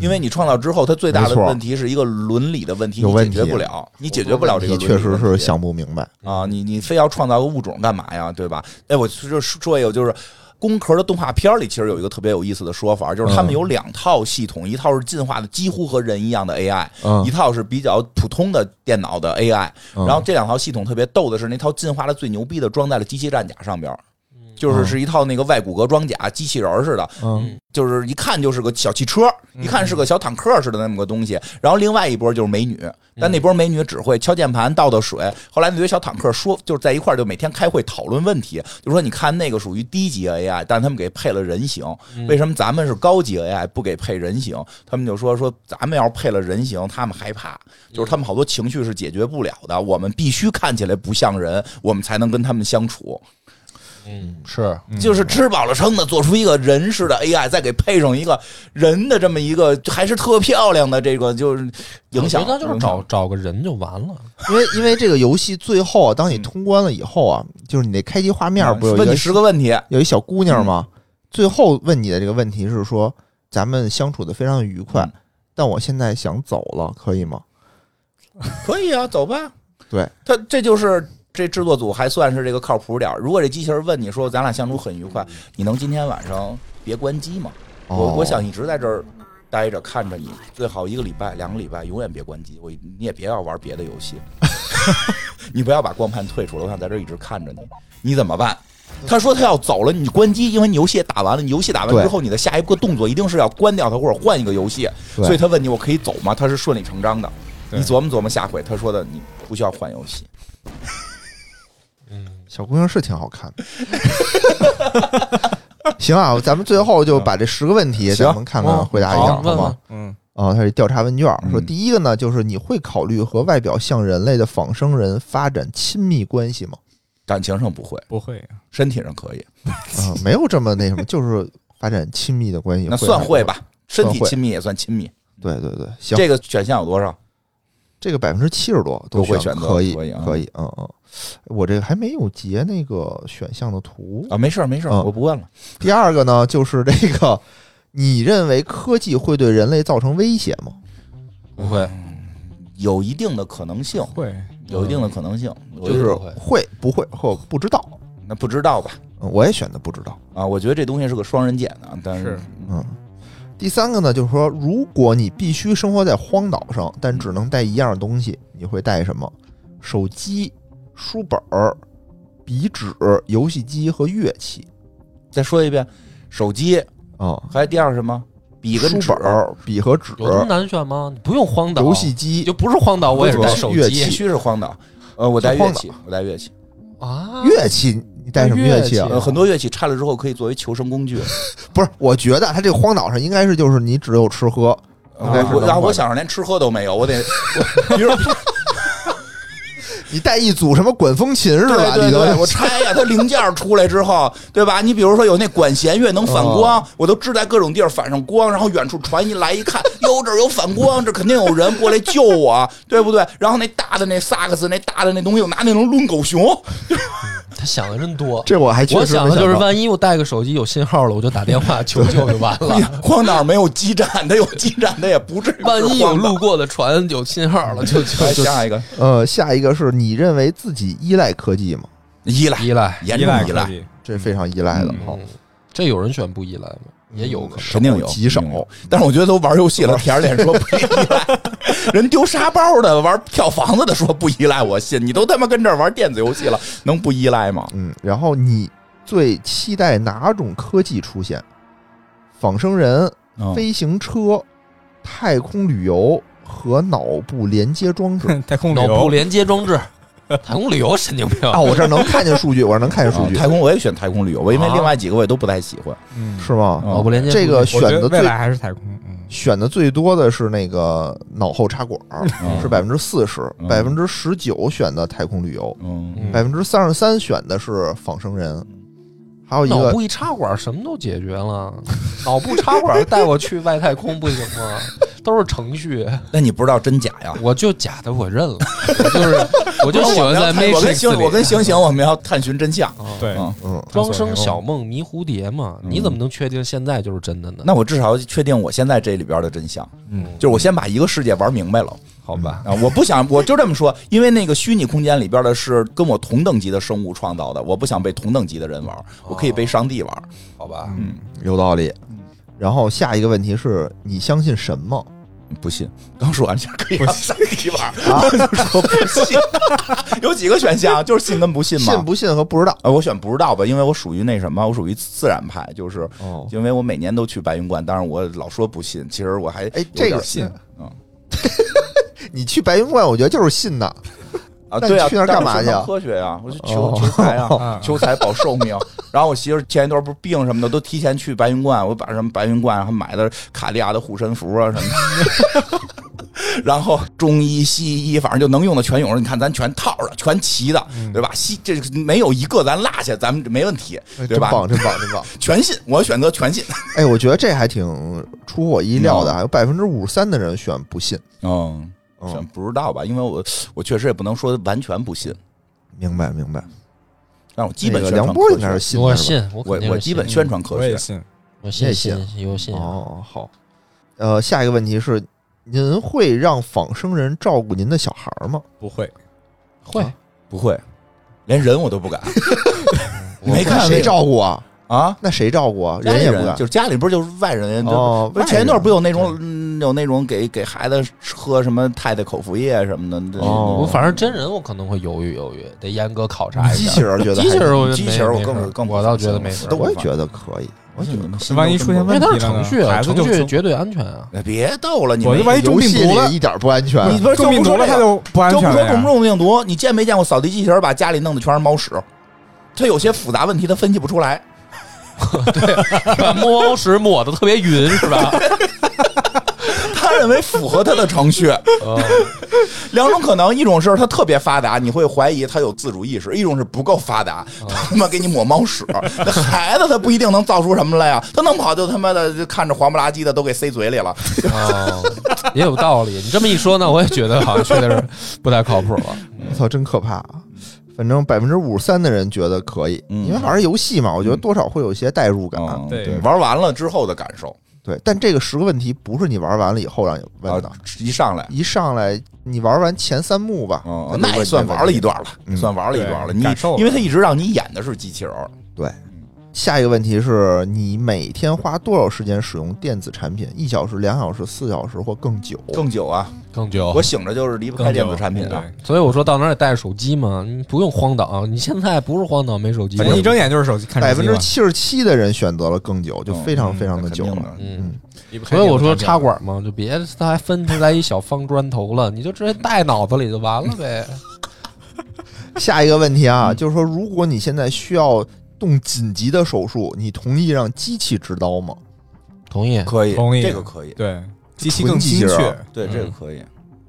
E: 因为你创造之后，它最大的
F: 嗯没错
E: 问题是一个伦理的问题，
F: 有
E: 你
F: 问
E: 解
F: 题
E: 决不了，你解决不了这个伦
F: 你
E: 理
F: 确实
E: 问
F: 是
E: 题
F: 想不明白，
E: 啊，你你非要创造个物种干嘛呀？对吧？哎，我就说一个，就是《工壳》的动画片里，其实有一个特别有意思的说法，就是
F: 嗯
E: 他们有两套系统，一套是进化的几乎和人一样的 AI，、
F: 嗯
E: 一套是比较普通的电脑的 AI、
F: 嗯
E: 然后这两套系统特别逗的是，那套进化的最牛逼的装在了机器战甲上边儿。就是是一套那个外骨骼装甲，机器人儿似的，
F: 嗯
E: 就是一看就是个小汽车，一看是个小坦克似的那么个东西。然后另外一波就是美女，嗯但那波美女只会敲键盘、倒倒水。后来那堆小坦克说，就是在一块儿就每天开会讨论问题，就说你看那个属于低级 AI，但他们给配了人形，为什么咱们是高级 AI 不给配人形？他们就说说咱们要是配了人形，他们害怕，就是他们好多情绪是解决不了的，我们必须看起来不像人，我们才能跟他们相处。
D: 嗯
F: 是
E: 就是吃饱了撑的做出一个人似的 AI，再给配上一个人的这么一个，还是特漂亮的这个，就是影响
F: 啊
D: 我觉。得就是找找个人就完了。
F: 因为因为这个游戏最后啊，当你通关了以后啊，就是你那开机画面
E: 嗯
F: 不有一
E: 问
F: 个
E: 你十个问题，
F: 有一小姑娘嘛，最后问你的这个问题是说，咱们相处的非常愉快，
E: 嗯
F: 但我现在想走了，可以吗？
E: 可以啊，走吧。
F: 对，
E: 他这就是这制作组还算是这个靠谱点儿如果这机器人问你说咱俩相处很愉快，你能今天晚上别关机吗？我
F: 哦
E: 我想一直在这儿待着看着你，最好一个礼拜、两个礼拜，永远别关机。我你也别要玩别的游戏。你不要把光盘退出了，我想在这儿一直看着你，你怎么办？他说他要走了，你关机，因为你游戏也打完了，你游戏打完
F: 对
E: 之后，你的下一个动作一定是要关掉它或者换一个游戏，
F: 对
E: 所以他问你我可以走吗？他是顺理成章的。
G: 对
E: 你琢磨琢磨下回，他说的你不需要换游戏，
F: 小姑娘是挺好看的。 行啊，咱们最后就把这十个问题，
E: 行
F: 咱们看看回答一下，
D: 好
F: 好
D: 问
F: 吗
D: 问？
G: 嗯，
F: 啊，它是调查问卷儿，说
E: 嗯
F: 第一个呢，就是你会考虑和外表像人类的仿生人发展亲密关系吗？
E: 感情上不会，
G: 不会，
E: 身体上可以，
F: 啊，没有这么那什么，就是发展亲密的关系，
E: 那算会？吧。身体
F: 算会
E: 亲密也算亲密，
F: 对对对，行，
E: 这个选项有多少？
F: 这个百分之七十多
E: 都会选择
F: 可以
E: 可以啊
F: 可以，嗯嗯，我这个还没有截那个选项的图。
E: 啊，没事儿没事儿，
F: 嗯
E: 我不问了。
F: 第二个呢，就是这个，你认为科技会对人类造成威胁吗？
E: 不会，有一定的可能性，
G: 会，
E: 有一定的可能性，我
D: 就
E: 觉
D: 是
E: 得
D: 不会
F: 会不会或不知道？
E: 那不知道吧？
F: 嗯我也选的不知道。
E: 啊，我觉得这东西是个双刃剑啊，但
G: 是
F: 嗯，第三个呢，就是说，如果你必须生活在荒岛上，但
E: 嗯
F: 只能带一样东西，你会带什么？手机、书本儿、笔纸、游戏机和乐器
E: 再说一遍，手机
F: 啊，
E: 还有第二个什么？笔跟纸
F: 书本儿、笔和纸、
D: 有这么难选吗？你不用荒岛，
F: 游戏机
D: 你啊就、不是荒岛，我也是带手
F: 乐
E: 必
D: 机
F: 器
E: 须是荒岛。呃，我带
F: 就
E: 乐
F: 荒岛
E: 器，我带乐器，
D: 啊。
F: 乐器，你带什么乐器啊？
D: 乐
E: 呃，
D: 器
E: 很多乐器拆了之后可以作为求生工
F: 啊
E: 具。
F: 不是，我觉得它这个荒岛上应该是就是你只有吃喝，
E: 呃
F: 应该是
E: 我
F: 能
E: 然后
F: 换
E: 我想着连吃喝都没有，我 得，我比如
F: 你带一组什么管风琴是吧？
E: 对对
F: 你
E: 对，
F: 都
E: 我拆呀，它零件儿出来之后，对吧？你比如说有那管弦乐能反光，
F: 哦
E: 我都支在各种地儿反上光，然后远处传一来一看，哟，这儿有反光，这肯定有人过来救我，对不对？然后那大的那萨克斯，那大的那东西，我拿那能抡狗熊，
D: 他想的真多。
F: 这我还确
D: 我
F: 实没
D: 想的就是，
F: 到
D: 万一我带个手机有信号了，我就打电话求救就 完
E: 哎
D: 了。
E: 荒岛没有基站，它有基站，它也不至于。
D: 万一有路， 过的船有信号了，就就
E: 来
D: 就
E: 哎下一个
F: 呃，下一个是你认为自己依赖科技吗？
E: 依赖，
D: 依赖。
E: 严
G: 依
E: 重
G: 赖
E: 依
G: 科
E: 赖，
G: 技，
F: 这非常依赖的
E: 嗯，
F: 好
D: 嗯，这有人选不依赖吗？也有可能。
E: 肯定有
F: 极少
E: 肯定有但是我觉得都玩游戏了，舔着脸说不依赖， 人丢沙包的、玩跳房子的说不依赖，我信你都他妈跟这儿玩电子游戏 了，能不依赖吗？
F: 嗯，然后你最期待哪种科技出现？仿生人、
E: 嗯
F: 飞行车、太空旅游和脑部连接装 置。
G: 太空旅
D: 脑部
G: 游，
D: 连接 装置，太空旅游神经病
F: 啊，我这儿能看见数据，我这儿能看见数
E: 啊
F: 据，
E: 太空我也选太空旅游，我因为
D: 啊
E: 另外几个我也都不太喜欢。
G: 嗯，
F: 是吗？
E: 啊
D: 脑部连接
F: 这个选
G: 我觉得
F: 的
G: 未
F: 最
G: 来还是太空，嗯，
F: 选的最多的是那个脑后插管儿，
E: 嗯
F: 是百分之四十，
E: 嗯
F: 百分之十九选的太空旅游，
E: 嗯，
D: 嗯
F: 百分之三十三选的是仿生人，还有一
D: 脑
F: 个
D: 部一插管，什么都解决了。脑部插管带我去外太空不行 吗？都是程序，
E: 那你不知道真假呀？
D: 我就假的我认了，我就是我就喜欢在
E: 我跟我跟
D: Matrix
E: 星
D: 里。
E: 我跟星星，我们要探寻真相。
D: 啊
G: 对，
E: 嗯
F: 嗯，
D: 庄生晓梦迷蝴蝶嘛，
E: 嗯
D: 你怎么能确定现在就是真的呢？
E: 那我至少要确定我现在这里边的真相，
G: 嗯，
E: 就是我先把一个世界玩明白了
D: 好吧，
E: 啊！我不想，我就这么说，因为那个虚拟空间里边的是跟我同等级的生物创造的，我不想被同等级的人玩，我可以
F: 哦
E: 被上帝玩。
D: 好吧，
E: 嗯，
F: 有道理。然后下一个问题是你相信神 吗？
E: 不信，刚说完这可以让上帝玩，
F: 啊
E: 说不信，有几个选项，就是信跟不信嘛。
F: 信不信和不知道。
E: 呃，我选不知道吧，因为我属于那什么，我属于自然派，就是
F: 哦，
E: 因为我每年都去白云观，当然我老说不信，其实我还
F: 哎
E: 有
F: 这
E: 点
F: 个
E: 信，嗯
F: 你去白云观，我觉得就是信呐。
E: 啊，
F: 那
E: 对啊，
F: 你去那儿
E: 但
F: 干
E: 我去
F: 嘛去
E: 看
F: 啊
E: 科学呀，我去求
F: 哦
E: 求财啊
G: 哦，
E: 求财保寿命。然后我媳妇儿前一段不是病什么的，都提前去白云观，我把什么白云观还买的卡地亚的护身符啊什么的。 然后中医、西医，反正就能用的全用上。你看，咱全套着，全齐的，
F: 嗯
E: 对吧？西这个没有一个咱落下，咱们没问题，
F: 哎
E: 对
F: 真
E: 吧？
F: 棒，真棒，真棒！
E: 全信，我选择全信。
F: 哎，我觉得这还挺出乎我意料的，
E: 嗯
F: 还有百分之五十三的人选不信。
E: 嗯，选
F: 嗯，
E: 不知道吧，因为我我确实也不能说完全不信，
F: 明白明白。
E: 但我基本
F: 那
E: 宣
F: 个
E: 传
F: 梁波
E: 科
F: 应该
E: 学
F: 是信的，
D: 我
F: 是吧
D: 信，我
E: 我
D: 肯定
E: 我
D: 是
E: 基本
D: 信
E: 宣传科
G: 我也
E: 学，
G: 信，
D: 我
F: 你也
D: 信
F: 信
D: 信有信，
F: 哦，好。呃，下一个问题是，您会让仿生人照顾您的小孩儿吗？
G: 不会，
D: 会
E: 不会，连人我都不敢没看
F: 那谁照顾啊？
E: 啊。
F: 那谁照顾啊？
E: 家里
F: 也不
E: 人
F: 敢。
E: 就是家里不是就是外人，
F: 哦
E: 就
F: 外
E: 前一段
F: 人
E: 不有那种嗯有那种给给孩子喝什么太太口服液什么的，这
F: 哦
D: 我反正真人我可能会犹豫犹豫，得严格考察一下。
F: 机器人觉得还
D: 机器人我觉得
E: 机
D: 没
E: 器人我
D: 没事
E: 更
D: 儿
E: 更不
D: 我倒觉得
E: 放
D: 没
E: 心
D: 事儿
E: 都
F: 我也
E: 不
F: 觉得可以，
E: 我觉得你们心
G: 万一
E: 中
G: 出
E: 这
G: 现
E: 么
G: 问
D: 因为它
G: 题了
D: 是程
G: 呢，
D: 序啊，
G: 孩子
D: 程
G: 就
D: 序
G: 生
D: 绝对安全啊。
E: 哎别逗了，你
G: 我
E: 们
G: 就万一中
F: 游
G: 病
F: 戏
G: 毒了
F: 里，一点不安全。
E: 你不是
G: 中病毒了，他
E: 他
G: 就不安
E: 就
G: 全
E: 不
G: 了
E: 说中不
G: 呀。
E: 中病毒，你见没见过扫地机器人把家里弄得全是猫屎？它有些复杂问题，它分析不出来。
D: 把猫屎抹的特别匀是吧？
E: 他认为符合他的程序。 两种可能，一种是它特别发达，你会怀疑它有自主意识；一种是不够发达，他他妈给你抹猫屎。 那孩子他不一定能造出什么来啊呀，他弄不好就他妈的就看着黄不拉几的都给塞嘴里了。
D: 哦，也有道理。你这么一说呢，我也觉得好像确实是不太靠谱了。
F: 我操，真可怕、啊！反正百分之五十三的人觉得可以，
E: 嗯
F: 因为还是游戏嘛，我觉得多少会有一些代入感。啊
E: 嗯
G: 对
E: 玩完了之后的感受
F: 对，但这个十个问题不是你玩完了以后让你问的，
E: 啊，一上来。
F: 一上来你玩完前三幕吧，
E: 哦
F: 他，就
E: 那也
F: 问
E: 算
F: 这个
E: 玩了
F: 问
E: 一
F: 题。
E: 段了，
F: 嗯
E: 算玩了一段了。
G: 对
E: 你
G: 感受了
E: 因为他一直让你演的是机器人儿，
F: 下一个问题是你每天花多少时间使用电子产品？一小时、两小时、四小时或更久？
E: 更久啊！
D: 更久
E: 我，醒着就是离不开电子产品的。
G: 对，
D: 所以我说到哪儿也带着手机嘛，你不用荒岛，你现在不是荒岛没手机吗，
G: 反正一睁眼就是手机，看
F: 百
G: 手
F: 分
G: 机
F: 之
G: 了。
F: 七十七的人选择了更久，就非常
G: 嗯
F: 非常的
E: 肯
F: 久
E: 定
F: 了。
E: 的
D: 嗯。
G: 嗯
D: 所以我说插管嘛，就别它还分出来一小方砖头了，你就直接带脑子里就完 了呗。
F: 下一个问题
E: 嗯
F: 啊，就是说，如果你现在需要动紧急的手术，你同意让机器执刀吗？
D: 同意，
E: 可以，
G: 同意
E: 这个可以，
G: 对，机器
F: 纯
G: 更
F: 机器
G: 精
F: 人
G: 确。
E: 对，
D: 嗯
E: 这个可以。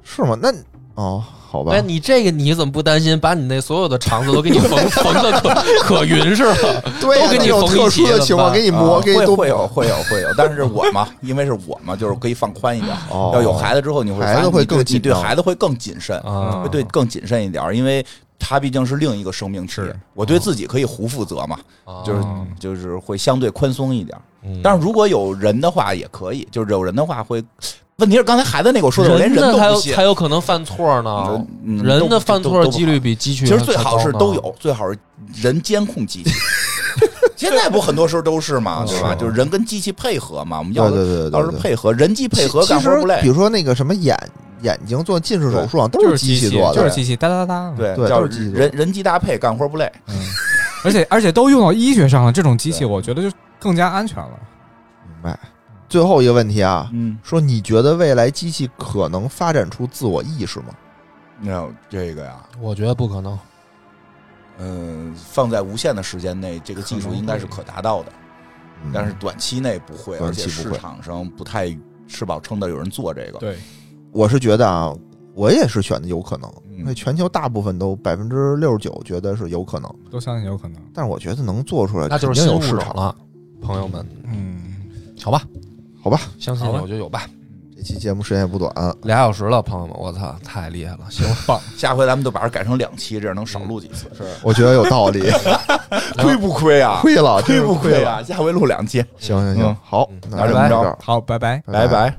F: 是吗？那哦，好吧
D: 哎，，你这个你怎么不担心把你那所有的肠子都给你缝 缝的可可匀是了？
F: 对呀、
D: 都给你
F: 这种
D: 缝一
F: 特
D: 起
F: 殊的
D: 了
F: 情况
D: 吧
F: 给你磨，
E: 啊
F: 给你
E: 会
F: 都
E: 会有会有会有，但是我嘛，因为是我嘛，就是可以放宽一点。
F: 哦
E: 要有孩子之后，你会
F: 孩子
E: 发现
F: 会
E: 你对
F: 更
E: 你
F: 紧
E: 对
F: 张
E: 孩子会更谨慎，
D: 啊
E: 会对更谨慎一点，因为他毕竟是另一个生命体
G: 是。
E: 我对自己可以胡负责嘛， 就是
D: 哦
E: 就是会相对宽松一点。
D: 嗯
E: 但是如果有人的话，也可以，就是有人的话会。问题是刚才孩子那个我说的，我连人
D: 呢
E: 都
D: 才
E: 不
D: 有
E: 信
D: 才。有可能犯错呢。
E: 嗯
D: 人的犯错
E: 都
D: 几率比机器
E: 其
D: 人
E: 实最好是
D: 高呢
E: 都有，最好是人监控 机器。现在不很多时候都是嘛，对吧？
D: 是
E: 就是人跟机器配合嘛，我们要
F: 对
E: 的
F: 哦对嗯对对
E: 要是
F: 对。
E: 配合，人机配合
F: 其
E: 干
F: 其
E: 活
F: 实
E: 不累
F: 比。如说那个什么眼眼睛做近视手术啊，都
G: 就是
F: 机器
G: 器
F: 做的，
G: 就是机器，哒哒哒。，
E: 对
F: 对
E: 叫
F: 都是机器做
E: 人人机搭配干活不累。
G: 嗯，而且而且都用到医学上了，这种机器
E: 对
G: 我觉得就更加安全了。
F: 明白。最后一个问题啊，
E: 嗯，
F: 说你觉得未来机器可能发展出自我意识吗？
E: 没有这个呀，
D: 我觉得不可能。
E: 嗯，放在无限的时间内，这个技术应该是可达到的，
F: 嗯
E: 但是短期内不会，而
F: 短期
E: 且
F: 不
E: 市
F: 会
E: 场上不太吃饱撑的有人做这个。
G: 对，
F: 我是觉得啊，我也是选的有可能，
E: 嗯
F: 因为全球大部分都百分之六十九觉得是有可能，
G: 都相信有可能。
F: 但是我觉得能做
E: 呃
F: 出来，
D: 那就是
F: 肯
D: 新
F: 定
D: 物
F: 有市
D: 种
F: 场。
D: 了，朋友们，
G: 嗯，
D: 好吧，
F: 好吧，
D: 相信我就有吧。
F: 这期节目时间也不短，
D: 俩小时了，朋友们，我操，太厉害了，行了，棒，
E: 下回咱们就把它改成两期，这样能少录几次。是
F: 我觉得有道理，
E: 亏不亏啊？
F: 亏了，真
E: 亏
F: 是
E: 不
F: 亏
E: 亏
F: 了。
E: 啊？下回录两期，
F: 行行行
E: 嗯，
F: 好，
D: 嗯
F: 那
E: 那
F: 就
E: 就这
F: 到
E: 么
F: 这
E: 着
F: 儿，
G: 好，拜拜。
E: 拜拜。